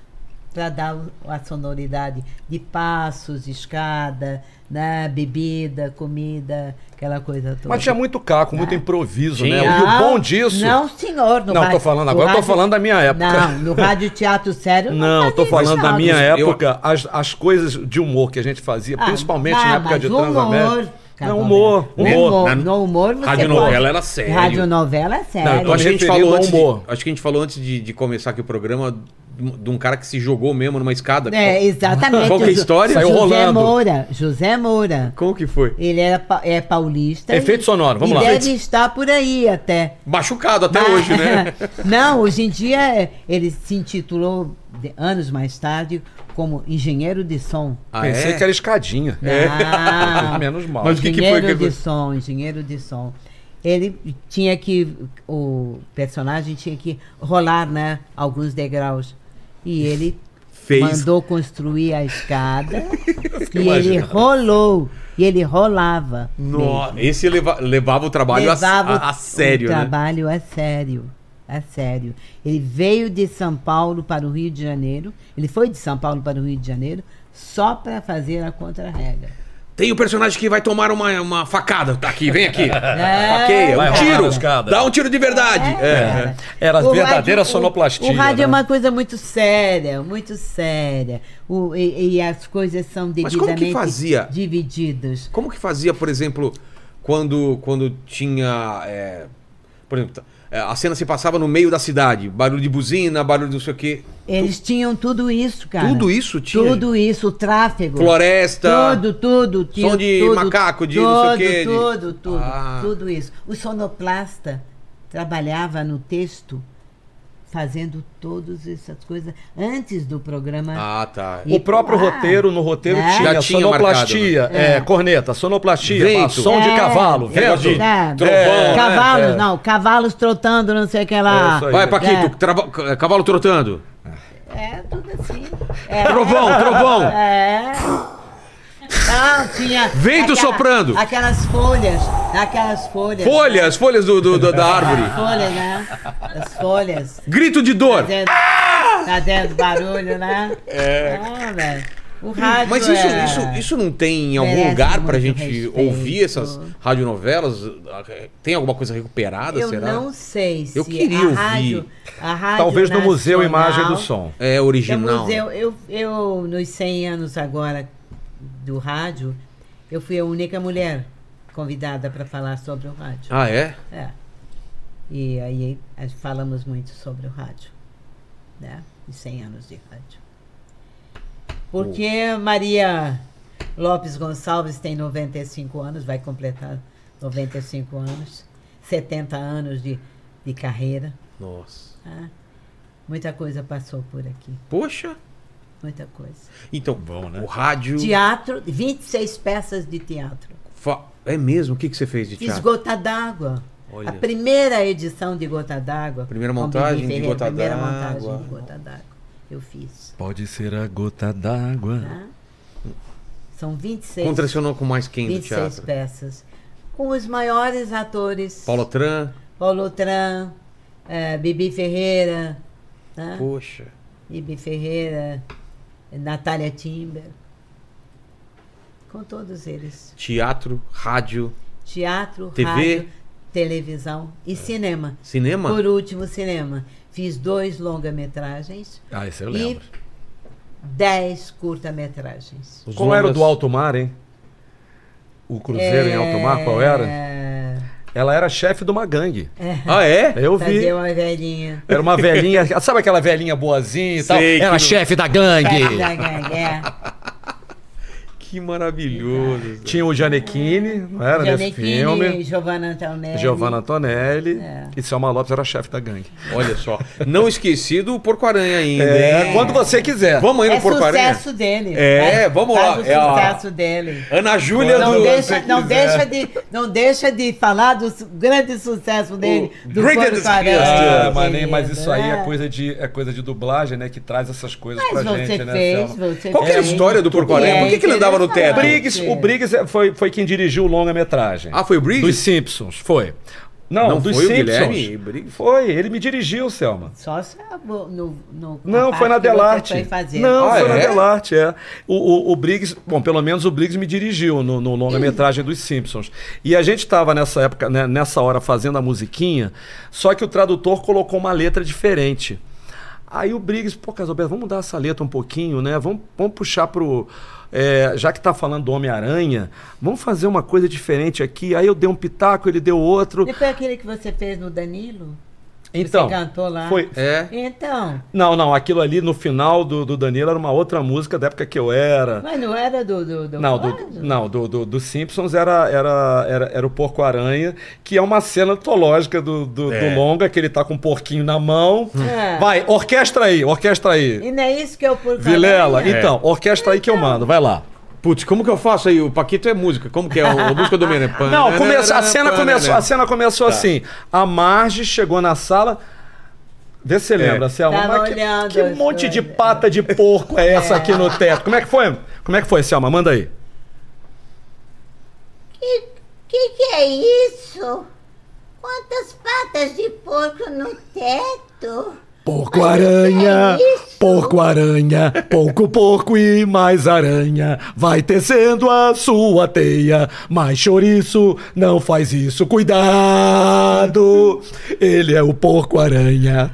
para dar o- a sonoridade de passos, escada, né? bebida, comida, aquela coisa toda. Mas tinha muito caco, muito improviso, né? Tinha. E o Não, bom disso... Ah. Não, senhor. No Não, rádio- tô falando no agora, eu tô rádio- falando da minha época. Não, no rádio teatro sério. Não, eu tô fazia isso, falando da não. minha Eu- época, as, as coisas de humor que a gente fazia, Ah, principalmente ah, na época mas de humor, Transamérica. Cadu Não, humor, Alberto. humor. humor. Na- No humor você radionovela pode- era sério. Radionovela é Não, sério. eu acho, que a gente referindo falou ao antes humor. de, acho que a gente falou antes de, de começar aqui o programa de, de um cara que se jogou mesmo numa escada. É, exatamente. Qual que é a Ju- história? José Saiu rolando. Moura. José Moura. Como que foi? Ele era, pa- é paulista. Efeito e- sonoro, vamos e lá. deve estar por aí até. Machucado até Mas- hoje, né? Ah. Não, hoje em dia é, ele se intitulou, de- anos mais tarde, como engenheiro de som. Ah, Pensei é? que era escadinha. Não. Menos mal. Mas o que que foi engenheiro que de aconteceu? som, engenheiro de som. Ele tinha que. O personagem tinha que rolar, né? Alguns degraus. E ele Fez. mandou construir a escada. e ele rolou. E ele rolava. Nossa, esse leva- levava o trabalho a- Levava a, a sério, o né? trabalho a sério. A sério. Ele veio de São Paulo para o Rio de Janeiro. Ele foi de São Paulo para o Rio de Janeiro só para fazer a contra-regra. Tem o personagem que vai tomar uma, uma facada. Tá aqui, vem aqui. É, Faqueia, Vai um rolar tiro. na escada. Dá um tiro de verdade. É. cara. Era O verdadeira rádio- o- sonoplastia. O rádio né? é uma coisa muito séria, muito séria. O, e, e as coisas são Mas como que devidamente fazia? divididas. Como que fazia, por exemplo, quando, quando tinha. é, por exemplo, é, a cena se passava no meio da cidade. Barulho de buzina, barulho de não sei o quê. Eles tinham tudo isso, cara. Tudo isso tinha? Tudo isso, o tráfego. Floresta. Tudo, né? tudo. tinha Som de tudo, macaco, de tudo, não sei o quê, de- Tudo, tudo, Ah. tudo isso. O sonoplasta trabalhava no texto fazendo todas essas coisas antes do programa. Ah, tá. E- O próprio Ah, roteiro, no roteiro né? tinha, Já tinha sonoplastia, marcado, né? é, corneta, sonoplastia, Vento. pá, som de É, cavalo, vento. negócio de É, trovão, né? Cavalos, É. não, cavalos trotando, não sei o que É lá. isso aí. Vai, Paquito, É. trava- c- cavalo trotando. É, tudo assim. É, Trovão, trovão. É. Não, tinha. Vento soprando. Aquelas folhas. Aquelas folhas. Folhas, folhas do, do- do- da As árvore. folhas, né? As folhas. Grito de dor. Fazendo, fazendo barulho, né? É. Ah, velho. O rádio. Mas isso, é- isso, isso não tem em algum merece lugar pra muito gente respeito. ouvir essas radionovelas? Tem alguma coisa recuperada, Eu será? não sei se Eu queria a ouvir. rádio, a rádio Talvez no museu Imagem do Nacional- Som. É É um original. museu. Eu, eu, nos 100 anos agora do rádio, eu fui a única mulher convidada para falar sobre o rádio. Ah, é? É. E aí eh, falamos muito sobre o rádio, né? E 100 anos de rádio. Porque Maria Lopes Gonçalves tem 95 anos, vai completar 95 anos, 70 anos de, de carreira. Nossa. tá? Muita coisa passou por aqui, Poxa. muita coisa. Então, Bom, né? o rádio. Teatro, 26 peças de teatro. Fa- É mesmo? O que, que você fez de Fiz teatro? Gota d'Água. Olha. A primeira edição de Gota d'Água. Primeira com montagem Bibi de Ferreira, Gota Primeira d'Água. montagem de Gota d'Água. Eu fiz. Pode ser a gota d'água. Tá? São 26, Contracionou com mais quem do 26 teatro? peças. Com os maiores atores. Paulo Tran. Paulo Tran, eh, Bibi Ferreira. né? Poxa. Ibi Ferreira, Natália Timber. Com todos eles. Teatro, rádio, Teatro, TV. rádio, televisão e cinema. cinema? Por último, cinema. Fiz dois longa-metragens Ah, isso eu e lembro. dez curta-metragens. Os Qual era o ondas. do alto mar, hein? O cruzeiro em alto mar, qual era? É, Ela era chefe de uma gangue. Ah, é? Eu vi. Tadeu uma velhinha. Era uma velhinha, sabe aquela velhinha boazinha e tal? Sei que Era não- chefe da gangue. Da gangue, é. Que maravilhoso. Tinha o Janequine, não era nesse Janequine, filme? Giovanna Antonelli. Giovanna Antonelli É. e Selma Lopes era chefe da gangue. Olha só. Não esqueci do Porco-Aranha ainda. hein? É, quando você quiser. Vamos aí É no Porco-Aranha? sucesso dele. É, vamos Faz lá. o É a- sucesso dele. Ana Júlia Não do... deixa, não, quiser. deixa de, não deixa de falar do su- grande sucesso dele. do Greatest Porco Aranha, Hits. Ah, querido, mas, nem- mas isso aí é né? coisa, de, é coisa de dublagem, né? Que traz essas coisas Mas pra você gente, né, fez, Selma? você Qual que era a fez. história do Porco-Aranha? É Por que, que ele andava no interessante. teto? O Briggs, o Briggs é- foi, foi quem dirigiu o longa-metragem. Ah, foi o Briggs? Dos Simpsons, foi. Não, Não dos foi o Simpsons. Guilherme Briggs? Foi, ele me dirigiu, Selma. Só se a bo- no, no, Não, a foi na parte Um que Delarte. você foi fazer. Não, Ah, foi na é? Delarte, é. O, o, o Briggs, bom, pelo menos o Briggs me dirigiu no, no longa-metragem dos Simpsons. E a gente tava nessa época, né, nessa hora, fazendo a musiquinha, só que o tradutor colocou uma letra diferente. Aí o Briggs, pô, Casalberto, vamos mudar essa letra um pouquinho, né? Vamos, vamos puxar pro. é, já que tá falando do Homem-Aranha, vamos fazer uma coisa diferente aqui. Aí eu dei um pitaco, ele deu outro. E foi aquele que você fez no Danilo? Então. você cantou lá? Foi, É. Então, Não, não, aquilo ali no final do, do Danilo era uma outra música da época que eu era. mas não era do... do, do Não, do, Cláudio? não, do, do, do Simpsons era, era, era, era o Porco-Aranha, que é uma cena antológica do, do, É. do Longa, que ele tá com um porquinho na mão. É. Vai, orquestra aí, orquestra aí. E não é isso que eu por Vilela, Aranha? então, orquestra aí que eu mando, vai lá. É. Putz, como que eu faço aí? O Paquito é música. Como que é? A música do Homem-Aranha. Não, começou, a cena começou, a cena começou Tá. assim. A Marge chegou na sala. Vê É. se você lembra, Selma. Tava mas que- olhando que, as monte de coisas. pata de porco é essa aqui no teto? Como é que foi? Como é que foi, Selma? Manda aí. Que, que que é isso? Quantas patas de porco no teto? Porco-aranha, que é isso? porco-aranha, pouco porco e mais aranha. Vai tecendo a sua teia, mas chouriço não faz isso, cuidado. Ele é o porco-aranha.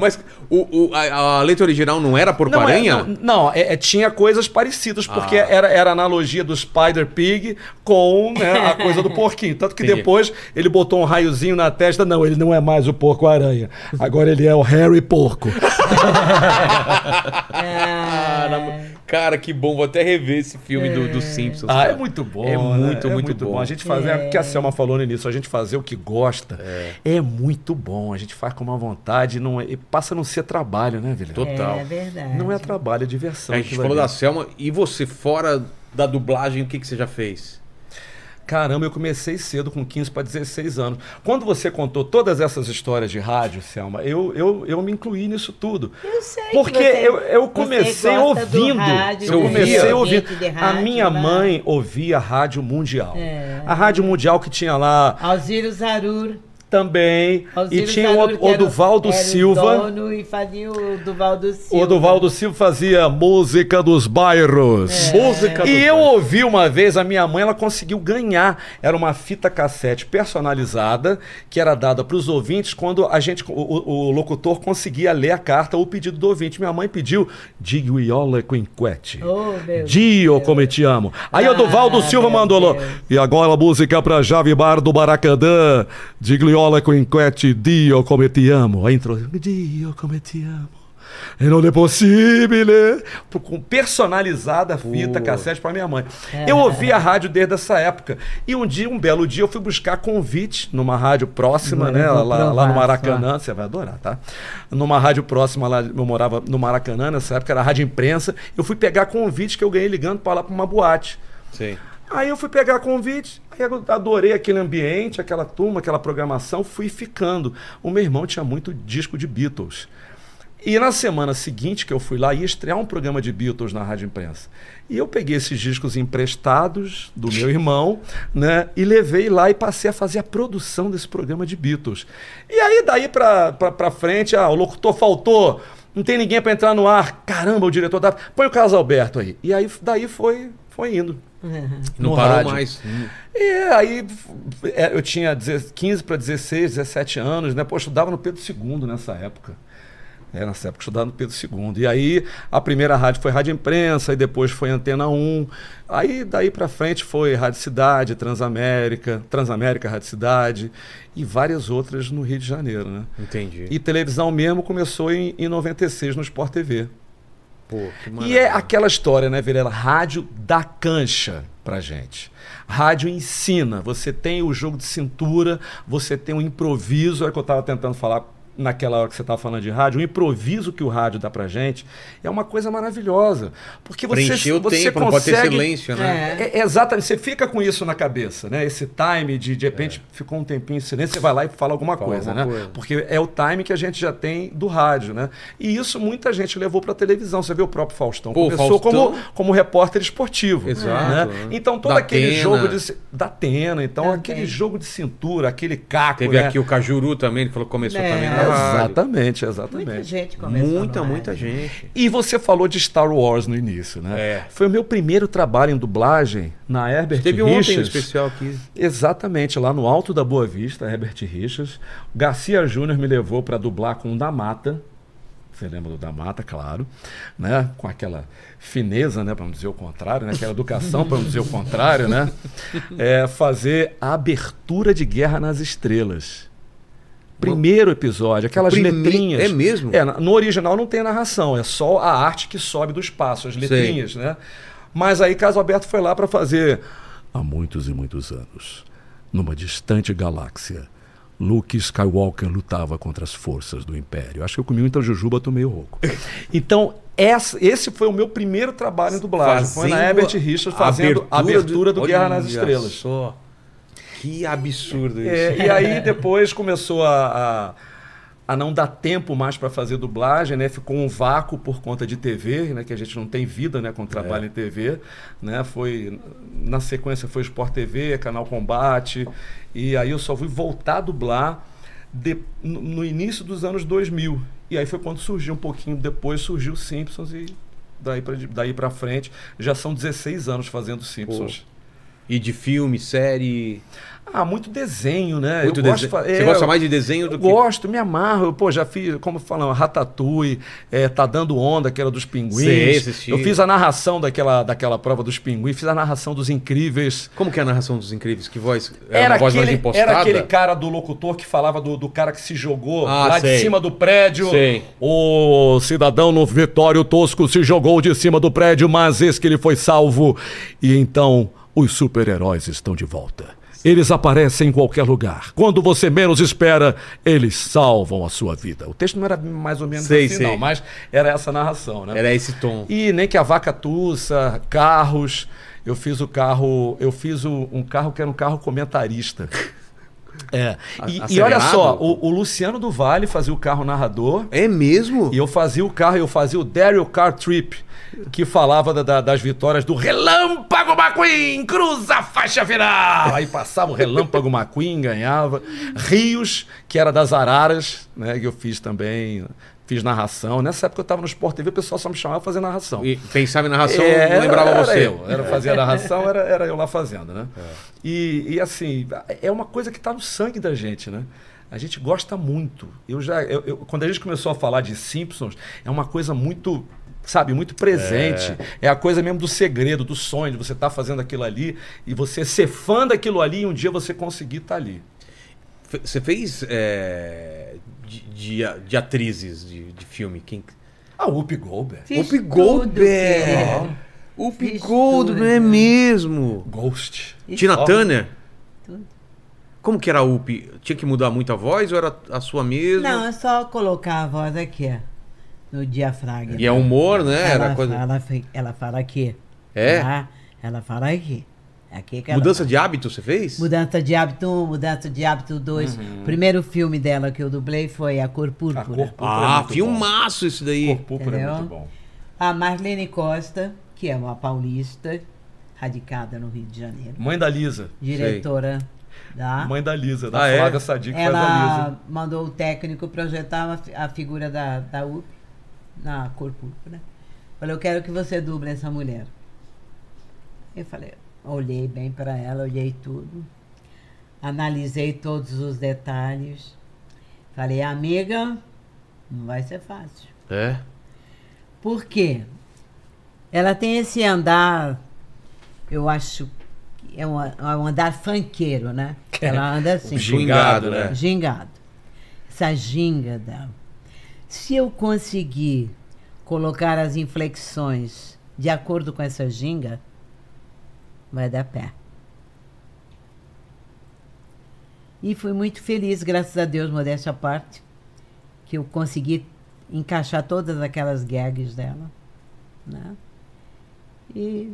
Mas o, o- a, a letra original não era Não, Porco-Aranha? é- não, não, é- é- tinha coisas parecidas, porque era, era a analogia do Spider-Pig com né, a coisa do porquinho. Tanto que Entendi. depois ele botou um raiozinho na testa. Não, ele não é mais o porco-aranha. Agora ele é o Harry Porco. Caramba. Cara, que bom. Vou até rever esse filme do, do Simpsons. Ah, cara. é muito bom. É né? muito, muito, bom. A gente fazer, é o que a Selma falou no início, a gente fazer o que gosta é, muito bom. A gente faz com uma vontade não é- e passa a não ser trabalho, né, Vilhena? Total. É verdade. Não é trabalho, é diversão. a gente aquilo falou ali. da Selma. E você, fora da dublagem, o que, que você já fez? Caramba, eu comecei cedo, com 15 para 16 anos. Quando você contou todas essas histórias de rádio, Selma, eu, eu, eu me incluí nisso tudo. Eu sei que Porque você- eu, eu você comecei gosta do ouvindo. rádio, eu né? comecei Ouvia. ouvindo. Ouvinte de A rádio, minha né? mãe ouvia a Rádio Mundial. É. A Rádio Mundial que tinha lá Alziro Zarur. também. e Alcílio tinha um o Sarur, Od- que era- Oduvaldo era o Silva. dono e fazia o Duvaldo Silva. O Oduvaldo Silva fazia música dos É. bairros. Música do E eu bairro. ouvi uma vez, a minha mãe, ela conseguiu ganhar. Era uma fita cassete personalizada que era dada para os ouvintes quando a gente, o, o- o locutor conseguia ler a carta ou o pedido do ouvinte. Minha mãe pediu Digo Iola Quinquete. Oh, meu Dio, Deus. como eu te amo. Aí o Duvaldo Ah, Silva meu mandou. Deus. E agora a música é pra Javibar do Baracadã. Digliola Quinquete, Dio, como eu te amo. A intro. Dio, como eu te amo. E não é possível. Com personalizada a fita cassete pra minha mãe. É. Eu ouvi a rádio desde essa época. E um dia, um belo dia, eu fui buscar convite numa rádio próxima, Agora né? eu vou Lá, lá provar no só. Maracanã. Maracanã, você vai adorar, tá? Numa rádio próxima lá, eu morava no Maracanã, nessa época era rádio imprensa. Eu fui pegar convite que eu ganhei ligando pra lá pra uma boate. Sim. Aí eu fui pegar convite, aí eu adorei aquele ambiente, aquela turma, aquela programação, fui ficando. O meu irmão tinha muito disco de Beatles. E na semana seguinte que eu fui lá, ia estrear um programa de Beatles na rádio imprensa. E eu peguei esses discos emprestados do meu irmão, né? E levei lá e passei a fazer a produção desse programa de Beatles. E aí, daí pra, pra, pra frente, ah, o locutor faltou, não tem ninguém pra entrar no ar. Caramba, o diretor da. Põe o Carlos Alberto aí. E aí, daí foi, foi indo. Não No parou rádio. mais. É, aí f- é, eu tinha 10 15 para 16, 17 anos, né? Pô, eu estudava no Pedro II nessa época. É, nessa época eu estudava no Pedro II. E aí a primeira rádio foi Rádio Imprensa, e depois foi Antena 1. Aí daí pra frente foi Rádio Cidade, Transamérica, Transamérica, Rádio Cidade e várias outras no Rio de Janeiro, né? Entendi. E televisão mesmo começou em, em 96 no Sport TV. Pô, que E é aquela história, né, Virela? Rádio da cancha pra gente. Rádio ensina. Você tem o jogo de cintura, você tem o improviso. É o que eu tava tentando falar naquela hora que você tava falando de rádio. O improviso que o rádio dá pra gente é uma coisa maravilhosa. Porque você, Preencher o você tempo, não pode ter consegue- silêncio, né? É. é, exatamente, você fica com isso na cabeça, né? Esse time de de repente ficou um tempinho em silêncio, você vai lá e fala alguma É. Fala coisa, alguma né? coisa. Porque é o time que a gente já tem do rádio, né? E isso muita gente levou pra televisão. Você vê o próprio Faustão. Pô, Começou Faustão- como como repórter esportivo, Exato, né? né? Então todo Da aquele Atena. É, jogo de ci- da Atena, então Também. aquele jogo de cintura, aquele caco, Teve né? aqui o Cajuru também, que falou que começou É. também na rádio. Exatamente, Muita exatamente. gente né? começou. Muita, no muita rádio. gente. E você falou de Star Wars no início, né? É. Foi o meu primeiro trabalho em dublagem na Herbert Teve ontem um Richards. especial aqui. Exatamente, lá no Alto da Boa Vista, Herbert Richards. O Garcia Júnior me levou para dublar com o da Mata. Você lembra do da Mata, claro, né? Com aquela fineza, né, para não dizer o contrário, né? Aquela educação para não dizer o contrário, né? É, fazer a abertura de Guerra nas Estrelas. Primeiro episódio, aquelas Prime- letrinhas. É mesmo? É, na- no original não tem narração, é só a arte que sobe do espaço, as letrinhas, né? Mas aí Caso Alberto foi lá para fazer há muitos e muitos anos, numa distante galáxia, Luke Skywalker lutava contra as forças do Império. Acho que eu comi então jujuba, tô meio rouco. Então, essa- esse foi o meu primeiro trabalho em dublagem. foi na Herbert Richards fazendo a abertura do, Guerra nas Olha Estrelas. Só. Que absurdo isso. É, e aí depois começou a, a, a não dar tempo mais para fazer dublagem, né? Ficou um vácuo por conta de TV, né? Que a gente não tem vida, né? Com É. trabalho em TV, né? Foi na sequência foi Sport TV, Canal Combate e aí eu só fui voltar a dublar de- no, no início dos anos 2000 e aí foi quando surgiu um pouquinho depois surgiu Simpsons e daí para daí para frente já são 16 anos fazendo Simpsons. E de filme, série. Ah, muito desenho, né? muito Eu gosto desenho. de fa- Você é, gosta eu- mais de desenho do eu que. gosto, me amarro. Eu, pô, já fiz, como falam, Ratatouille, é, Tá Dando Onda, que era dos pinguins. Sei, assisti. eu fiz a narração daquela, daquela prova dos pinguins, fiz a narração dos incríveis. Como que é a narração dos incríveis? Que voz? Era uma voz mais aquele, impostada? era aquele cara do locutor que falava do, do cara que se jogou Ah, lá sei. de cima do prédio. Sei. O cidadão no Vitório Tosco se jogou de cima do prédio, mas eis que ele foi salvo. E então os super-heróis estão de volta. Eles aparecem em qualquer lugar. Quando você menos espera, eles salvam a sua vida. O texto não era mais ou menos Sei, assim, sei. não, mas era essa narração, né? Era esse tom. E nem que a vaca tussa, carros. Eu fiz o carro. Eu fiz o- um carro que era um carro comentarista. É. E, e olha só, acelerado? o, o Luciano do Vale fazia o carro narrador. É mesmo? E eu fazia o carro, eu fazia o Daryl Car Trip. que falava da- da- das vitórias do Relâmpago McQueen, cruza a faixa final. Aí passava o Relâmpago McQueen, ganhava. Rios, que era das Araras, né, que eu fiz também, fiz narração. Nessa época eu tava no Sport TV, o pessoal só me chamava pra fazer narração. E pensava em narração, É, era- lembrava era você. Eu, era fazer a narração, era, era eu lá fazendo, né? E, e, assim, é uma coisa que tá no sangue da gente, né? A gente gosta muito. Eu já, eu- eu- quando a gente começou a falar de Simpsons, é uma coisa muito, sabe, muito presente. É, a coisa mesmo do segredo, do sonho, de você estar fazendo aquilo ali e você ser fã daquilo ali e um dia você conseguir estar ali. F- Você fez é, de, de- de atrizes de, de filme? Quem? A Whoopi Goldberg. Fiz Whoopi tudo, Goldberg! filho. Whoopi Fiz Goldberg, tudo. é mesmo! Ghost. Tina Ó. Turner? Como que era a Whoopi? Tinha que mudar muito a voz ou era a sua mesma? Não, é só colocar a voz aqui, ó, no diafragma. E é humor, né? Ela, Era coisa... fala, fe- ela fala aqui. É? tá? Ela fala aqui. É aqui que ela Mudança fala. de hábito você fez? Mudança de hábito 1, mudança de hábito 2. Uhum. O primeiro filme dela que eu dublei foi A Cor Púrpura. A cor púrpura é Ah, muito bom. filmaço isso daí. A cor púrpura é Entendeu? muito bom. A Marlene Costa, que é uma paulista, radicada no Rio de Janeiro. Mãe da Lisa. Diretora da. Mãe da Lisa, da Ah, é? Flávia Sadi que faz a Lisa. Ela mandou o técnico projetar a fi- a figura da, da UP na cor púrpura. Falei, eu quero que você duble essa mulher. Eu falei, olhei bem para ela, olhei tudo, analisei todos os detalhes. Falei, amiga, não vai ser fácil. É. Por quê? Ela tem esse andar, eu acho, que é um, é um andar fanqueiro, né? Ela anda assim. Gingado, né? Gingado. Essa ginga dela. Se eu conseguir colocar as inflexões de acordo com essa ginga, vai dar pé. E fui muito feliz, graças a Deus, modéstia à parte, que eu consegui encaixar todas aquelas gags dela. Né? E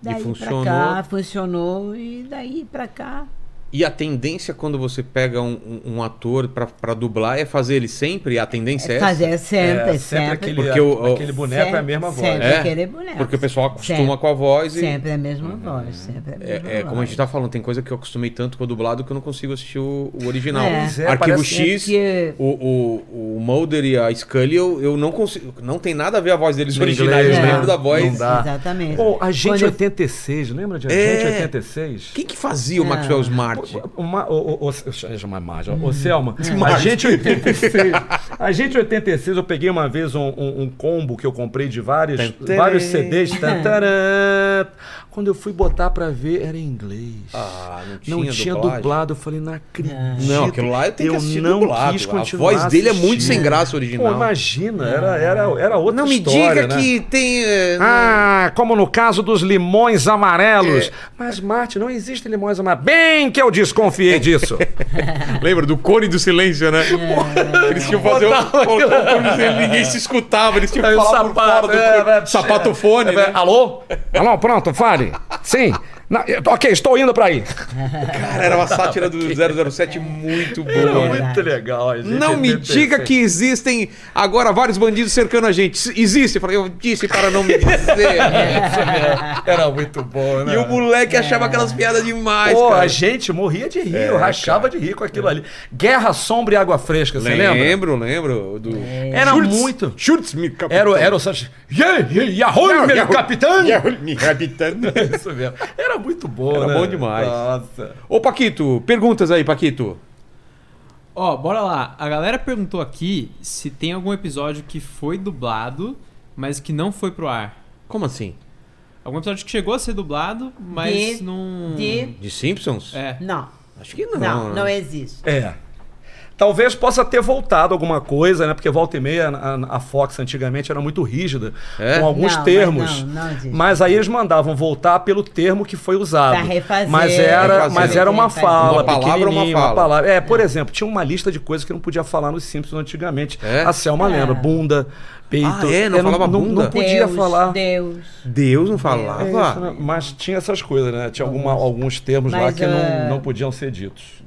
daí funcionou. pra cá, funcionou, e daí pra cá. E a tendência quando você pega um, um- um ator pra, pra dublar é fazer ele sempre? A tendência é, essa? Fazer sempre, É, sempre sempre. aquele, Porque o- aquele boneco é a mesma voz. Sempre É? aquele boneco. Porque o pessoal acostuma Sempre. com a voz e. Uhum. Sempre a mesma voz, sempre a mesma É, é, como a gente tá falando, tem coisa que eu acostumei tanto com o dublado que eu não consigo assistir o, o original. É. Pois é, Arquivo parece X, que- o, o, o Mulder e a Scully, eu, eu não consigo. Não tem nada a ver a voz deles No originais, inglês, eu né? lembro da Não voz. dá. Exatamente. Pô, É. a gente Quando eu- 86, lembra de a É. gente 86? Quem que fazia o É. Maxwell Smart? Uma, o, o, o, deixa eu chamar Marge, ó. Hum. Ô, Selma, a gente 86. A gente 86, eu peguei uma vez um, um- um combo que eu comprei de vários, tan. vários CDs. Hum. tan, taran. Quando eu fui botar pra ver, era em inglês. Ah, não não tinha, dublagem. dublado, eu falei, não acredito. Não, aquilo lá eu tenho que assistir não dublado. quis A continuar voz dele é muito assistindo. sem graça Pô, original. imagina, era, era, era outra não me história, diga né? que tem. eh, Ah, como no caso dos limões amarelos. Mas, Marte, não existem limões amarelos. Bem que eu desconfiei disso. Lembra do cone do silêncio, né? É. Eles tinham que fazer o, o cone do silêncio, ninguém se escutava, eles tinham que Aí o falar por fora sapato, do é, cone. é, sapato fone, né? Alô? Alô, pronto, fale. Sim. Na- eu- ok, estou indo pra aí. Cara, era uma sátira do 007 muito boa. muito legal, gente. Não me diga que existem agora vários bandidos cercando a gente. S- Existe, eu falei, eu disse para não me É. dizer. Era muito bom, né? e o moleque achava aquelas piadas demais, Pô, cara. É, a gente morria de rir, eu rachava de rir com aquilo ali. Guerra Sombra e Água Fresca, você lembra? Lembro, lembro. Do... É. Era muito. Schultz, me capitão. Era, o- era o Sanches. Yeah, yeah, Yahoo, meu Yahoo. capitão! Me capitão. Isso mesmo. Era muito bom, Era né? bom demais. Nossa. Ô, Paquito, perguntas aí, Paquito. Ó, bora lá. A galera perguntou aqui se tem algum episódio que foi dublado, mas que não foi pro ar. Como assim? Algum episódio que chegou a ser dublado, mas De- não. de- De Simpsons? É. Não, Acho que não, não, existe. É. Talvez possa ter voltado alguma coisa, né? Porque volta e meia a, a Fox antigamente era muito rígida É? com alguns Não, termos. mas não, não existe. Mas aí eles mandavam voltar pelo termo que foi usado. Pra refazer, mas era, refazer. mas era uma Refazer. fala, Uma palavra, uma pequenininha, uma fala. palavra. É, por exemplo, tinha uma lista de coisas que não podia falar nos Simpsons antigamente. É? A Selma É. lembra, bunda, peito. Ah, é? Não falava bunda? Não podia Deus, falar. Deus. Deus não É falava. isso, né? Mas tinha essas coisas, né? Tinha alguma- alguns termos lá Mas, que é, não, não podiam ser ditos.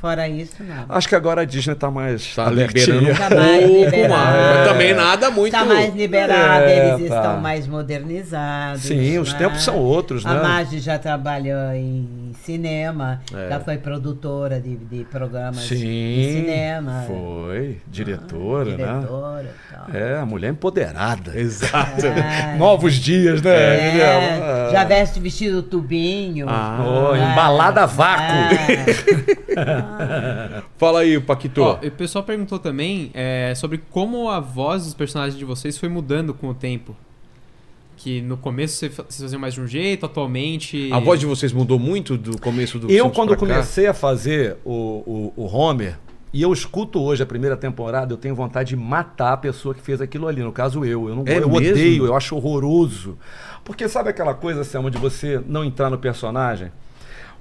Fora isso, Ah, nada. Acho que agora a Disney tá mais. Tá abertinha. liberando um Tá mais pouco liberado. mais. Mas também nada muito. Está Tá mais liberado, É, eles tá. estão mais modernizados. Sim, os né? tempos são outros, A né? Marge já trabalhou em cinema, É. já foi produtora de, de programas de Sim. cinema. Ah, Foi. Diretora, né? Diretora e tal. É, a mulher empoderada. Exato. Ah, Novos dias, né? é, Miguel? Ah. já veste vestido tubinho. Ah, é. Oh, embalada a vácuo. Fala aí, Paquito. Ó, e o pessoal perguntou também é, sobre como a voz dos personagens de vocês foi mudando com o tempo. Que no começo você fa- vocês faziam mais de um jeito, atualmente. A voz de vocês mudou muito do começo do Eu, Simpsons quando pra cá? comecei a fazer o, o, o Homer, e eu escuto hoje a primeira temporada, eu tenho vontade de matar a pessoa que fez aquilo ali. No caso, eu. Eu, não, É eu mesmo? odeio, eu acho horroroso. Porque sabe aquela coisa, Selma, de você não entrar no personagem?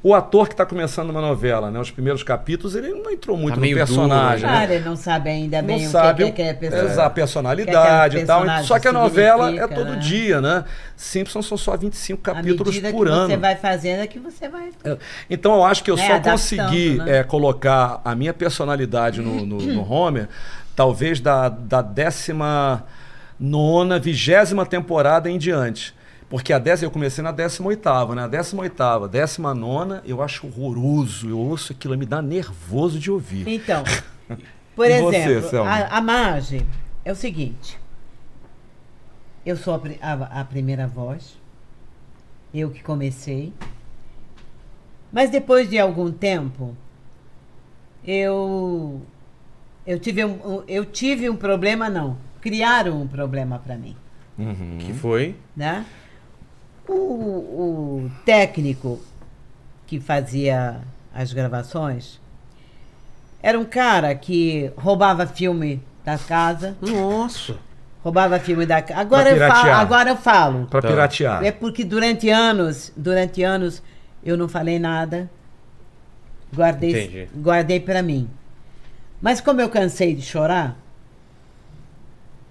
O ator que está começando uma novela, né? Os primeiros capítulos, ele não entrou muito no meio duro, personagem. Tá né? Cara, ele não sabe ainda não bem sabe o que, que, que é pessoa. exa- a personalidade e tal. personagem Só que a novela é significa, todo né? dia, né? Simpsons são só 25 À capítulos medida por que ano. você vai fazendo é que você vai. É, Então eu acho que eu É, só adaptando, consegui né? é, colocar a minha personalidade no, no- no Homer, talvez da, da décima nona, vigésima temporada em diante. Porque a décima, eu comecei na décima oitava, né? A décima oitava, décima nona, eu acho horroroso. Eu ouço aquilo, me dá nervoso de ouvir. Então, por E você, exemplo, Selma? a, a margem é o seguinte. Eu sou a, pri- a- a primeira voz. Eu que comecei. Mas depois de algum tempo, eu eu tive um, um- eu tive um problema não. Criaram um problema para mim, Que foi? né? O, o técnico que fazia as gravações era um cara que roubava filme da casa, Nossa. roubava filme da casa. Agora eu falo, piratear. agora eu falo. Pra piratear. Então, É porque durante anos, durante anos eu não falei nada. Guardei, Entendi. guardei para mim. Mas como eu cansei de chorar,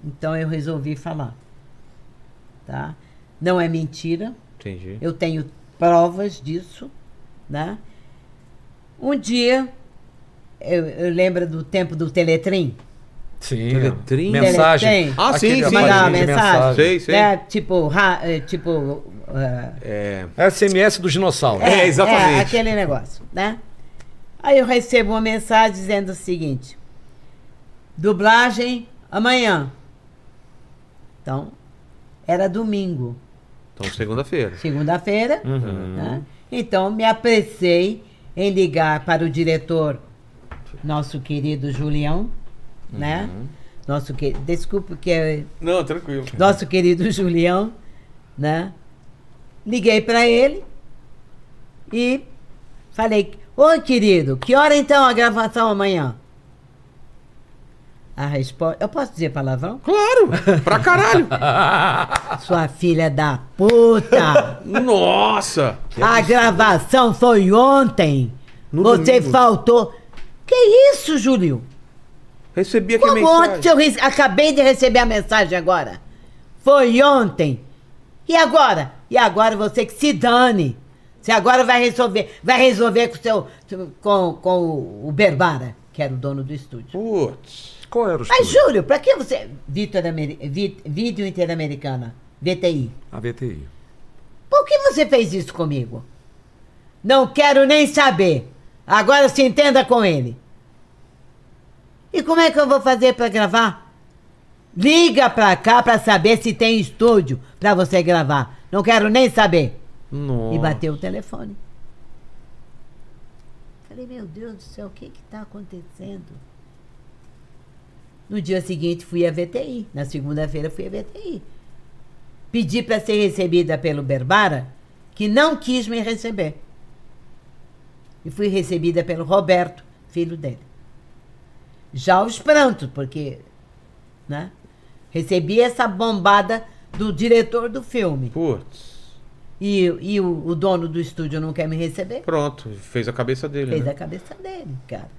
então eu resolvi falar. Tá? Não é mentira, Entendi. eu tenho provas disso, né? Um dia eu, eu lembro do tempo do Teletrim. Sim. Teletrim? Mensagem. Teletrim. Ah, sim, Aquele sim. aparelhinho Mandar de mensagem. Sei, sei. né? Tipo, ra- eh, tipo eh, É. SMS do dinossauro. É, exatamente. é, aquele negócio, né? Aí eu recebo uma mensagem dizendo o seguinte: dublagem amanhã. Então, era domingo, Então, segunda-feira. Uhum. segunda-feira. né? Então, me apressei em ligar para o diretor, nosso querido Julião, né? Uhum. Nosso que... Desculpe que é Não, tranquilo. nosso querido Julião, né? Liguei para ele e falei: Oi, querido, que hora então a gravação amanhã? A resposta. Eu posso dizer palavrão? Claro! Pra caralho! Sua filha da puta! Nossa! a gravação foi ontem! No Você domingo. faltou. Que isso, Júlio? Recebi aqui a Como ontem mensagem. eu rece- acabei de receber a mensagem agora. Foi ontem. E agora? E agora você que se dane. Você agora vai resolver, vai resolver com o seu com, com o- o Berbara, que era o dono do estúdio. Putz. Qual era o Mas estúdio? Júlio, pra que você Vitor Ameri- Vi- Vídeo Interamericana, VTI. A VTI. Por que você fez isso comigo? Não quero nem saber. Agora se entenda com ele. E como é que eu vou fazer pra gravar? Liga pra cá pra saber se tem estúdio pra você gravar. Não quero nem saber. Nossa. E bateu o telefone. Falei, meu Deus do céu, o que que tá acontecendo? No dia seguinte fui à VTI. Na segunda-feira fui à VTI. Pedi para ser recebida pelo Berbara, que não quis me receber. E fui recebida pelo Roberto, filho dele. Já os prantos, porque, né? Recebi essa bombada do diretor do filme Putz. e, e o, o dono do estúdio não quer me receber, Pronto, fez a cabeça dele. fez né? a cabeça dele, cara.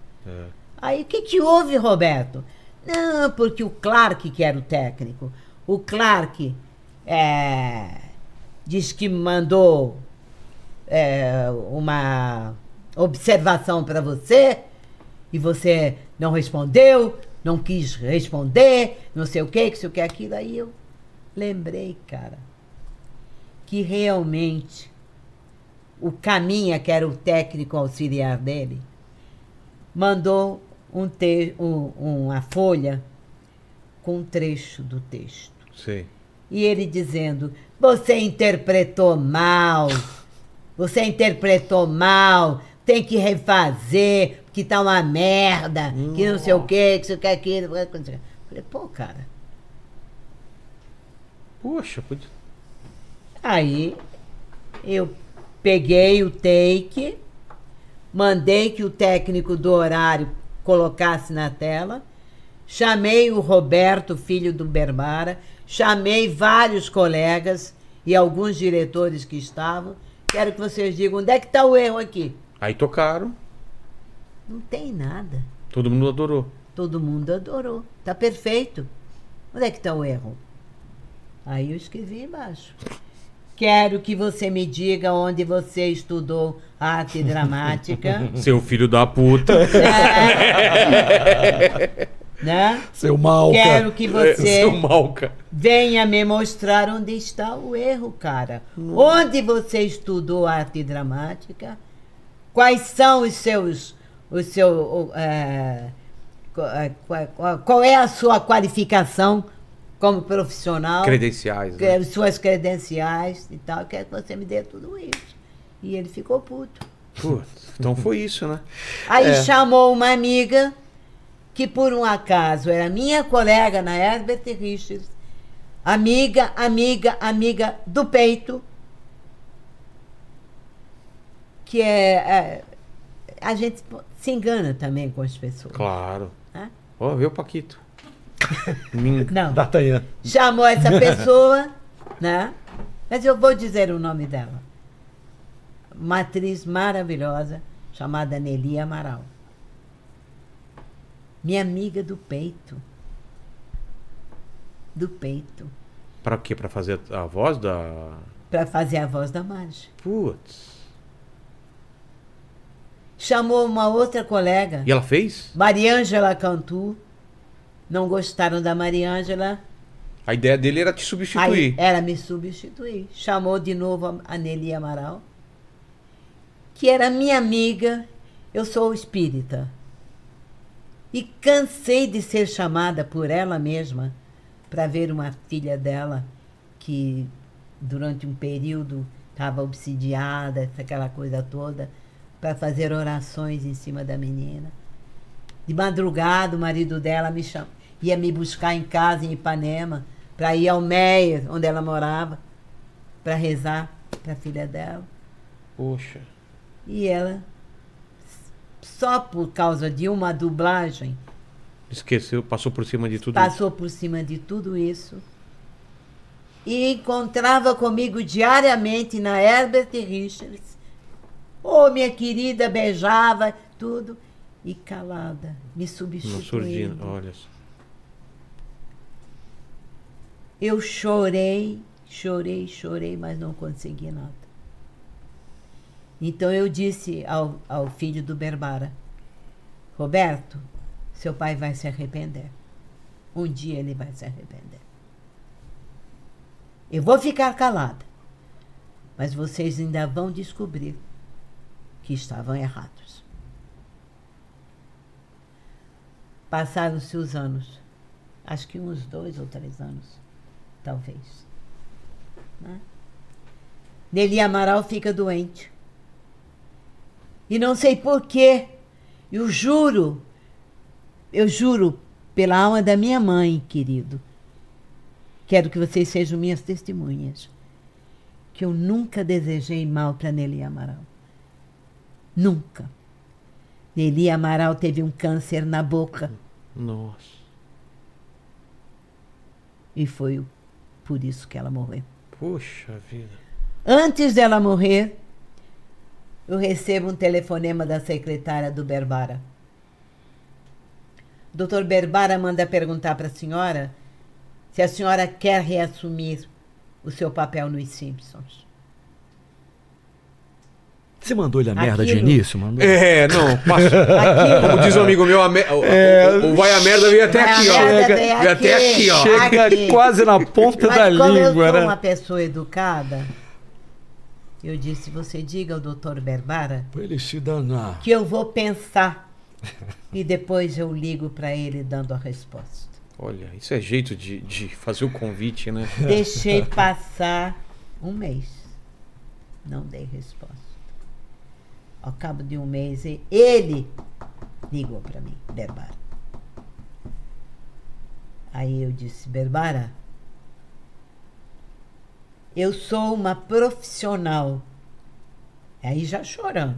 Aí o que, que houve, Roberto? Não, porque o Clark, que era o técnico, o Clark é, diz que mandou é, uma observação para você e você não respondeu, não quis responder, não sei o que, que sei o que, aquilo. Aí eu lembrei, cara, que realmente o Caminha, que era o técnico auxiliar dele, mandou um te um- uma folha com um trecho do texto. Sei. E ele dizendo: Você interpretou mal, você interpretou mal, tem que refazer, que tá uma merda, que não sei o quê, que isso que aquilo. que não sei o quê." Falei, pô, cara. Poxa, pode... Aí eu peguei o take, mandei que o técnico do horário colocasse na tela, chamei o Roberto, filho do Berbara, chamei vários colegas e alguns diretores que estavam. Quero que vocês digam onde é que está o erro aqui. aí tocaram, Não tem nada. todo mundo adorou. Todo mundo adorou. Tá perfeito. Onde é que está o erro? Aí eu escrevi embaixo. Quero que você me diga onde você estudou arte dramática. Seu filho da puta. né? Seu malca. Quero que você É, Seu malca. venha me mostrar onde está o erro, cara. Onde você estudou arte dramática? Quais são os seus. O seu, o, é, co- é, qua- qual, qual é a sua qualificação como profissional? Credenciais, né? Quero suas credenciais e tal. Quero que você me dê tudo isso. E ele ficou puto. Putz, então foi isso, né? Aí chamou uma amiga que por um acaso era minha colega na Herbert Richards, amiga, amiga, amiga do peito, que é, é, a gente se engana também com as pessoas. Claro. Hã? Ó, vê o Paquito. Min- Não. D'Artagnan. chamou essa pessoa, né? Mas eu vou dizer o nome dela. Uma atriz maravilhosa chamada Nelly Amaral. Minha amiga do peito. Do peito. Pra quê? Pra fazer a voz da. Para fazer a voz da Marge. Putz. Chamou uma outra colega, E ela fez? Mariângela Cantu. Não gostaram da Mariângela. A ideia dele era te substituir. Aí é. ela me substituir. Chamou de novo a- a Nelly Amaral, que era minha amiga. Eu sou espírita. E cansei de ser chamada por ela mesma para ver uma filha dela que, durante um período, estava obsidiada, aquela coisa toda, para fazer orações em cima da menina. De madrugada, o marido dela me chama, ia me buscar em casa, em Ipanema, para ir ao Meia, onde ela morava, para rezar para a filha dela. Poxa. E ela, só por causa de uma dublagem, Esqueceu, passou por cima de tudo. passou por cima de tudo isso e encontrava comigo diariamente na Herbert Richards. Oh, minha querida, beijava tudo e calada, me Não substituindo. surgindo. Olha só. Eu chorei, chorei, chorei, mas não consegui nada. Então eu disse ao, ao filho do Berbara: Roberto, seu pai vai se arrepender. Um dia ele vai se arrepender. Eu vou ficar calada, mas vocês ainda vão descobrir que estavam errados. Passaram-se os anos, acho que uns dois ou três anos talvez. Né? Nelly Amaral fica doente. E não sei porquê. Eu juro, eu juro pela alma da minha mãe, querido. Quero que vocês sejam minhas testemunhas. Que eu nunca desejei mal para Nelly Amaral. Nunca. Nelly Amaral teve um câncer na boca. Nossa. E foi o- por isso que ela morreu. Poxa vida. Antes dela morrer, eu recebo um telefonema da secretária do Berbara. Doutor Berbara manda perguntar para a senhora se a senhora quer reassumir o seu papel nos Simpsons. Você mandou ele a merda de Aquilo. início? Mandou? É, não, passou. Como diz um amigo meu, a me- o- É, o, o vai a merda veio até aqui, ó. merda Veio até veio aqui, aqui. ó. Chega Aqui. quase na ponta Mas da como eu língua, sou né? uma pessoa educada, eu disse, você diga ao doutor Berbara Pra ele se danar. que eu vou pensar e depois eu ligo para ele dando a resposta. Olha, isso é jeito de, de fazer o convite, né? Deixei passar um mês. Não dei resposta. Ao cabo de um mês, e- ele ligou para mim, Berbara. Aí eu disse, Berbara, eu sou uma profissional. Aí já chorando.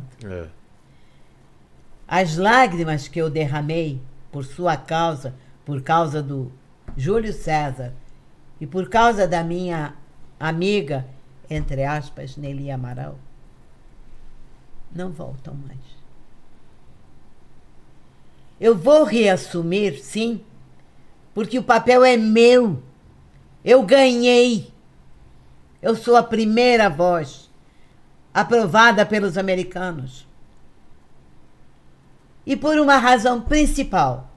As lágrimas que eu derramei por sua causa, por causa do Júlio César e por causa da minha amiga, entre aspas, Nelly Amaral, não voltam mais. Eu vou reassumir, sim, porque o papel é meu. Eu ganhei. Eu sou a primeira voz aprovada pelos americanos. E por uma razão principal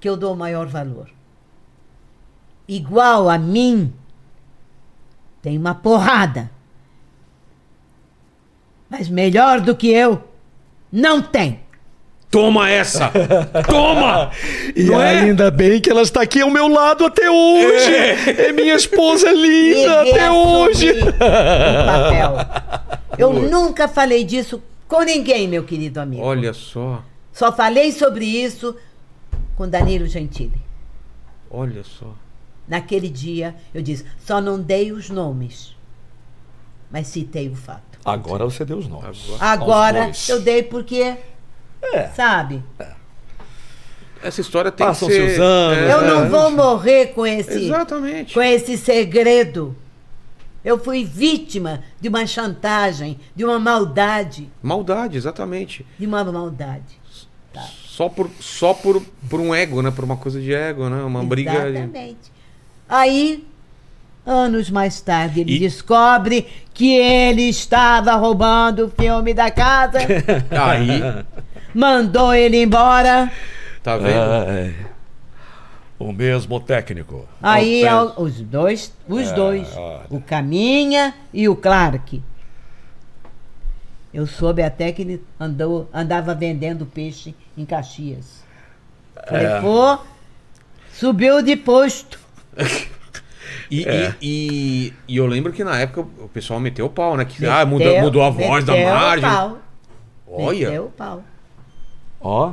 que eu dou maior valor. Igual a mim, tem uma porrada. Mas melhor do que eu, não tem. Toma essa! Toma! E Não é? ainda bem que ela está aqui ao meu lado até hoje. É, minha esposa E linda até reassumi hoje. o papel. Eu nunca falei disso com ninguém, meu querido amigo. Olha só, Só falei sobre isso com Danilo Gentili. olha só. Naquele dia, eu disse, só não dei os nomes, mas citei o fato. Agora você deu os nomes. Agora dois. É. eu dei porque, sabe? Essa história tem Passam que ser... seus anos, né? Eu não é. vou morrer com esse, Exatamente. com esse segredo. Eu fui vítima de uma chantagem, de uma maldade, Maldade, exatamente. de uma maldade. Só por, só por, por um ego, né? Por uma coisa de ego, né? Uma briga... de- Exatamente. Aí, anos mais tarde, ele E- descobre que ele estava roubando o filme da casa, Aí, mandou ele embora. tá vendo? Ah, é. O mesmo técnico. Aí Confesso. É, ao- os dois, os dois, olha. o Caminha e o Clark. Eu soube até que ele andou, andava vendendo peixe em Caxias. Falei, É. pô, subiu de posto. E, É. e, e- e eu lembro que na época o pessoal meteu o pau, né? Que, ah, Meteu- mudou, mudou a voz da meteu o margem. pau, Olha. Meteu o pau. Ó.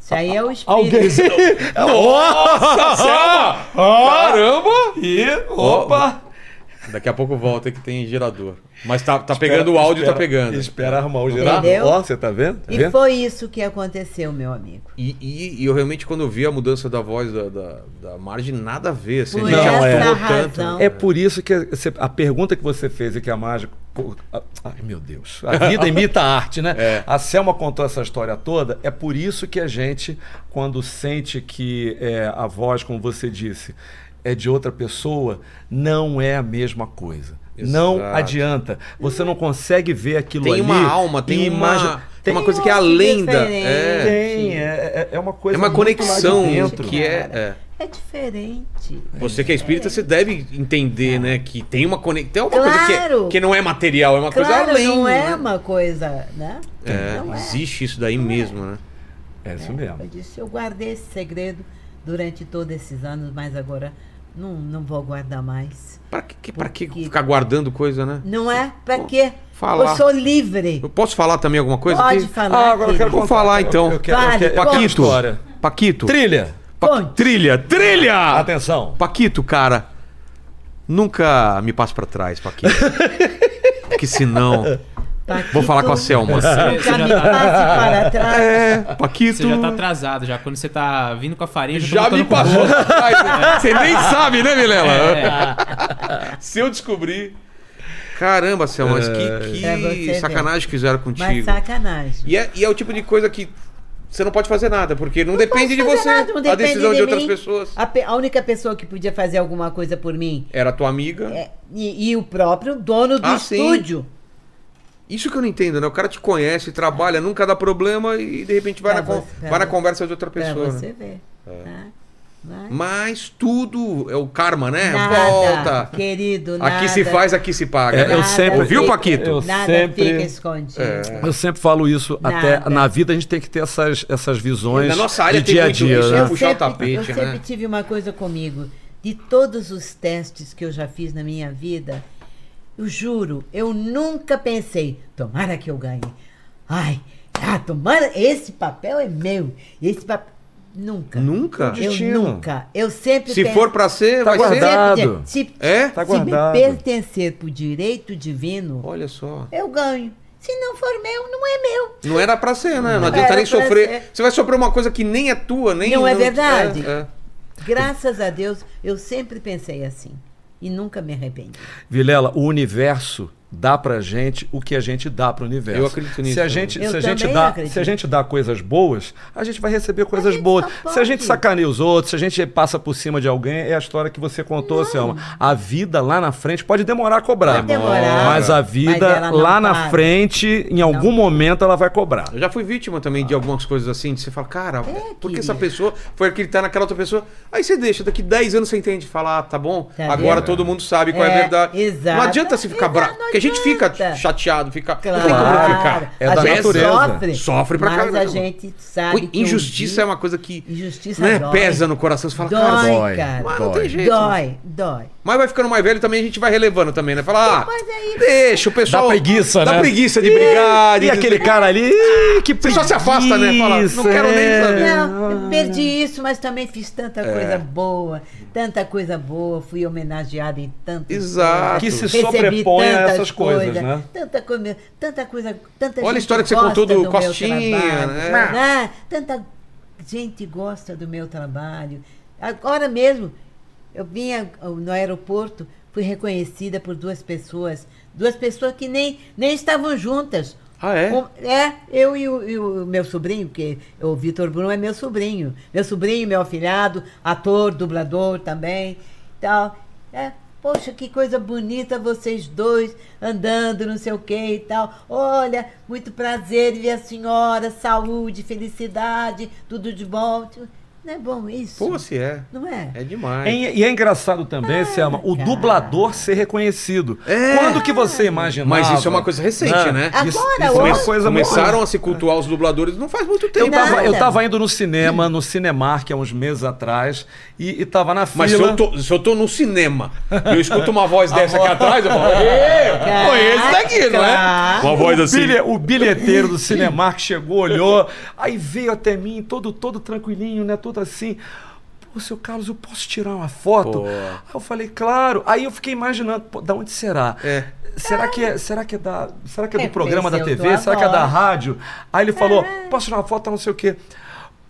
Isso aí é o espírito. Alguém. Nossa, Selma! Caramba! E. Opa! Daqui a pouco volta que tem gerador. Mas tá, tá pegando o áudio, tá pegando. Espera arrumar o Entendeu? gerador. Ó, você tá vendo? Tá E vendo? foi isso que aconteceu, meu amigo. E, e- e eu realmente, quando eu vi a mudança da voz da, da, da margem, nada a ver. Assim, Por a gente essa acostumou razão. tanto. É por isso que você- a pergunta que você fez e que a mágica. co- a- Ai, meu Deus. A vida imita a arte, né? É. A Selma contou essa história toda. É por isso que a gente, quando sente que é, a voz, como você disse, é de outra pessoa, não é a mesma coisa. Não Exato. adianta. Você não consegue ver aquilo Tem ali. uma alma, tem e uma- imagi- tem uma coisa que é a algo lenda. um diferente. É, Tem, é, é- é uma coisa. é uma muito lá de conexão dentro. que é, cara. é. É diferente. Você que é espírita, você deve entender, né? Que tem uma conexão. Tem uma coisa Claro. que, que não é material, é uma Claro, coisa além. não é né? uma coisa, né? É, não existe isso daí mesmo, né? É isso Eu mesmo. disse, eu guardei esse segredo durante todos esses anos, mas agora não, não vou guardar mais. Pra que, pra que Porque- ficar guardando coisa, né? Não é? Pra quê? falar. Eu sou livre. Eu posso falar também alguma coisa? Pode aqui? falar. querido. Vou falar então. Eu quero, eu Vale, quero, eu quero conta. uma Paquito. história. Paquito. Trilha. Pa- Conte. Trilha, trilha! Atenção. Paquito, cara, nunca me passe pra trás, Paquito. Porque senão. Paquito, Vou falar com a Selma. Nunca me Você já tá- passe para trás. É, Paquito. Você já tá atrasado, já. Quando você tá vindo com a farinha, já, Já tô me botando pro passou pra trás. né? Você nem sabe, né, Vilela? É. Se eu descobrir. Caramba, Selma, mas que, que É, você vê. sacanagem que fizeram Mas contigo. sacanagem. E é, e é o tipo de coisa que você não pode fazer nada, porque não, depende de Não posso você. fazer nada, não a depende decisão de, outras mim. pessoas. A, pe- a única pessoa que podia fazer alguma coisa por mim Era tua amiga. é- e, e o próprio dono do Ah, sim. estúdio. Isso que eu não entendo, né? O cara te conhece, trabalha, nunca dá problema e de repente vai, Pra na, con- você- pra vai na você- conversa de outra Pra pessoa. você né? ver. tá? Vai. Mas tudo é o karma, né? Nada, Volta. querido, nada. aqui se faz, aqui se paga. É, eu Nada sempre- Ouviu, fica- Paquito? É, Eu nada sempre- fica escondido. Eu sempre falo isso, até Nada. na vida a gente tem que ter essas, essas visões Na nossa área de tem dia a muito dia. isso, né? né? puxar o tapete, eu sempre né? tive uma coisa comigo. De todos os testes que eu já fiz na minha vida, eu juro, eu nunca pensei, tomara que eu ganhe. Ai, ah, tomara, esse papel é meu. Esse papel. Nunca. Nunca? Eu Destino. nunca. Eu sempre Se pen- for pra ser, Tá vai guardado. ser. guardado. Se, se- É? Tá se me guardado. pertencer por direito divino, Olha só. eu ganho. Se não for meu, não é meu. Não era pra ser, né? Não, adianta era nem pra sofrer. ser. Você vai sofrer uma coisa que nem é tua, nem. Não é verdade? é, é. Graças a Deus, eu sempre pensei assim. E nunca me arrependi. Vilela, o universo dá pra gente o que a gente dá pro universo. Eu acredito nisso Se a também. gente, Eu se a gente também dá, acredito. se a gente dá coisas boas, a gente vai receber coisas gente boas. só Se a gente pode. sacaneia os outros, se a gente passa por cima de alguém, é a história que você contou, Selma. A vida lá na frente pode demorar a cobrar. Pode demorar. Mas a Mas vida ela não lá na para. frente, em algum momento ela vai cobrar. Eu já fui vítima também de algumas coisas assim, de você falar, cara, por que querido. essa pessoa foi acreditar naquela outra pessoa? Aí você deixa, daqui 10 anos você entende, fala, ah, tá bom, Tá agora vendo? todo mundo sabe qual é, a É, verdade. exato. Não adianta você ficar Exato, bravo, não porque a gente fica adianta. chateado, fica... Claro. Não tem como não ficar. É da a gente natureza. Sofre, Sofre pra mas caramba. a gente sabe Ui, que um Injustiça dia- é uma coisa que Injustiça né, dói. pesa no coração, você fala, cara, Ah, Dói, dói, cara. mas não tem jeito. né? Dói, dói. Mas vai ficando mais velho também, a gente vai relevando também, né? Fala, ah, Mas aí- deixa o pessoal... Dá preguiça, Dá né? preguiça de brigar. de- E aquele cara ali, "Ih, que Você só se afasta, né? Fala, não quero nem preguiça, saber. é." Não, eu perdi isso, mas também fiz tanta É. coisa boa, tanta coisa boa, fui homenageada em tanto. Exato. Que se sobrepõe a essas coisas, né? Tanta coisa, tanta coisa, tanta Olha a gente história que você gosta contou do meu Costinha, trabalho, né? né? Tanta gente gosta do meu trabalho. Agora mesmo, eu vinha ó, no aeroporto, fui reconhecida por duas pessoas, duas pessoas que nem, nem estavam juntas. Ah, é? Um- é, eu e o, e o meu sobrinho, porque o Vitor Bruno é meu sobrinho. Meu sobrinho, meu afilhado, ator, dublador também. Tal. É, poxa, que coisa bonita vocês dois andando, não sei o que e tal. Olha, muito prazer em ver a senhora, saúde, felicidade, tudo de bom. Não é bom isso? Pô, se é. Não é? É demais. É, e é engraçado também, Selma, o cara. dublador ser reconhecido. Quando que você imaginava? É. Mas isso é uma coisa recente, Ah, né? Agora, Isso, isso é uma hoje- coisa muito- Começaram a se cultuar os dubladores não faz muito Eu tempo. tava, eu Nada. tava indo no cinema, no Cinemark, há uns meses atrás, e, e tava na fila. Mas se eu, tô, se eu tô no cinema e eu escuto uma voz dessa aqui atrás, eu falo, "Ê, Claro, conheço daqui, não é? claro. Uma voz O, bilhe- o bilheteiro do Cinemark chegou, olhou, aí veio até mim, todo, todo tranquilinho, né? Todo assim. Pô, seu Carlos, eu posso tirar uma foto? Pô. Aí eu falei, claro. Aí eu fiquei imaginando, pô, da onde será? É. Será que é, será que é da, será que é do É, programa da pensei, eu tô TV? Será que é da agora. rádio? Aí ele falou, posso tirar uma foto, não sei o quê.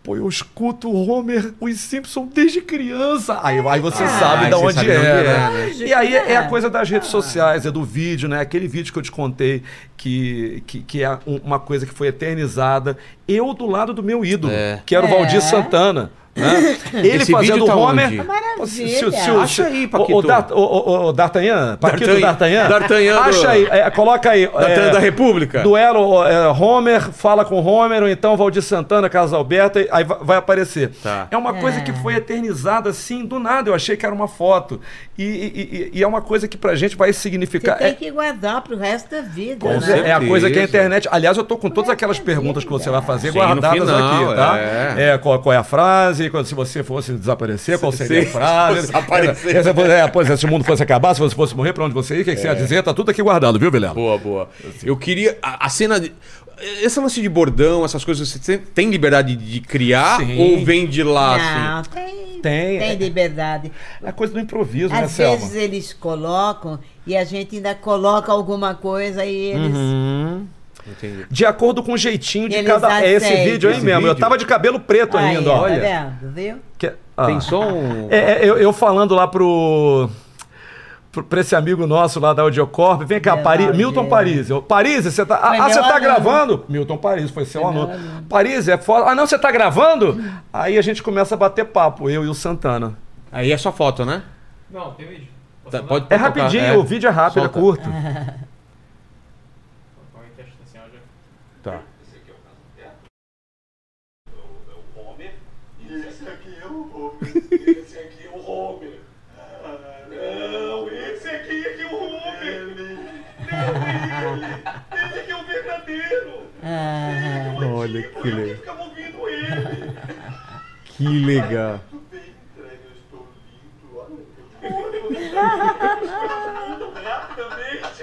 Pô, eu escuto o Homer, os Simpson desde criança. Aí, aí você Ah, sabe aí da você onde, sabe é, de onde é, né? né? E aí é a coisa das redes sociais, é do vídeo, né? Aquele vídeo que eu te contei que, que, que é um- uma coisa que foi eternizada. Eu do lado do meu ídolo, É. que era o É. Valdir Santana. Né? Ele Esse fazendo vídeo tá o Homer. onde? Maravilha. Acha aí, O, Paquito. o, Dar- o, o, o D'Artagnan? Paquito D'Artagnan. D'Artagnan? D'Artagnan do- Acha aí, é, coloca aí. D'Artagnan tá da República. Duelo é, Homer, fala com Homer, ou então Valdir Santana, Carlos Alberto, aí vai, vai aparecer. Tá. É uma coisa que foi eternizada assim, do nada. Eu achei que era uma foto. E, e- e- e é uma coisa que pra gente vai Você significar. tem é- que guardar pro resto da vida, com né? cer- é a coisa que a certeza. internet. Aliás, eu tô com é todas aquelas perguntas que você vai fazer Sim, guardadas no final, aqui, tá? é. É, qual, qual é a frase? Quando, se você fosse desaparecer, qual seria se a frase? fosse aparecer. É, se você- é, pois é, se o mundo fosse acabar, se você fosse morrer, pra onde você ia, o que, que É. você ia dizer? Tá tudo aqui guardado, viu, Vilela? Boa, boa. Assim. Eu queria. A, a cena. de- Esse lance de bordão, essas coisas, você tem- tem liberdade de criar Sim. ou vem de lá, assim? Não, tem, Tem, tem, é- liberdade. É coisa do improviso, né, Às Selma? vezes eles colocam e a gente ainda coloca alguma coisa e eles. Uhum. Entendi. De acordo com o jeitinho de Eles cada. É esse aceitam. vídeo aí Esse mesmo. Eu vídeo? tava de cabelo preto Aí, ainda, olha. Tá vendo, viu? Que- ah. Tem só um. É, é, eu, eu falando lá pro. pro- pra esse amigo nosso lá da Audiocorp. Vem cá, Meu Pari... Deus. Milton Paris. Eu, Paris, você tá. Foi Ah, ah, meu você tá aluno. gravando? Milton Paris, foi seu aluno. Paris, é foda. Ah, não, você tá gravando? Aí a gente começa a bater papo, eu e o Santana. Aí é só foto, né? Não, tem vídeo. Posso Tá, mandar? pode- É Vou tocar, rapidinho, é. o vídeo é rápido, Solta. é curto. Como é que acha esse áudio? Tá. Esse aqui é o Homer. Esse aqui é o Homer. Ah, não, esse aqui é que é o Homer. Não, ele. Ele que é o verdadeiro. Ah, Olha que legal. Eu que ficava ouvindo ele. Que legal. Tudo bem, estranho, eu estou lindo. Olha, eu estou lindo rapidamente.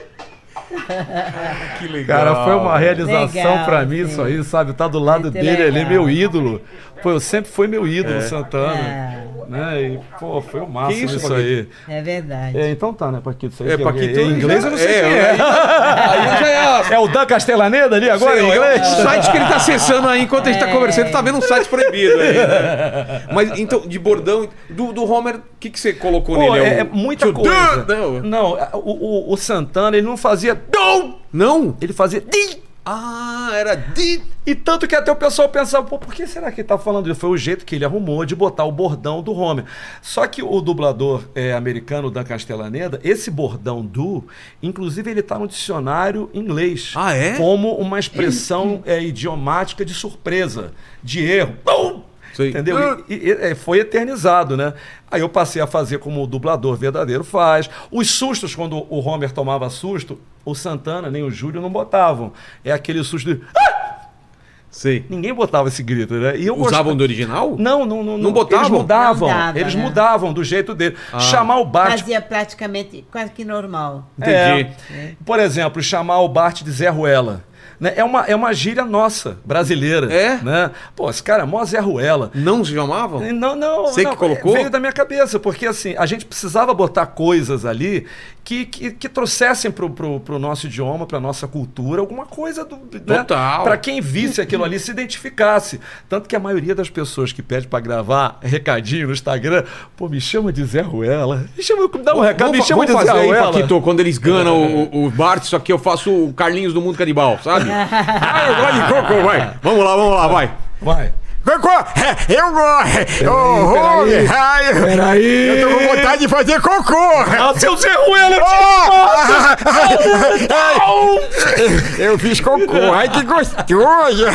Que legal. Cara, foi uma realização Legal, pra mim sim. isso aí, sabe? Tá do lado Muito dele ali, legal. meu ídolo. Pô, eu sempre fui meu ídolo, Santana. É. Né? E, pô, foi o máximo Que isso, isso, aí. é verdade. É, então tá, né, Paquito? Isso aí É, que Paquito, Em inglês eu não sei é, quem é. Aí, aí já é a É o Dan Castellaneda ali agora em Sei, é o inglês? site que ele tá acessando aí enquanto a gente tá conversando, tá vendo um site proibido aí. né? Mas então, de bordão, do, do Homer, o que, que você colocou Pô, nele? é, é o- muita Tio né? coisa. Dan- Não. Não, o, o- o Santana, ele não fazia... Dom! Não? Ele fazia... Di! Ah, era de. E tanto que até o pessoal pensava, pô, por que será que ele tá falando isso? Foi o jeito que ele arrumou de botar o bordão do Homer. Só que o dublador é, americano, Dan Castellaneda, esse bordão do, inclusive ele tá no dicionário inglês. Ah, é? Como uma expressão é, idiomática de surpresa, de erro. Pum! Sei. Entendeu? E, e- e- é, foi eternizado, né? Aí eu passei a fazer como o dublador verdadeiro faz. Os sustos, quando o Homer tomava susto, o Santana nem o Júlio não botavam. É aquele susto de... Sei. Ninguém botava esse grito, né? E eu Usavam gostava- do original? Não, não, não. botavam? Ah. Eles mudavam. Não dava, eles né? mudavam do jeito dele. Chamar o Bart. Fazia praticamente quase que normal. Entendi. É, por exemplo, chamar o Bart de Zé Ruela. Né? É, uma, é uma gíria nossa, brasileira. É? Né? Pô, esse cara é mó Zé Ruela. Não se chamavam? Não, não. Você que não, colocou? Veio da minha cabeça, porque assim, a gente precisava botar coisas ali que, que, que trouxessem pro, pro, pro nosso idioma, pra nossa cultura, alguma coisa do. né? Total. Pra quem visse aquilo ali se identificasse. Tanto que a maioria das pessoas que pede pra gravar recadinho no Instagram, pô, me chama de Zé Ruela. Me chama, dá um recado, Vamos, me fa- chama vamos de fazer Zé aí, Ruela. Paquito, quando eles ganham o, o Bart, só que eu faço o Carlinhos do Mundo Canibal, sabe? Ah, eu gosto de coco, vai. Vamos lá, vamos lá, vai. Vai. Cocô, é, eu gosto. Ô, peraí. Homer, ai, eu- Peraí! eu tô com vontade de fazer cocô. Ah, seu Zé Ruela, eu te Oh! Eu fiz cocô, ai que gostoso!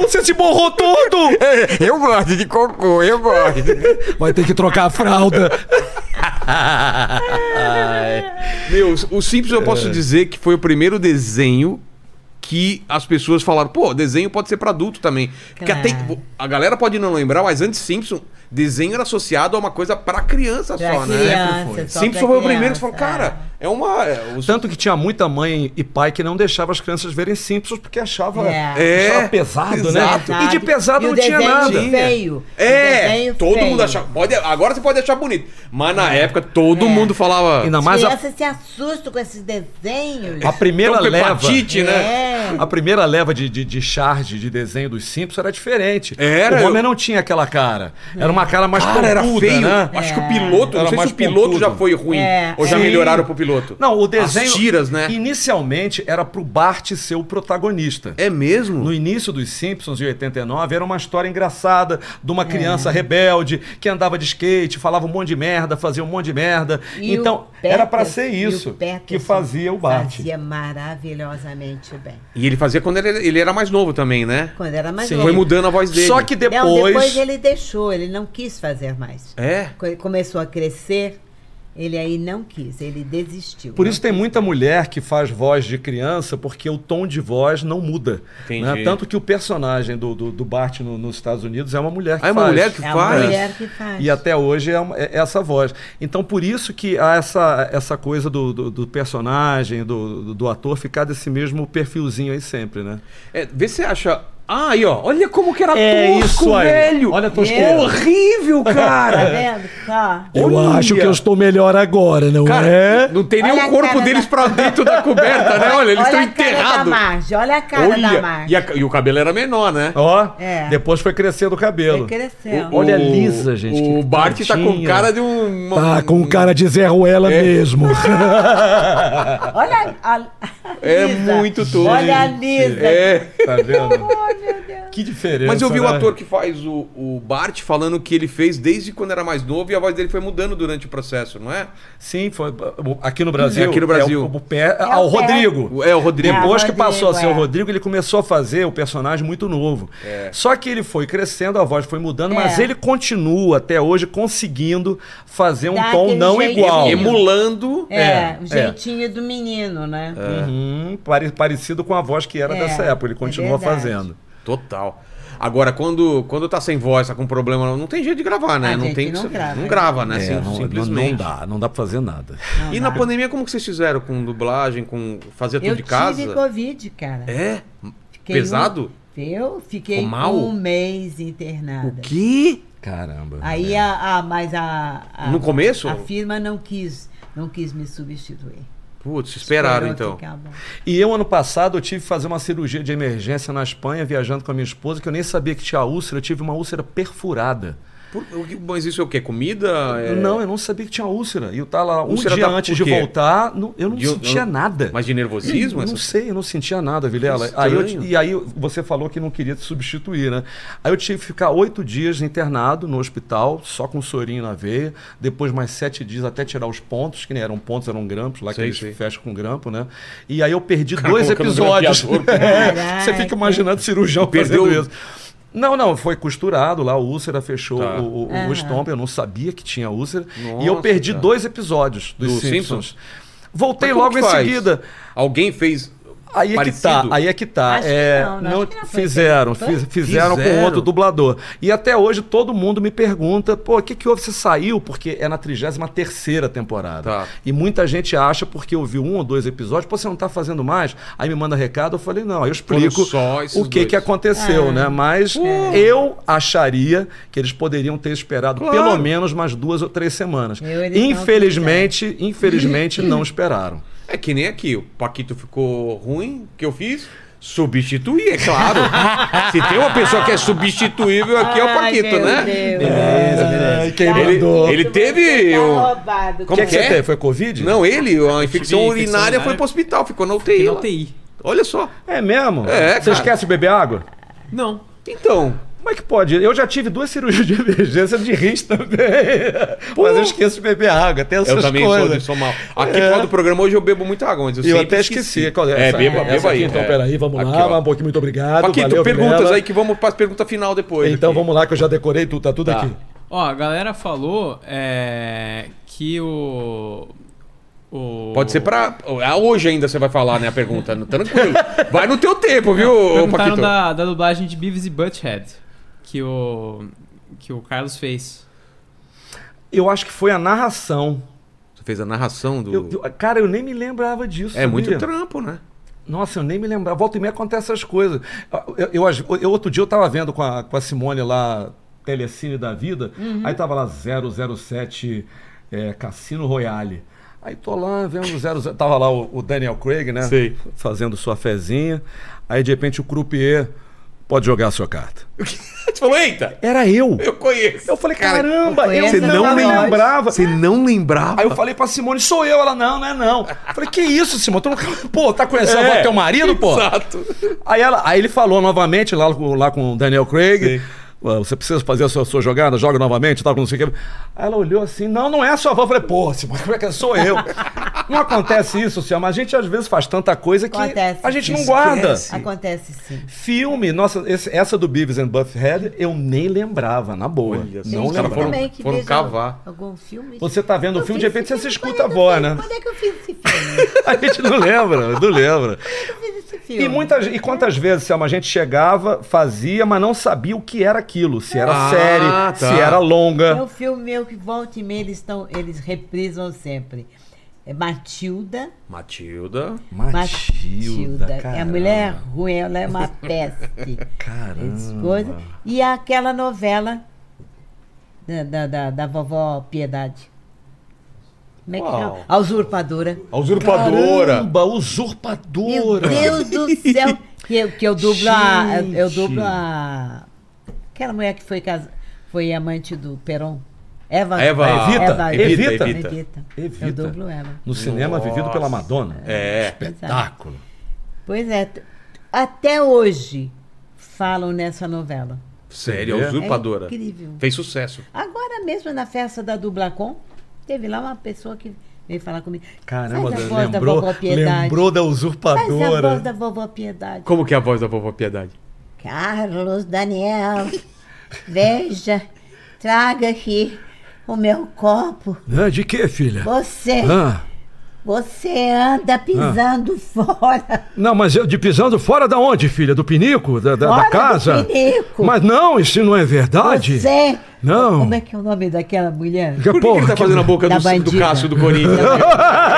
Você se borrou todo! Eu gosto de cocô, eu gosto. Vai ter que trocar a fralda. Meu, o Simpsons eu É. posso dizer que foi o primeiro desenho que as pessoas falaram, pô, desenho pode ser pra adulto também. Porque até, Claro. a galera pode não lembrar, mas antes Simpson, desenho era associado a uma coisa pra criança Pra só, né? criança, Sempre foi. só Simpson pra foi o primeiro que criança, falou, cara, é uma. é, os- Tanto que tinha muita mãe e pai que não deixava as crianças verem Simpsons porque achava, É. achava pesado, Exato. né? E de pesado E o não tinha desenho nada. Feio. O É, desenho todo feio. É. mundo achava. Pode, agora você pode achar bonito. Mas na época todo mundo falava. Ainda As mais a, crianças se assustam com esses desenhos. a primeira "Então, leva. hepatite, né? É. A primeira leva de, de, de charge de desenho dos Simpsons era diferente. Era, O homem eu- não tinha aquela cara. Era uma cara mais Cara, era pontuda, feio. né? Acho que o piloto, Era não sei mais se o piloto pontudo. já foi ruim. É, Ou já é. melhoraram pro piloto. Não, o desenho. As tiras, né? Inicialmente era pro Bart ser o protagonista. É mesmo? No início dos Simpsons, em 89, era uma história engraçada de uma criança rebelde que andava de skate, falava um monte de merda, fazia um monte de merda. E o então, era pra Peterson- ser e o isso que Peterson fazia o Bart. Fazia maravilhosamente bem. E ele fazia quando ele, ele era mais novo também, né? Quando era mais Sim. novo. Foi mudando a voz dele. Só que depois. Não, depois ele deixou, ele não quis fazer mais. É? Co- Começou a crescer, ele aí não quis, ele desistiu. Por Não isso tem muita mulher que faz voz de criança, porque o tom de voz não muda. Entendi. né? Tanto que o personagem do, do, do Bart no- nos Estados Unidos é uma mulher que Ah, é uma faz. mulher que É uma faz? mulher que faz. E até hoje é, uma- é essa voz. Então, por isso que há essa, essa coisa do, do, do personagem, do, do, do ator, ficar desse mesmo perfilzinho aí sempre, né? É, vê se você acha Ah, aí, ó. Olha como que era É tosco, isso aí. velho. Olha a tosqueira. É horrível, Tá cara. vendo? Tá. Eu Olha. acho que eu estou melhor agora, não Cara, é? não tem nem Olha o a corpo cara deles da- pra dentro da coberta, né? Olha, eles estão a cara da enterrados. Marge, olha a cara da Olha, Marge. e, a- e o cabelo era menor, né? Ó, É. depois foi crescendo o cabelo. Vai crescendo. Olha, lisa, gente, O que Bart tá com tadinho. cara de um. Tá com cara de Zé Ruela É. mesmo. Olha a, a- É Lisa. muito tosco. Olha a Lisa. É. Tá vendo? que diferença. Mas eu vi o né? ator que faz o, o Bart falando que ele fez desde quando era mais novo e a voz dele foi mudando durante o processo, não é? Sim, foi aqui no Brasil. É, aqui no Brasil. É o, o pé, ah, o pé. Rodrigo. É, o Rodrigo. Depois que Rodrigo, passou a ser é. o Rodrigo, ele começou a fazer o personagem muito novo. É. Só que ele foi crescendo, a voz foi mudando, mas É. ele continua até hoje conseguindo fazer um Dá tom aquele não jeitinho. igual. Emulando. É, É, o jeitinho do menino, É. né? Uhum, pare- parecido com a voz que era É, dessa época, é ele continua verdade. fazendo. Total. Agora, quando, quando tá sem voz, tá com problema, não tem jeito de gravar, né? A não gente tem que não ser- grava, não né? grava, né? Sim- É, não, simplesmente. não dá, não dá pra fazer nada. Não E na dá. pandemia, como que vocês fizeram? Com dublagem, com fazer tudo Eu de tive casa? Covid, cara. É? Fiquei Pesado? um- eu fiquei Ficou mal? um mês internada. O quê? Caramba. Aí a, a- mas a, a- É. No começo? a firma não quis, não quis me substituir. Putz, esperaram Esperou então. ficar bom. E eu, ano passado, eu tive que fazer uma cirurgia de emergência na Espanha, viajando com a minha esposa, que eu nem sabia que tinha úlcera, eu tive uma úlcera perfurada. Por- o que- mas isso é o quê? Comida? É- Não, eu não sabia que tinha úlcera. E eu tava lá um Úlcera dia da- antes por de quê? voltar, não- eu não De- um, sentia eu- nada. Mas de nervosismo? Eu Não essas- sei, eu não sentia nada, Vilela. Que Aí eu- estranho. e aí você falou que não queria te substituir, né? Aí eu tive que ficar oito dias internado no hospital, só com sorinho na veia. Depois mais sete dias até tirar os pontos, que nem eram pontos, eram grampos, lá Sei, que eles sei. fecham com grampo, né? E aí eu perdi Cara, dois colocando episódios. É, grampeador, cara. você fica imaginando cirurgião Perdeu- perdendo isso. Não, não, foi costurado lá, a úlcera fechou Tá. o, o, o Aham. estômago, eu não sabia que tinha úlcera. e eu Nossa, perdi cara. dois episódios dos Do Simpsons. Simpsons? Voltei Mas como logo que em faz? seguida. Alguém fez Aí é parecido? que tá, aí é que tá. Acho que É, não, não, acho que não foi fizeram, feito. fiz- Foi? fizeram, Fizeram? com outro dublador. E até hoje todo mundo me pergunta, pô, o que, que houve? Você saiu? Porque é na 33 temporada. Tá. E muita gente acha, porque eu vi um ou dois episódios, pô, você não tá fazendo mais? Aí me manda recado, eu falei, não, aí eu explico Foram só esses o que, dois. que aconteceu, É. né? Mas eu acharia que eles poderiam ter esperado Claro. pelo menos mais duas ou três semanas. Eu, eles não Infelizmente, infelizmente não esperaram. É que nem aqui, o Paquito ficou ruim, o que eu fiz? Substituir, é claro. Se tem uma pessoa que é substituível aqui é o Paquito, meu né? Deus. Ai, quem Ele- mandou? Ele Você teve tá um- roubado, Como O que, que cara. que é? você teve? Foi Covid? Não, ele, a infecção infecção urinária urinária. foi pro hospital, ficou na UTI. Fiquei na lá. UTI. Olha só. É mesmo? É, Você cara. esquece de beber água? Não. Então, Como é que pode? Eu já tive duas cirurgias de emergência de rins também. Mas eu esqueço de beber água, tem essas eu também sou, coisas. eu sou mal. Aqui É. por causa do programa hoje eu bebo muita água, mas eu, Eu sempre até esqueci. Qual É, beba, Essa beba aí. aqui, Então, é. Peraí, vamos Aqui, lá, ó. Mambo, muito obrigado. Paquito, valeu, perguntas Vilela. aí que vamos para pergunta final depois. Então aqui. vamos lá, que eu já decorei tudo, tá tudo aqui. Ó, a galera falou é, que o. o- Pode ser pra. ah, Hoje ainda você vai falar, né? A pergunta. Tranquilo. Vai no teu tempo, viu, Perguntaram Paquito? da, da dublagem de Beavis e Butthead que o. que o Carlos fez. Eu acho que foi a narração. Você fez a narração do. Eu- eu- cara, eu nem me lembrava disso. É muito sabia? trampo, né? Nossa, eu nem me lembrava. Volta e meia acontece essas coisas. Ah, Eu, eu- eu- eu- outro dia eu tava vendo com a, com a Simone lá, Telecine da Vida, aí tava lá 007 é, Cassino Royale. Aí tô lá vendo 00. Tava lá o, o Daniel Craig, né? Sei. Fazendo sua fezinha. Aí de repente o croupier pode jogar a sua carta. Você falou, eita, Era eu! eu conheço. Eu falei, Cara, caramba, eu você não não me lembrava. lembrava. Você não lembrava? Aí eu falei pra Simone, sou eu. Ela, não, não é não. Eu falei, que isso, Simone? Tu não... Pô, tá conhecendo É, agora teu marido, pô? Exato. Aí, ela, aí ele falou novamente lá, com- lá com o Daniel Craig. Sim. "Ué, Você precisa fazer a sua, sua jogada, joga novamente, tal, não sei o que. Aí ela olhou assim, não, não é a sua avó. Eu falei, pô, Simone, como é que é? sou eu? não acontece isso, senhor, mas a gente às vezes faz tanta coisa que Acontece. a gente não guarda. Acontece sim. Filme, nossa, esse- essa do Beavis and Buffhead, eu nem lembrava, na boa. Olha só, não os caras lembrava. foram- foram cavar. Algum filme. Você tá vendo o Eu filme, de fiz repente você esse se filme, escuta a quando é voz, né? que eu fiz- Quando é que eu fiz esse filme? A gente não lembra, não lembra. Quando é que eu fiz esse filme? E, muitas, e quantas vezes, Selma, a gente chegava, fazia, mas não sabia o que era aquilo. Se era Ah, série, tá. se era É longa. um filme meu que volta e meia eles, estão, eles reprisam sempre. é Matilda. Matilda. Matilda. É a caramba. mulher ruim, ela é uma peste. Essas coisas. Caramba. E aquela novela da, da, da, da vovó Piedade. Como é que Qual? chama? A usurpadora. É A usurpadora. Caramba, Meu usurpadora. Deus do céu! Que eu, que eu dublo a. Eu dublo a. Aquela mulher que foi, casa, foi amante do Peron. Eva. Eva- Evita, Evita, Evita. Eu Evita. dublo ela. No cinema vivido pela Madonna. É. Espetáculo. Pois é. t- Até hoje falam nessa novela. Sério, É a usurpadora. incrível. Fez sucesso. Agora mesmo na festa da Dublacom, teve lá uma pessoa que veio falar comigo. Caramba, Faz a voz da lembrou, vovó Piedade. lembrou da Faz a voz usurpadora. da vovó Piedade. Como que é a voz da vovó Piedade? Carlos Daniel, veja, traga aqui o meu copo. Ah, de que, filha? Você, Ah, você anda pisando fora. não, mas eu de pisando fora da onde, filha? Do pinico? Da, da- da Fora do casa? pinico. Mas não, isso não é verdade. Você, Hum. Não. Como é que é o nome daquela mulher? Que Por que, que ele tá fazendo a boca Da do, do bandida. Cássio do Corinthians?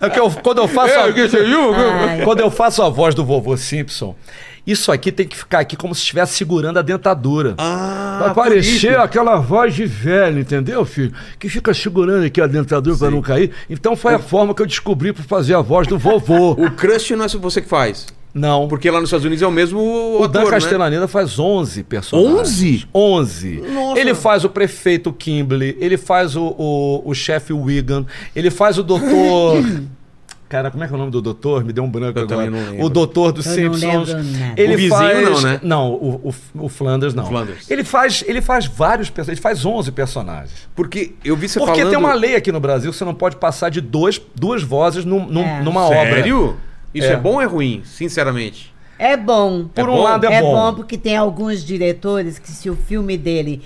É que eu- quando, eu faço a, você viu? Ai, quando eu faço a voz do vovô Simpson, isso aqui tem que ficar aqui como se estivesse segurando a dentadura. Ah, Vai parecer aquela voz de velho, entendeu, filho? Que fica segurando aqui a dentadura pra não cair. Então foi a forma que eu descobri pra fazer a voz do vovô. O crush não é você que faz. Não. Porque lá nos Estados Unidos é o mesmo O ator, Dan né? Castellaneta faz 11 personagens. 11? 11. Ele faz o prefeito Kimberly, ele faz o, o, o chefe Wigan, ele faz o doutor... Cara, como é que é o nome do doutor? Me deu um branco Eu agora. também não lembro. O doutor dos Eu não Simpsons. lembro nada. Ele O vizinho faz... não, né? Não, o, o, o Flanders não. Flanders. Ele faz, ele faz vários personagens, ele faz 11 personagens. Porque eu vi você Porque falando... tem uma lei aqui no Brasil que você não pode passar de dois, duas vozes num- num- É. numa obra. Sério? Isso é. É. bom ou é ruim, sinceramente? É bom. Por É um bom? lado é, É bom. porque tem alguns diretores que se o filme dele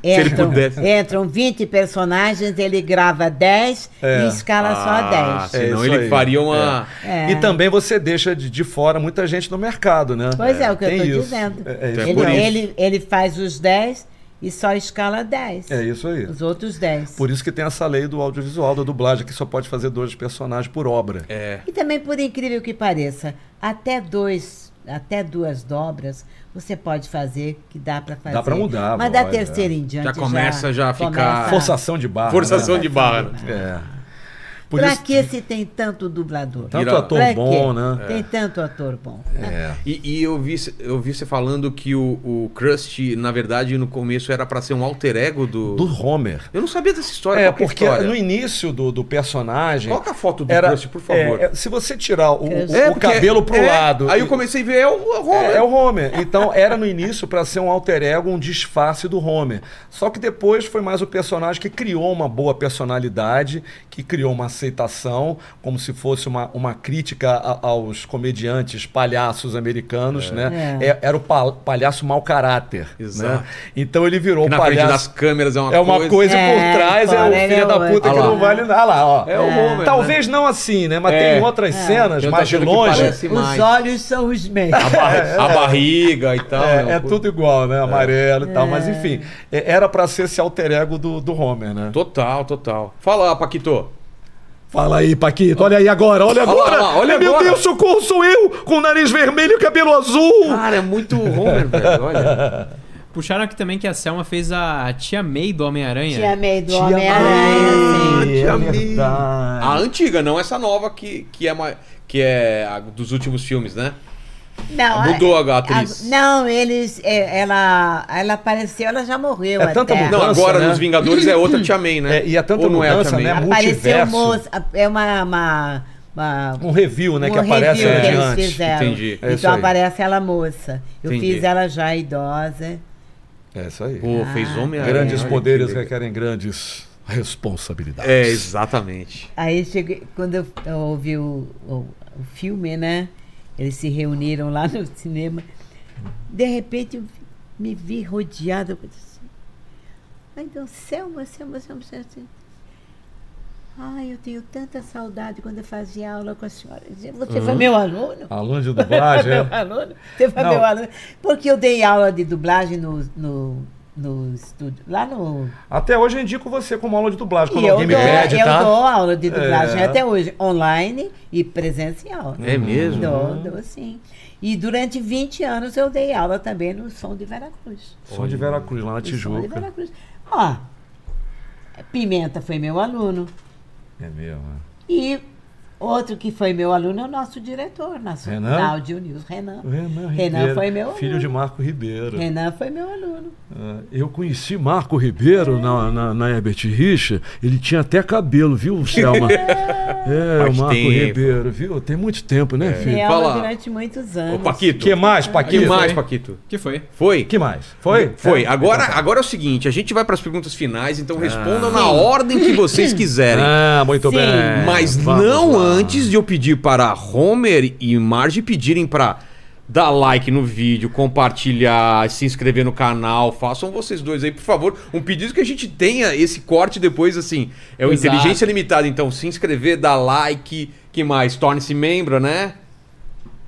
ele entram, pudesse. entram 20 personagens, ele grava 10 e escala Ah, só 10. Senão É isso ele aí. faria uma... É. E também você deixa de, de fora muita gente no mercado, né? Pois é, o que eu Tem estou isso. dizendo. É, é isso. Então ele, por isso. ele, ele faz os 10 e só escala 10. É isso aí. Os outros 10. Por isso que tem essa lei do audiovisual, da dublagem, que só pode fazer dois personagens por obra. É. E também, por incrível que pareça, até dois, até duas dobras você pode fazer, que dá pra fazer. Dá pra mudar, é. Mas da vai, terceira em diante Já começa já a ficar- Forçação de barra. Forçação né? de barra. É. Por Pra isso, que se tem tanto dublador? tanto Vira- ator Pra quê? É. bom, né? Tem tanto ator bom. É. E, e eu, vi, eu vi você falando que o, o Krusty, na verdade, no começo era pra ser um alter ego do... Do Homer. Eu não sabia dessa história. É, Qual que é a porque história? no início do, do personagem. Coloca a foto do era- Krusty, por favor. é, é, se você tirar o, o- o porque- cabelo pro é, lado. Aí e- eu comecei a ver é o Homer. É, é o Homer. Então era no início pra ser um alter ego, um disfarce do Homer. Só que depois foi mais o personagem que criou uma boa personalidade, que criou uma aceitação, como se fosse uma, uma crítica a- aos comediantes palhaços americanos, né? É. É- era o pa- palhaço mau caráter. Exato. né? Então ele virou Que na frente das palhaço. câmeras é uma É uma coisa, É, por trás, é o fora ele é filho da outro. puta que Ah lá. não vale nada. Ah lá, ó. É o Homer, É. Talvez não assim, né? Mas tem outras cenas Tem outra mais de coisa que longe. parece Os mais. olhos são os mesmos. A, barri- a barriga e tal. É, né? é tudo igual, né? Amarelo e tal. Mas enfim, é- era pra ser esse alter ego do, do Homer, né? Total, total. Fala, Paquito. Fala aí, Paquito. Olha aí agora, olha Olha agora. lá, olha Meu agora. Deus, socorro, sou eu, com o nariz vermelho e cabelo azul. Ah, Cara, é muito Homer, velho. Olha. Puxaram aqui também que a Selma fez a tia May do Homem-Aranha. Te amei do Te Homem-Aranha. assim. amei, sim. é Te amei. verdade. A antiga, não essa nova que, que é, ma- que é a dos últimos filmes, né? Não, Ah, Mudou a atriz. não, eles. é, Ela, ela apareceu, ela já morreu. É tanta até. Não, Mudança, agora né? nos Vingadores é outra Tia May, né? É, e é tanta Ou não mudança, é a Tia né? May? Apareceu multiverso. moça. É uma. uma, uma Um review, né? um que aparece review que eles adiante. fizeram. Entendi. É isso então aí. aparece ela moça. Eu Entendi. fiz ela já idosa. É isso aí. Pô, fez Homem-Aranha. grandes olha que poderes é legal. requerem grandes responsabilidades. É, exatamente. Aí cheguei, quando eu, eu ouvi o, o- o filme, né? Eles se reuniram lá no cinema. De repente eu vi- me vi rodeada. Eu disse, Ai, Deus, Selma, Selma, Selma, Selma. Selma." Ai, eu tenho tanta saudade quando eu fazia aula com a senhora. Eu dizia, Você foi meu aluno? Aluno de dublagem. Meu Uhum. é. aluno? Você foi Não. meu aluno? Porque eu dei aula de dublagem no, no no estúdio, lá no. Até hoje eu indico você como aula de dublagem. E Quando eu alguém dou, me pede, eu tá? dou aula de dublagem É. até hoje, online e presencial. É mesmo? Dou, dou sim. E durante 20 anos eu dei aula também no Som de Veracruz. Som de Veracruz, lá na No Som de Tijuca. Veracruz. Ó, Pimenta foi meu aluno. É mesmo. né? E outro que foi meu aluno é o nosso diretor, nosso Renan? da Audio News, Renan. Renan, Renan Ribeiro, foi meu É. Filho aluno. de Marco Ribeiro. Renan foi meu aluno. Ah, Eu conheci Marco Ribeiro na, na, na Herbert Richa. Ele tinha até cabelo, viu, Selma? É, o Faz Marco tempo. Ribeiro, viu? Tem muito tempo, né, filho? Dei fala. aula durante muitos anos. Ô, Paquito. Que mais, que Paquito? mais, Paquito? que foi? Foi? Que mais? Foi? Foi. Agora, agora é o seguinte, a gente vai para as perguntas finais, então respondam na ordem que vocês quiserem. Ah, muito Sim. bem. Mas Vamos não lá. antes de eu pedir para Homer e Marge pedirem para dar like no vídeo, compartilhar, se inscrever no canal. Façam vocês dois aí, por favor, um pedido que a gente tenha esse corte depois, assim. É o Exato. Inteligência Limitada, então se inscrever, dar like, que mais? Torne-se membro, né?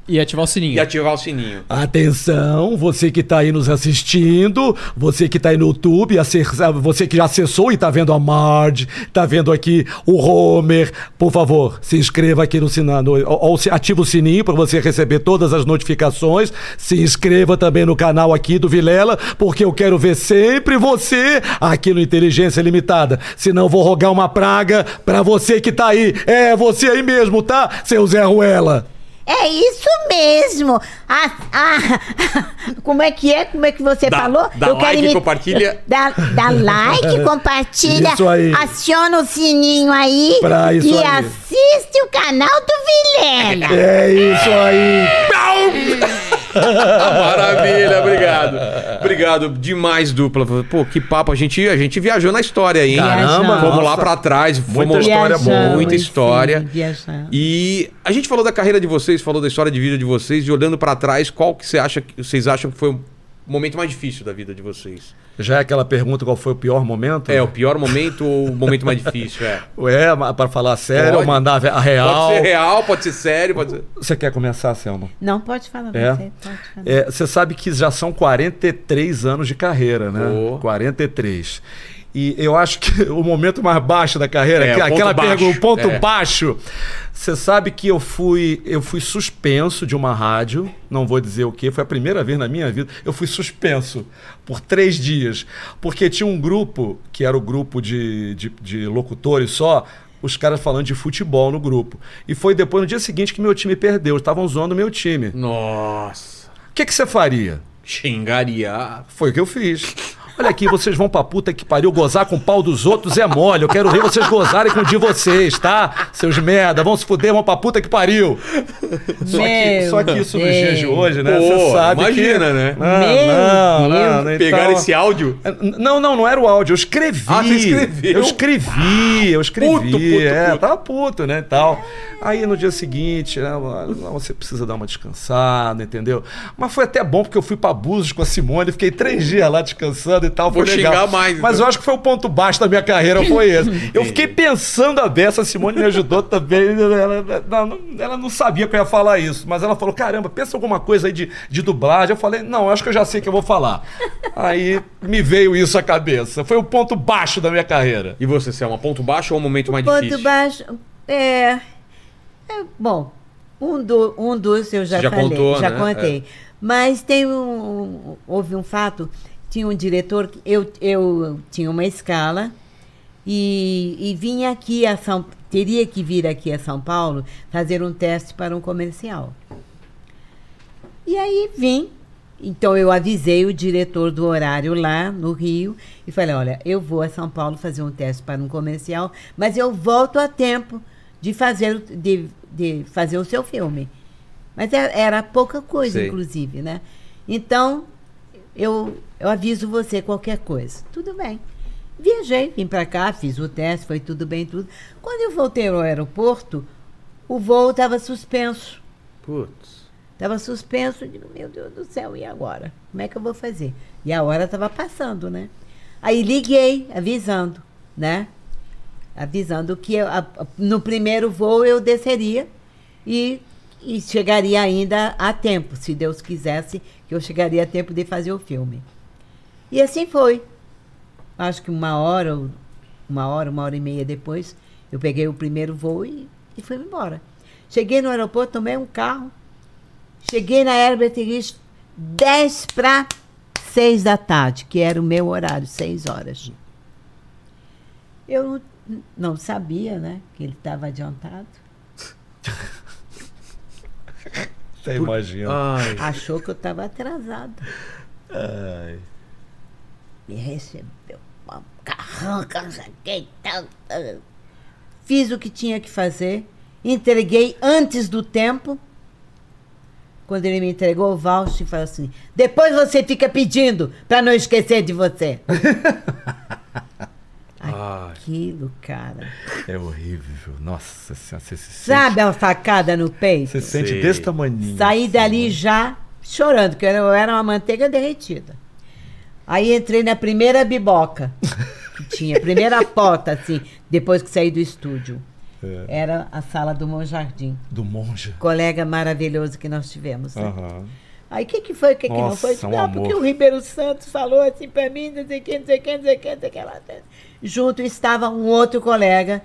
E ativar o sininho. E ativar o sininho. Atenção, você que tá aí nos assistindo, você que tá aí no YouTube, acessa- você que já acessou e tá vendo a Marge, tá vendo aqui o Homer, por favor, se inscreva aqui no sinal, ou se- ativa o sininho para você receber todas as notificações, se inscreva também no canal aqui do Vilela, porque eu quero ver sempre você aqui no Inteligência Limitada, senão vou rogar uma praga pra você que tá aí, é você aí mesmo, tá, seu Zé Ruela? É isso mesmo. A, a- como é que é? Como é que você Dá- falou? dá like, compartilha. Dá, dá like, compartilha. Isso aí. Aciona o sininho aí. Pra isso e aí. assiste o canal do Vilela. É isso aí. Maravilha, obrigado. Obrigado demais, dupla. Pô, que papo. A gente, a gente viajou na história, hein? Caramba, Fomos lá nossa. pra trás. Fomos... história boa. Viajamos, Muita história. Sim, viajamos. E a gente falou da carreira de vocês, falou da história de vida de vocês. E olhando pra trás, qual que você acha, que vocês acham que foi o momento mais difícil da vida de vocês? Já é aquela pergunta qual foi o pior momento? É, o pior momento ou o momento mais difícil? É. É, ma- pra falar sério, Pode. eu mandava a real. Pode ser real, pode ser sério, pode ser... Você quer começar, Selma? Não, pode falar É. você, pode falar. É, você sabe que já são 43 anos de carreira, né? Pô. 43. E eu acho que o momento mais baixo da carreira, É, que- o ponto aquela baixo. pergunta, o ponto É. baixo. Você sabe que eu fui, eu fui suspenso de uma rádio, não vou dizer o que, foi a primeira vez na minha vida, eu fui suspenso por três dias. Porque tinha um grupo, que era o grupo de, de, de locutores só, os caras falando de futebol no grupo. E foi depois, no dia seguinte, que meu time perdeu. Estavam zoando meu time. Nossa. O que que você faria? Xingaria. Foi o que eu fiz. Olha aqui, vocês vão pra puta que pariu gozar com o pau dos outros é mole. Eu quero ver vocês gozarem com o de vocês, tá? Seus merda, vão se fuder, vão pra puta que pariu. Só que, Meu só que isso nos Deus. dias de hoje, né? Pô, Você sabe que... imagina, né? Ah, Meu não, Deus. não, não, então- Pegar esse áudio. Não, não, não era o áudio, eu escrevi. Ah, você escreveu? Ah, Eu escrevi, eu escrevi. Puto, puto, é, puto. tava puto, né, e tal. Aí no dia seguinte, né, não, você precisa dar uma descansada, entendeu? Mas foi até bom porque eu fui pra Búzios com a Simone, fiquei três dias lá descansando e tal, foi Vou legal. xingar mais, Mas então. eu acho que foi o ponto baixo da minha carreira, foi esse. Eu fiquei pensando a beça, a Simone me ajudou também, ela, ela não- ela não sabia que eu ia falar isso, mas ela falou, caramba, pensa alguma coisa aí de, de dublagem. Eu falei, não, acho que eu já sei o que eu vou falar. Aí me veio isso à cabeça. Foi o ponto baixo da minha carreira. E você, Selma, ponto baixo ou o momento mais Ponto difícil? baixo. É, é, Bom, um, do, um dos eu já, Você já falei, contou, já né? contei. Mas tem um. Houve um fato, tinha um diretor, que eu, eu tinha uma escala e, e vinha aqui a São teria que vir aqui a São Paulo fazer um teste para um comercial. E aí vim. Então eu avisei o diretor do horário lá no Rio e falei: olha, eu vou a São Paulo fazer um teste para um comercial, mas eu volto a tempo de fazer, o- de, de fazer o seu filme. Mas era, era pouca coisa, Sei. inclusive, né? Então eu, eu aviso você qualquer coisa. Tudo bem. Viajei, vim para cá, fiz o teste, foi tudo bem, tudo. Quando eu voltei ao aeroporto, o voo estava suspenso. Putz. Estava suspenso, eu digo, meu Deus do céu, e agora? Como é que eu vou fazer? E a hora estava passando, né? Aí liguei, avisando, né? Avisando que eu- a- a- no primeiro voo eu desceria e, e chegaria ainda a tempo, se Deus quisesse, que eu chegaria a tempo de fazer o filme. E E assim foi. Acho que uma hora, ou- uma hora, uma hora e meia depois, eu peguei o primeiro voo e, e fui embora. Cheguei no aeroporto, tomei um carro. Cheguei na Herbert Riz 10 para 6 da tarde, que era o meu horário, 6 horas. Eu não, não sabia, né, que ele estava adiantado. Você imagina. Ai. Achou que eu estava atrasada. Me recebeu uma carranca, não sei o que e tal. tal. Fiz o que tinha que fazer, entreguei antes do tempo. Quando ele me entregou o voucher, e falou assim: depois você fica pedindo para não esquecer de você. Aquilo, cara. É horrível. Nossa senhora, você se sente. Sabe a facada no peito? Você se sente Sei. desse tamaninho. Saí dali já chorando, porque eu era uma manteiga derretida. Aí entrei na primeira biboca que tinha, primeira porta, assim, depois que saí do estúdio. Era a sala do Monjardim, Do monge. colega maravilhoso que nós tivemos. né? Ah. Aham. Aí o que, que foi, o que, que não Nossa, foi? um não, amor. porque o Ribeiro Santos falou assim pra mim, não sei o que, não sei o que, não sei o que, não sei o que lá. Junto estava um outro colega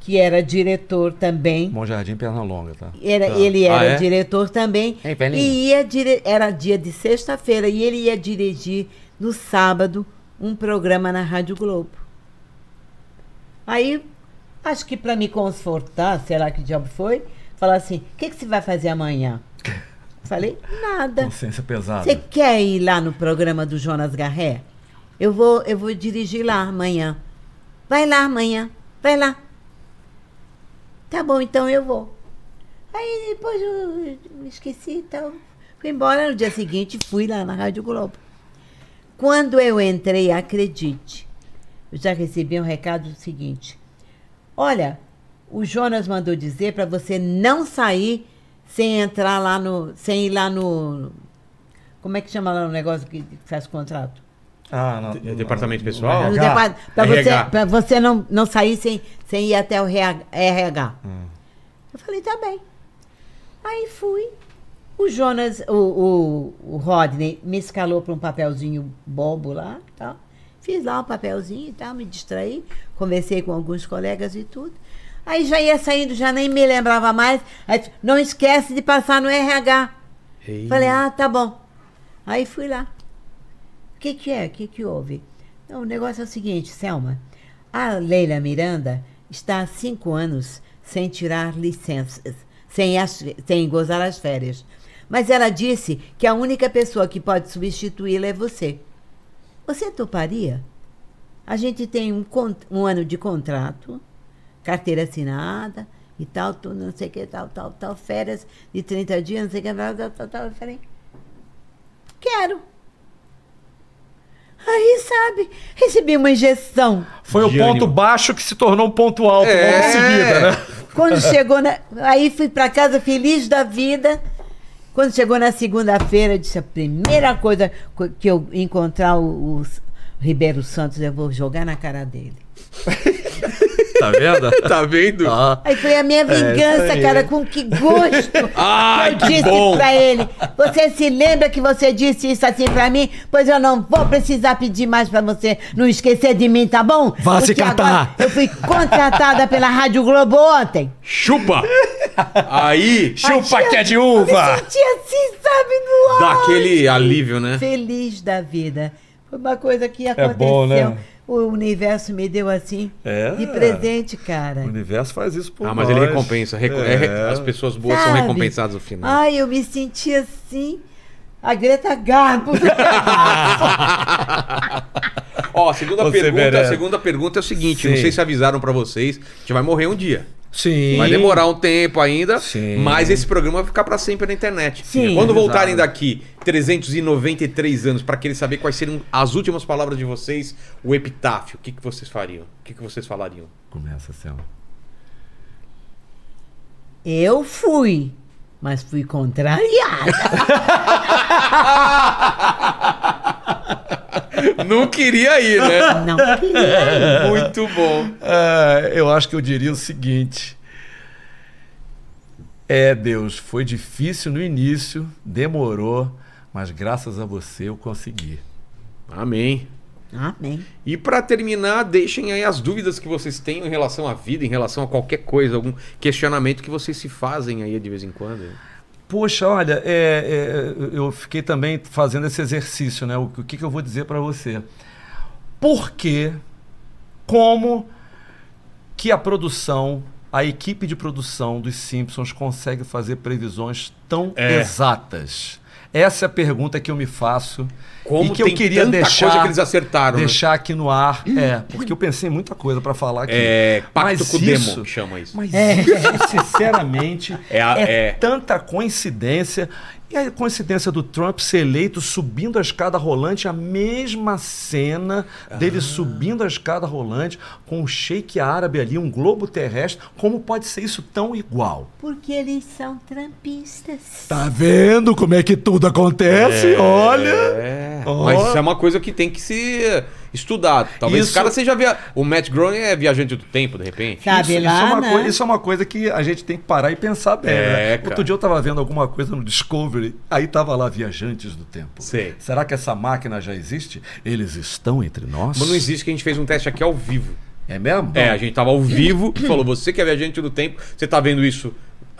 que era diretor também. Monjardim Perna Longa, tá? Era, Tá. Ele era Ah, é? diretor também. Ei, velhinho. e ia dire... Era dia de sexta-feira e ele ia dirigir no sábado um programa na Rádio Globo. Aí, acho que para me confortar, sei lá que diabo foi, falar assim: o que, que você vai fazer amanhã? Falei: nada. Consciência pesada. Você quer ir lá no programa do Jonas Garré? Eu vou, eu vou dirigir lá amanhã. Vai lá amanhã. Vai lá. Tá bom, então eu vou. Aí depois eu me esqueci e tal. Fui embora no dia seguinte fui lá na Rádio Globo. Quando eu entrei, acredite, eu já recebi um recado seguinte. Olha, o Jonas mandou dizer para você não sair sem entrar lá no. sem ir lá no. Como é que chama lá o negócio que faz contrato? Ah, não. É departamento pessoal? Ah, No RH. depart- Pra RH. você, pra você não, não sair sem, sem ir até o RH. Eu falei, tá bem. Aí fui. O Jonas, o, o, o Rodney me escalou para um papelzinho bobo lá, tá? Fiz lá um papelzinho e tal, me distraí, conversei com alguns colegas e tudo. Aí já ia saindo, já nem me lembrava mais. Aí, não esquece de passar no RH. Falei, ah, tá bom. Aí fui lá. O que, que é? O que, que houve? Não, o negócio é o seguinte, Selma. A Leila Miranda está há cinco anos sem tirar licenças, sem, as, sem gozar as férias. Mas ela disse que a única pessoa que pode substituí-la é você. Você toparia? A gente tem um, con- um ano de contrato, carteira assinada e tal, tudo, não sei o que, tal, tal, tal, férias de 30 dias, não sei o que, tal, tal, tal, tal. Eu falei, quero. Aí, sabe, recebi uma injeção. Foi o De ponto ânimo. É. baixo que se tornou um ponto alto logo em seguida, né? Quando chegou na. Aí fui pra casa feliz da vida. Quando chegou na segunda-feira, eu disse: a primeira coisa co- que eu encontrar o, o S- Ribeiro Santos, eu vou jogar na cara dele. Tá vendo? Tá vendo? Ah, Aí foi a minha vingança, aí. cara, com que gosto Ai, eu que disse bom. pra ele. Você se lembra que você disse isso assim pra mim? Pois eu não vou precisar pedir mais pra você não esquecer de mim, tá bom? Vá se Porque agora catar. Eu fui contratada pela Rádio Globo ontem. Chupa! Aí, chupa que é de Eu uva! senti assim, sabe, no ar. dá aquele alívio, né? Feliz da vida. Foi uma coisa que aconteceu. bom, né? O universo me deu assim É. de presente, cara. O universo faz isso por Ah, mas nós. ele recompensa. reco- é re- As pessoas boas são Sabe? recompensadas no final. Ai, eu me senti assim. A Greta Garbo. Ah. Ó, a segunda Você pergunta, merece. a segunda pergunta é o seguinte, não Sim. sei se avisaram pra vocês, a gente vai morrer um dia. Sim. Vai demorar um tempo ainda, Sim. mas esse programa vai ficar pra sempre na internet. Sim. Quando Exato. voltarem daqui 393 anos pra querer saber quais seriam as últimas palavras de vocês, o epitáfio, o que, que vocês fariam? O que, que vocês falariam? Começa, Selma. Eu fui, mas fui contrariada. não queria ir, né? Não queria. Muito bom. Ah, eu acho que eu diria o seguinte. É, Deus, foi difícil no início, demorou, mas graças a você eu consegui. Amém. Amém. E pra terminar, deixem aí as dúvidas que vocês têm em relação à vida, em relação a qualquer coisa, algum questionamento que vocês se fazem aí de vez em quando. Poxa, olha, é, é, eu fiquei também fazendo esse exercício, né? O, o que, que eu vou dizer para você? Por que, como que a produção, a equipe de produção dos Simpsons consegue fazer previsões tão É. exatas? Essa é a pergunta que eu me faço Como e que eu tem queria tanta deixar coisa que eles acertaram, né? deixar aqui no ar, é, porque eu pensei em muita coisa para falar aqui. É, pacto Mas com o isso- demo, que chama isso. Mas isso, É, sinceramente, É é, a- é. tanta coincidência. E a coincidência do Trump ser eleito subindo a escada rolante, a mesma cena dele Ah. subindo a escada rolante com um shake árabe ali, um globo terrestre. Como pode ser isso tão igual? Porque eles são trampistas. Tá vendo como é que tudo acontece? Olha! É, Ó. mas isso é uma coisa que tem que se estudar. Talvez Isso- o cara seja via... o Matt Groening é viajante do tempo, de repente. Sabe isso, lá, isso é uma né? coisa, isso é uma coisa que a gente tem que parar e pensar bem. É, né? cara. Outro dia eu tava vendo alguma coisa no Discovery, aí tava lá viajantes do tempo. Sei. Será que essa máquina já existe? Eles estão entre nós? Mas não existe que a gente fez um teste aqui ao vivo. É mesmo? É, a gente tava ao vivo, falou, você que é viajante do tempo, você tá vendo isso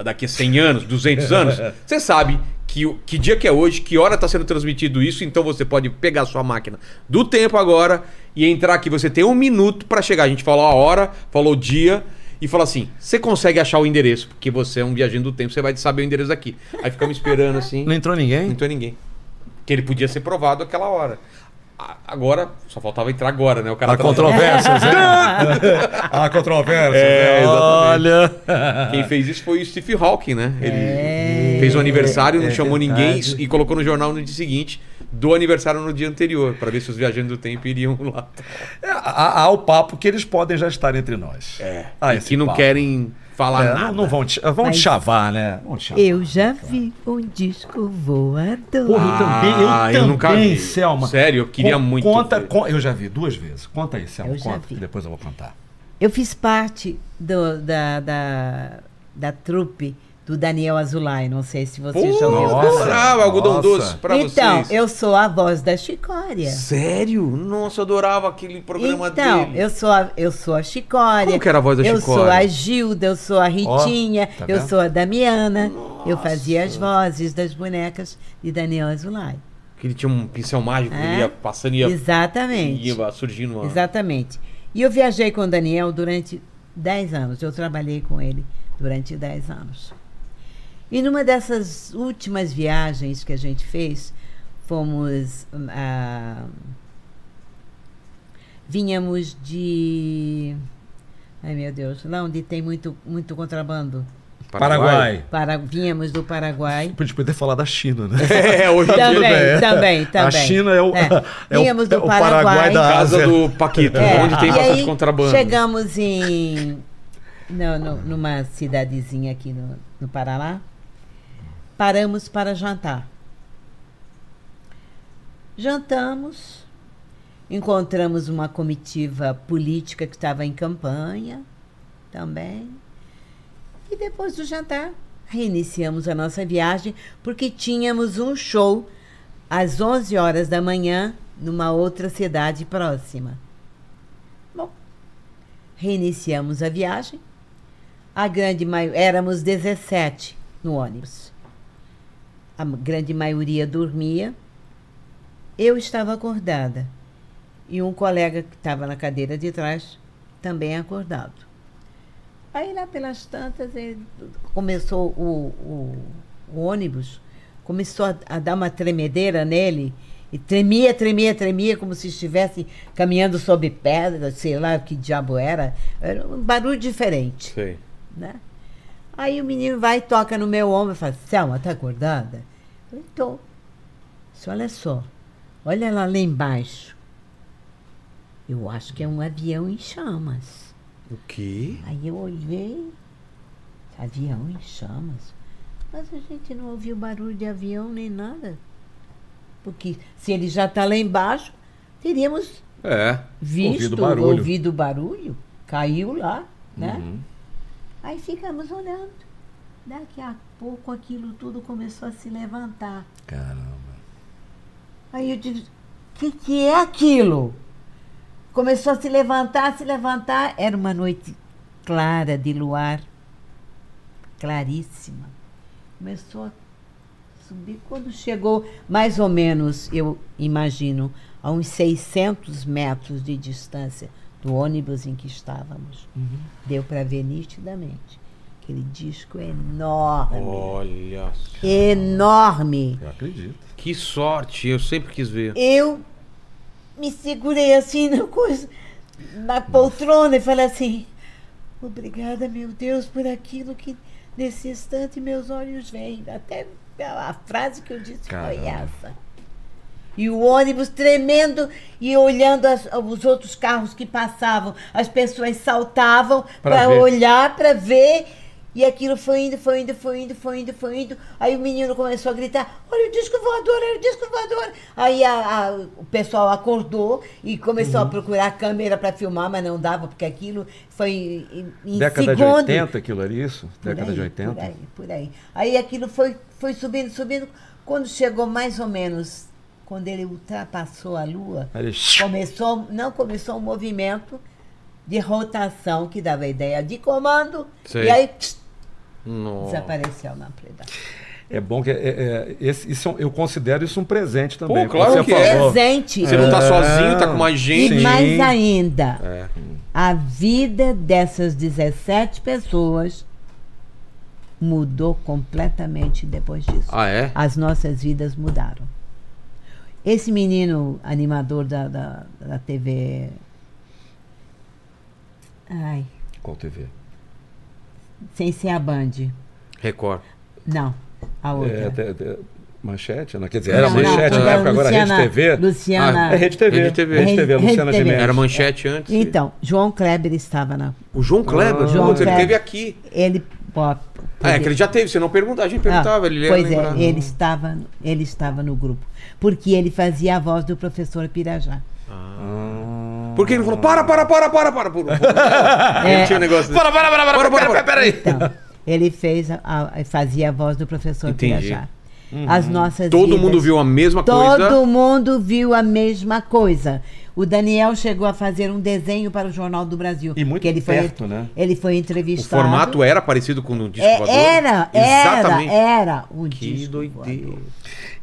daqui a 100 anos, 200 anos, você sabe que, o- que dia que é hoje, que hora tá sendo transmitido isso, então você pode pegar a sua máquina do tempo agora e entrar aqui, você tem um minuto pra chegar. A gente falou a hora, falou o dia e falou assim, você consegue achar o endereço, porque você é um viajante do tempo, você vai saber o endereço aqui. Aí ficamos esperando assim, Não entrou ninguém? não entrou ninguém. Que ele podia ser provado aquela hora. A- Agora, só faltava entrar agora, né? O cara Há tava- controvérsias, né? Há controvérsias. É, né? exatamente. Olha. Quem fez isso foi o Steve Hawking, né? Ele fez o aniversário, não é chamou ninguém verdade. e colocou no jornal no dia seguinte do aniversário no dia anterior, pra ver se os viajantes do tempo iriam lá. É, há, há o papo que eles podem já estar entre nós. É. e Ah, que não querem falar É, nada. não, não vão te, vão te Mas- chavar, né? Vão te chavar. Eu já vi um disco voador. Porra, então eu também, eu Ah, também, eu nunca vi. Selma. Sério, eu queria muito Conta, ver. con- eu já vi duas vezes. Conta aí, Selma, Eu já conta, vi. que depois eu vou contar. Eu fiz parte do- da, da, da trupe do Daniel Azulay, não sei se você já ouviu. Pô, nossa, adorava algodão nossa. doce pra assim, então, vocês. eu sou a voz da Chicória. Sério? Nossa, eu adorava aquele programa Então, dele. eu sou a, eu sou a Chicória. Como que era a voz da Eu Chicória? sou a Gilda, eu sou a Ritinha, Ó, tá eu vendo? sou a Damiana. Eu fazia as vozes das bonecas de Daniel Azulay. Que ele tinha um pincel mágico, É? ele ia passando e ia, Exatamente. ia surgindo uma... Exatamente. E eu viajei com o Daniel durante 10 anos. Eu trabalhei com ele durante 10 anos. E numa dessas últimas viagens que a gente fez, fomos. hum, a- vinhamos de. Ai meu Deus, lá onde tem muito, muito contrabando. Paraguai. Para, vinhamos do Paraguai. A gente podia falar da China, né? É, hoje em dia... Também, bem. também, também. A China é o, é. o, Vinhamos é do o Paraguai da Casa Ásia. do Paquito, É, onde tem e bastante aí, contrabando. Chegamos em. não, no- numa cidadezinha aqui no, no Paraná. Paramos para jantar. Jantamos, encontramos uma comitiva política que estava em campanha também. E depois do jantar, reiniciamos a nossa viagem, porque tínhamos um show às 11 horas da manhã numa outra cidade próxima. Bom, reiniciamos a viagem. A grande maioria. Éramos 17 no ônibus. A m- grande maioria dormia. Eu estava acordada. E um colega que estava na cadeira de trás também acordado. Aí lá pelas tantas ele começou o, o- o ônibus, começou a, a dar uma tremedeira nele. E tremia, tremia, tremia, como se estivesse caminhando sob pedra, sei lá o que diabo era. Era um barulho diferente Sei. né? Aí o menino vai e toca no meu ombro e fala, Selma, tá acordada? Eu falei, tô. Disse, olha só, olha lá, lá embaixo. Eu acho que é um avião em chamas. O quê? Aí eu olhei, avião em chamas. Mas a gente não ouviu barulho de avião nem nada. Porque se ele já tá lá embaixo, teríamos É. Ouvido visto, ouvido barulho. barulho, caiu lá, né? Uhum. Aí ficamos olhando. Daqui a pouco aquilo tudo começou a se levantar. Caramba. Aí eu disse, que, que é aquilo? Começou a se levantar, a se levantar. Era uma noite clara de luar, claríssima. Começou a subir. Quando chegou, mais ou menos, eu imagino, a uns 600 metros de distância do ônibus em que estávamos, deu para ver nitidamente aquele disco é enorme. Olha só. Enorme. Eu acredito. Que sorte, eu sempre quis ver. Eu me segurei assim na coisa, na poltrona e falei assim: Obrigada, meu Deus, por aquilo que nesse instante meus olhos veem. Até a frase que eu disse foi essa. E o ônibus tremendo e olhando as- os outros carros que passavam. As pessoas saltavam Pra para ver. olhar, para ver. E aquilo foi indo, foi indo, foi indo, foi indo, foi indo. Aí o menino começou a gritar: Olha o disco voador, olha o disco voador. Aí a- a- o pessoal acordou e começou Uhum. a procurar câmera para filmar, mas não dava, porque aquilo foi em, em Década de segundo. 80, aquilo era isso? Por Década aí, de 80. Por aí, por aí. Aí aquilo foi, foi subindo, subindo. Quando chegou mais ou menos, quando ele ultrapassou a Lua, Aí ele- começou, não começou um movimento de rotação que dava a ideia de comando. Sei. E aí tch, Nossa. desapareceu na amplidão. É bom que. é- é- esse- isso é um- eu considero isso um presente também. claro você que é. falou. Presente. Você não tá sozinho, É. tá com mais E gente. mais ainda, a vida dessas 17 pessoas mudou completamente depois disso. Ah, é? As nossas vidas mudaram. Esse menino animador da, da, da TV. Ai, Qual TV? sem ser a Band. Record. Não, a outra. É, te- te- manchete? Não, quer dizer, Não, era não, manchete não, na época, agora é Rede Luciana- TV. Luciana. É Rede TV. Rede Rede TV, TV. Luciana Rede- Rede TV. Gimenez. Era manchete antes. Então, João Kleber estava na. O João Kleber, João putz, ele Kleber. teve aqui. Ele. pô, Ah, é que ele já teve, você não perguntava, a gente Ah, perguntava, ele ia pois lembrar. é, ele estava, ele estava no grupo. Porque ele fazia a voz do professor Pirajá. Porque ele falou: para, para, para, para, para. Ah, É. para. Ele tinha um negócio desse. Para, para, para, para, Para, para, para, para, para. para aí. Então, ele fez a, a- fazia a voz do professor Entendi. Uhum. Pirajá. As nossas Todo vidas- mundo viu a mesma Todo coisa. mundo viu a mesma coisa. O Daniel chegou a fazer um desenho para o Jornal do Brasil. E muito que ele perto, foi, né? Ele foi O entrevistado. formato era parecido com o do disco É, voador? era, era, Exatamente. era o Que disco doideira. voador.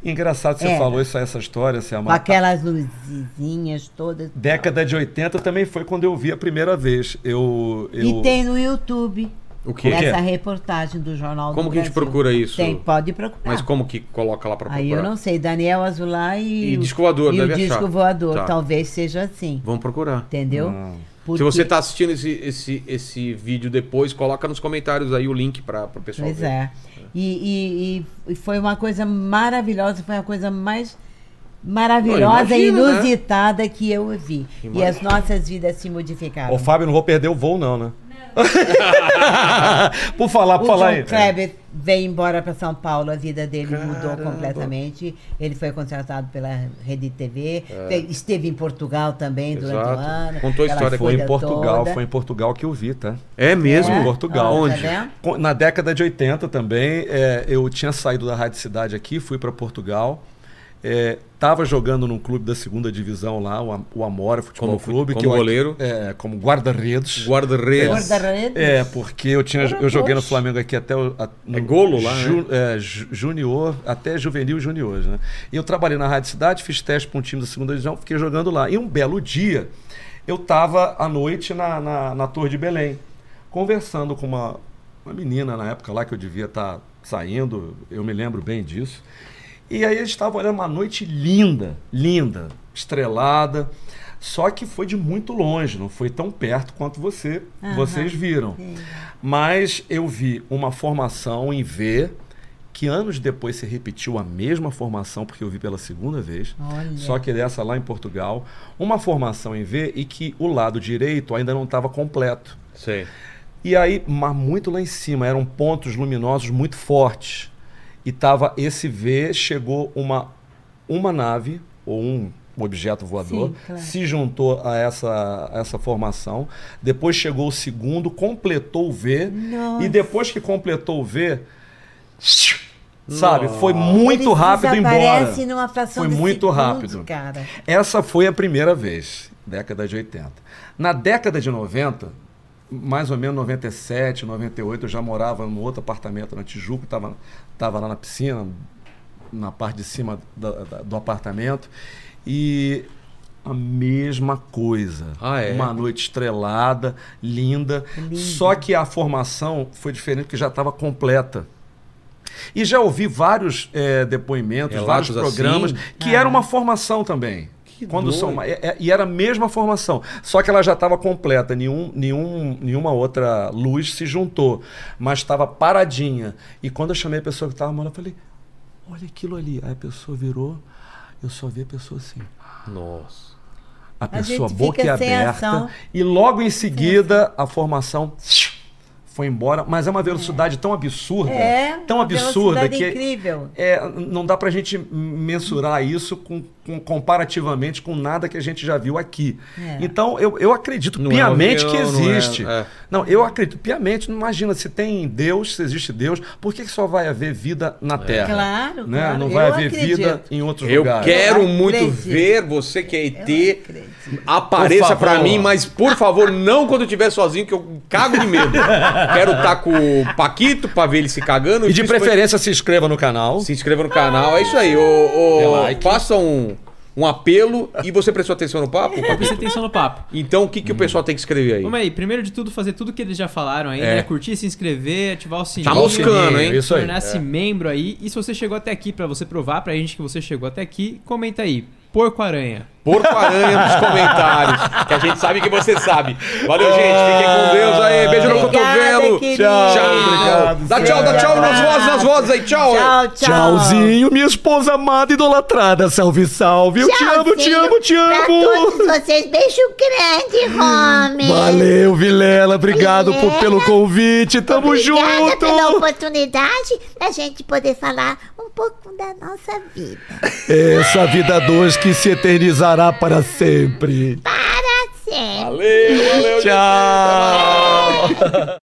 Engraçado que você Era. falou isso, essa história, se É. Com aquelas luzinhas todas. Década de 80 também foi quando eu vi a primeira vez. Eu, eu... E tem no YouTube. O quê? Essa reportagem do Jornal Como do que a gente Brasil. procura isso? Tem, pode procurar. Mas como que coloca lá pra procurar? Aí eu não sei, Daniel Azulay e, E o- disco voador, e deve o achar. disco voador, Tá. talvez seja assim, Vamos procurar. entendeu? Se você tá assistindo esse, esse, esse vídeo depois, coloca nos comentários aí o link pra, pro pessoal Pois ver. é. E, e- e- e foi uma coisa maravilhosa, foi a coisa mais maravilhosa e imagino, né? inusitada que eu vi. E as nossas vidas se modificaram. Ô, Fábio, não vou perder o voo, não, né? Por falar, por O falar aí. né? João Kleber veio embora para São Paulo, a vida dele mudou completamente. Ele foi contratado pela Rede TV, fe- esteve em Portugal também durante É. Exato. o ano. Contou a aquela história Foi coisa em Portugal, toda. foi em Portugal que eu vi, tá? É mesmo? É? Portugal. Ó, Onde? Tá vendo? Co- Na década de 80 também, é, eu tinha saído da Rádio Cidade aqui, fui para Portugal. É, tava jogando num clube da segunda divisão lá, o, Am- o Amora Futebol Como fu- Clube. como que eu- goleiro? é, como guarda-redes. Guarda-redes. Guarda-redes. É, porque eu, tinha, eu joguei no Flamengo aqui até o. a- no É golo lá, né? é, ju- junior, até juvenil e junior, né? E eu trabalhei na Rádio Cidade, fiz teste para um time da segunda divisão, fiquei jogando lá. E um belo dia, eu tava à noite na, na, na Torre de Belém, conversando com uma, uma menina na época lá que eu devia estar saindo, eu me lembro bem disso. E aí eles estavam olhando uma noite linda, linda, estrelada. Só que foi de muito longe, não foi tão perto quanto você, vocês viram. Mas eu vi uma formação em V que anos depois se repetiu a mesma formação porque eu vi pela segunda vez. Olha. Só que dessa lá em Portugal, uma formação em V e que o lado direito ainda não estava completo. Sei. E aí, mas muito lá em cima, eram pontos luminosos muito fortes. E tava esse V, chegou uma, uma nave ou um objeto voador, Sim, claro. se juntou a essa, a essa formação. Depois chegou o segundo, completou o V. Nossa. E depois que completou o V, Sabe? Foi muito Eles rápido embora. desaparecem numa fração Foi de muito segundo, rápido. cara. Essa foi a primeira vez, década de 80. Na década de 90, mais ou menos 97, 98, eu já morava num outro apartamento na Tijuca, estava tava lá na piscina, na parte de cima da- da- do apartamento. E a mesma coisa. Ah, é? Uma noite estrelada, linda. Só que a formação foi diferente, porque já estava completa. E já ouvi vários eh, depoimentos, Relatos vários programas, assim? que era uma formação também. Quando doido. são, é- é- e era a mesma formação, só que ela já estava completa, nenhum, nenhum, nenhuma outra luz se juntou, mas estava paradinha. E quando eu chamei a pessoa que estava morando, eu falei: Olha aquilo ali. Aí a pessoa virou, eu só vi a pessoa assim. Nossa. A A gente pessoa fica boca sem aberta. ação. E logo em seguida, a formação foi embora. Mas é uma velocidade tão absurda. É, tão uma absurda velocidade que. incrível. É, não dá pra gente mensurar isso com, com- comparativamente com nada que a gente já viu aqui. É. Então, eu, eu acredito Não é piamente avião, que não é- existe. é. Não, eu acredito piamente. não Imagina, se tem Deus, se existe Deus, por que, que só vai haver vida na Terra? Claro, né? claro, Não eu vai haver vida acredito. em outros Eu lugares. quero Eu muito acredito. ver você que é ET. acredito. Apareça Por favor. pra mim, mas por favor, não quando eu estiver sozinho, que eu cago de medo. Quero estar com o Paquito pra ver ele se cagando. E de Principalmente- preferência, se inscreva no canal. Se inscreva no canal, é isso aí. Ô, ô, Dê like. Faça um, um apelo e você prestou atenção no papo? Eu Paquito? prestei atenção no papo. Então o que, que o pessoal tem que escrever aí? é- Vamos aí, primeiro de tudo, fazer tudo que eles já falaram aí, É. Tá né? Curtir, se inscrever, ativar o sininho. moscando, hein? É. Isso aí. Tornar-se membro aí. E se você chegou até aqui, pra você provar pra gente que você chegou até aqui, comenta aí. Porco-aranha. Porco-aranha nos comentários, que a gente sabe que você sabe. Valeu, gente. Fiquem com Deus aí. Beijo no Obrigada, cotovelo. querido. Tchau. Obrigado, Dá tchau, dá tchau nas vozes, nas vozes aí. Tchau. Tchau, tchau. Tchauzinho, minha esposa amada idolatrada. Salve, salve. Eu te amo, te Tchauzinho amo, te Pra amo. Hum, todos vocês, beijo grande, homem. Valeu, Vilela. Obrigado por- pelo convite. Tamo Obrigada junto. pela oportunidade da gente poder falar um pouco da nossa vida. Essa vida doce que se eternizará para sempre. Para sempre. Valeu, valeu. Tchau.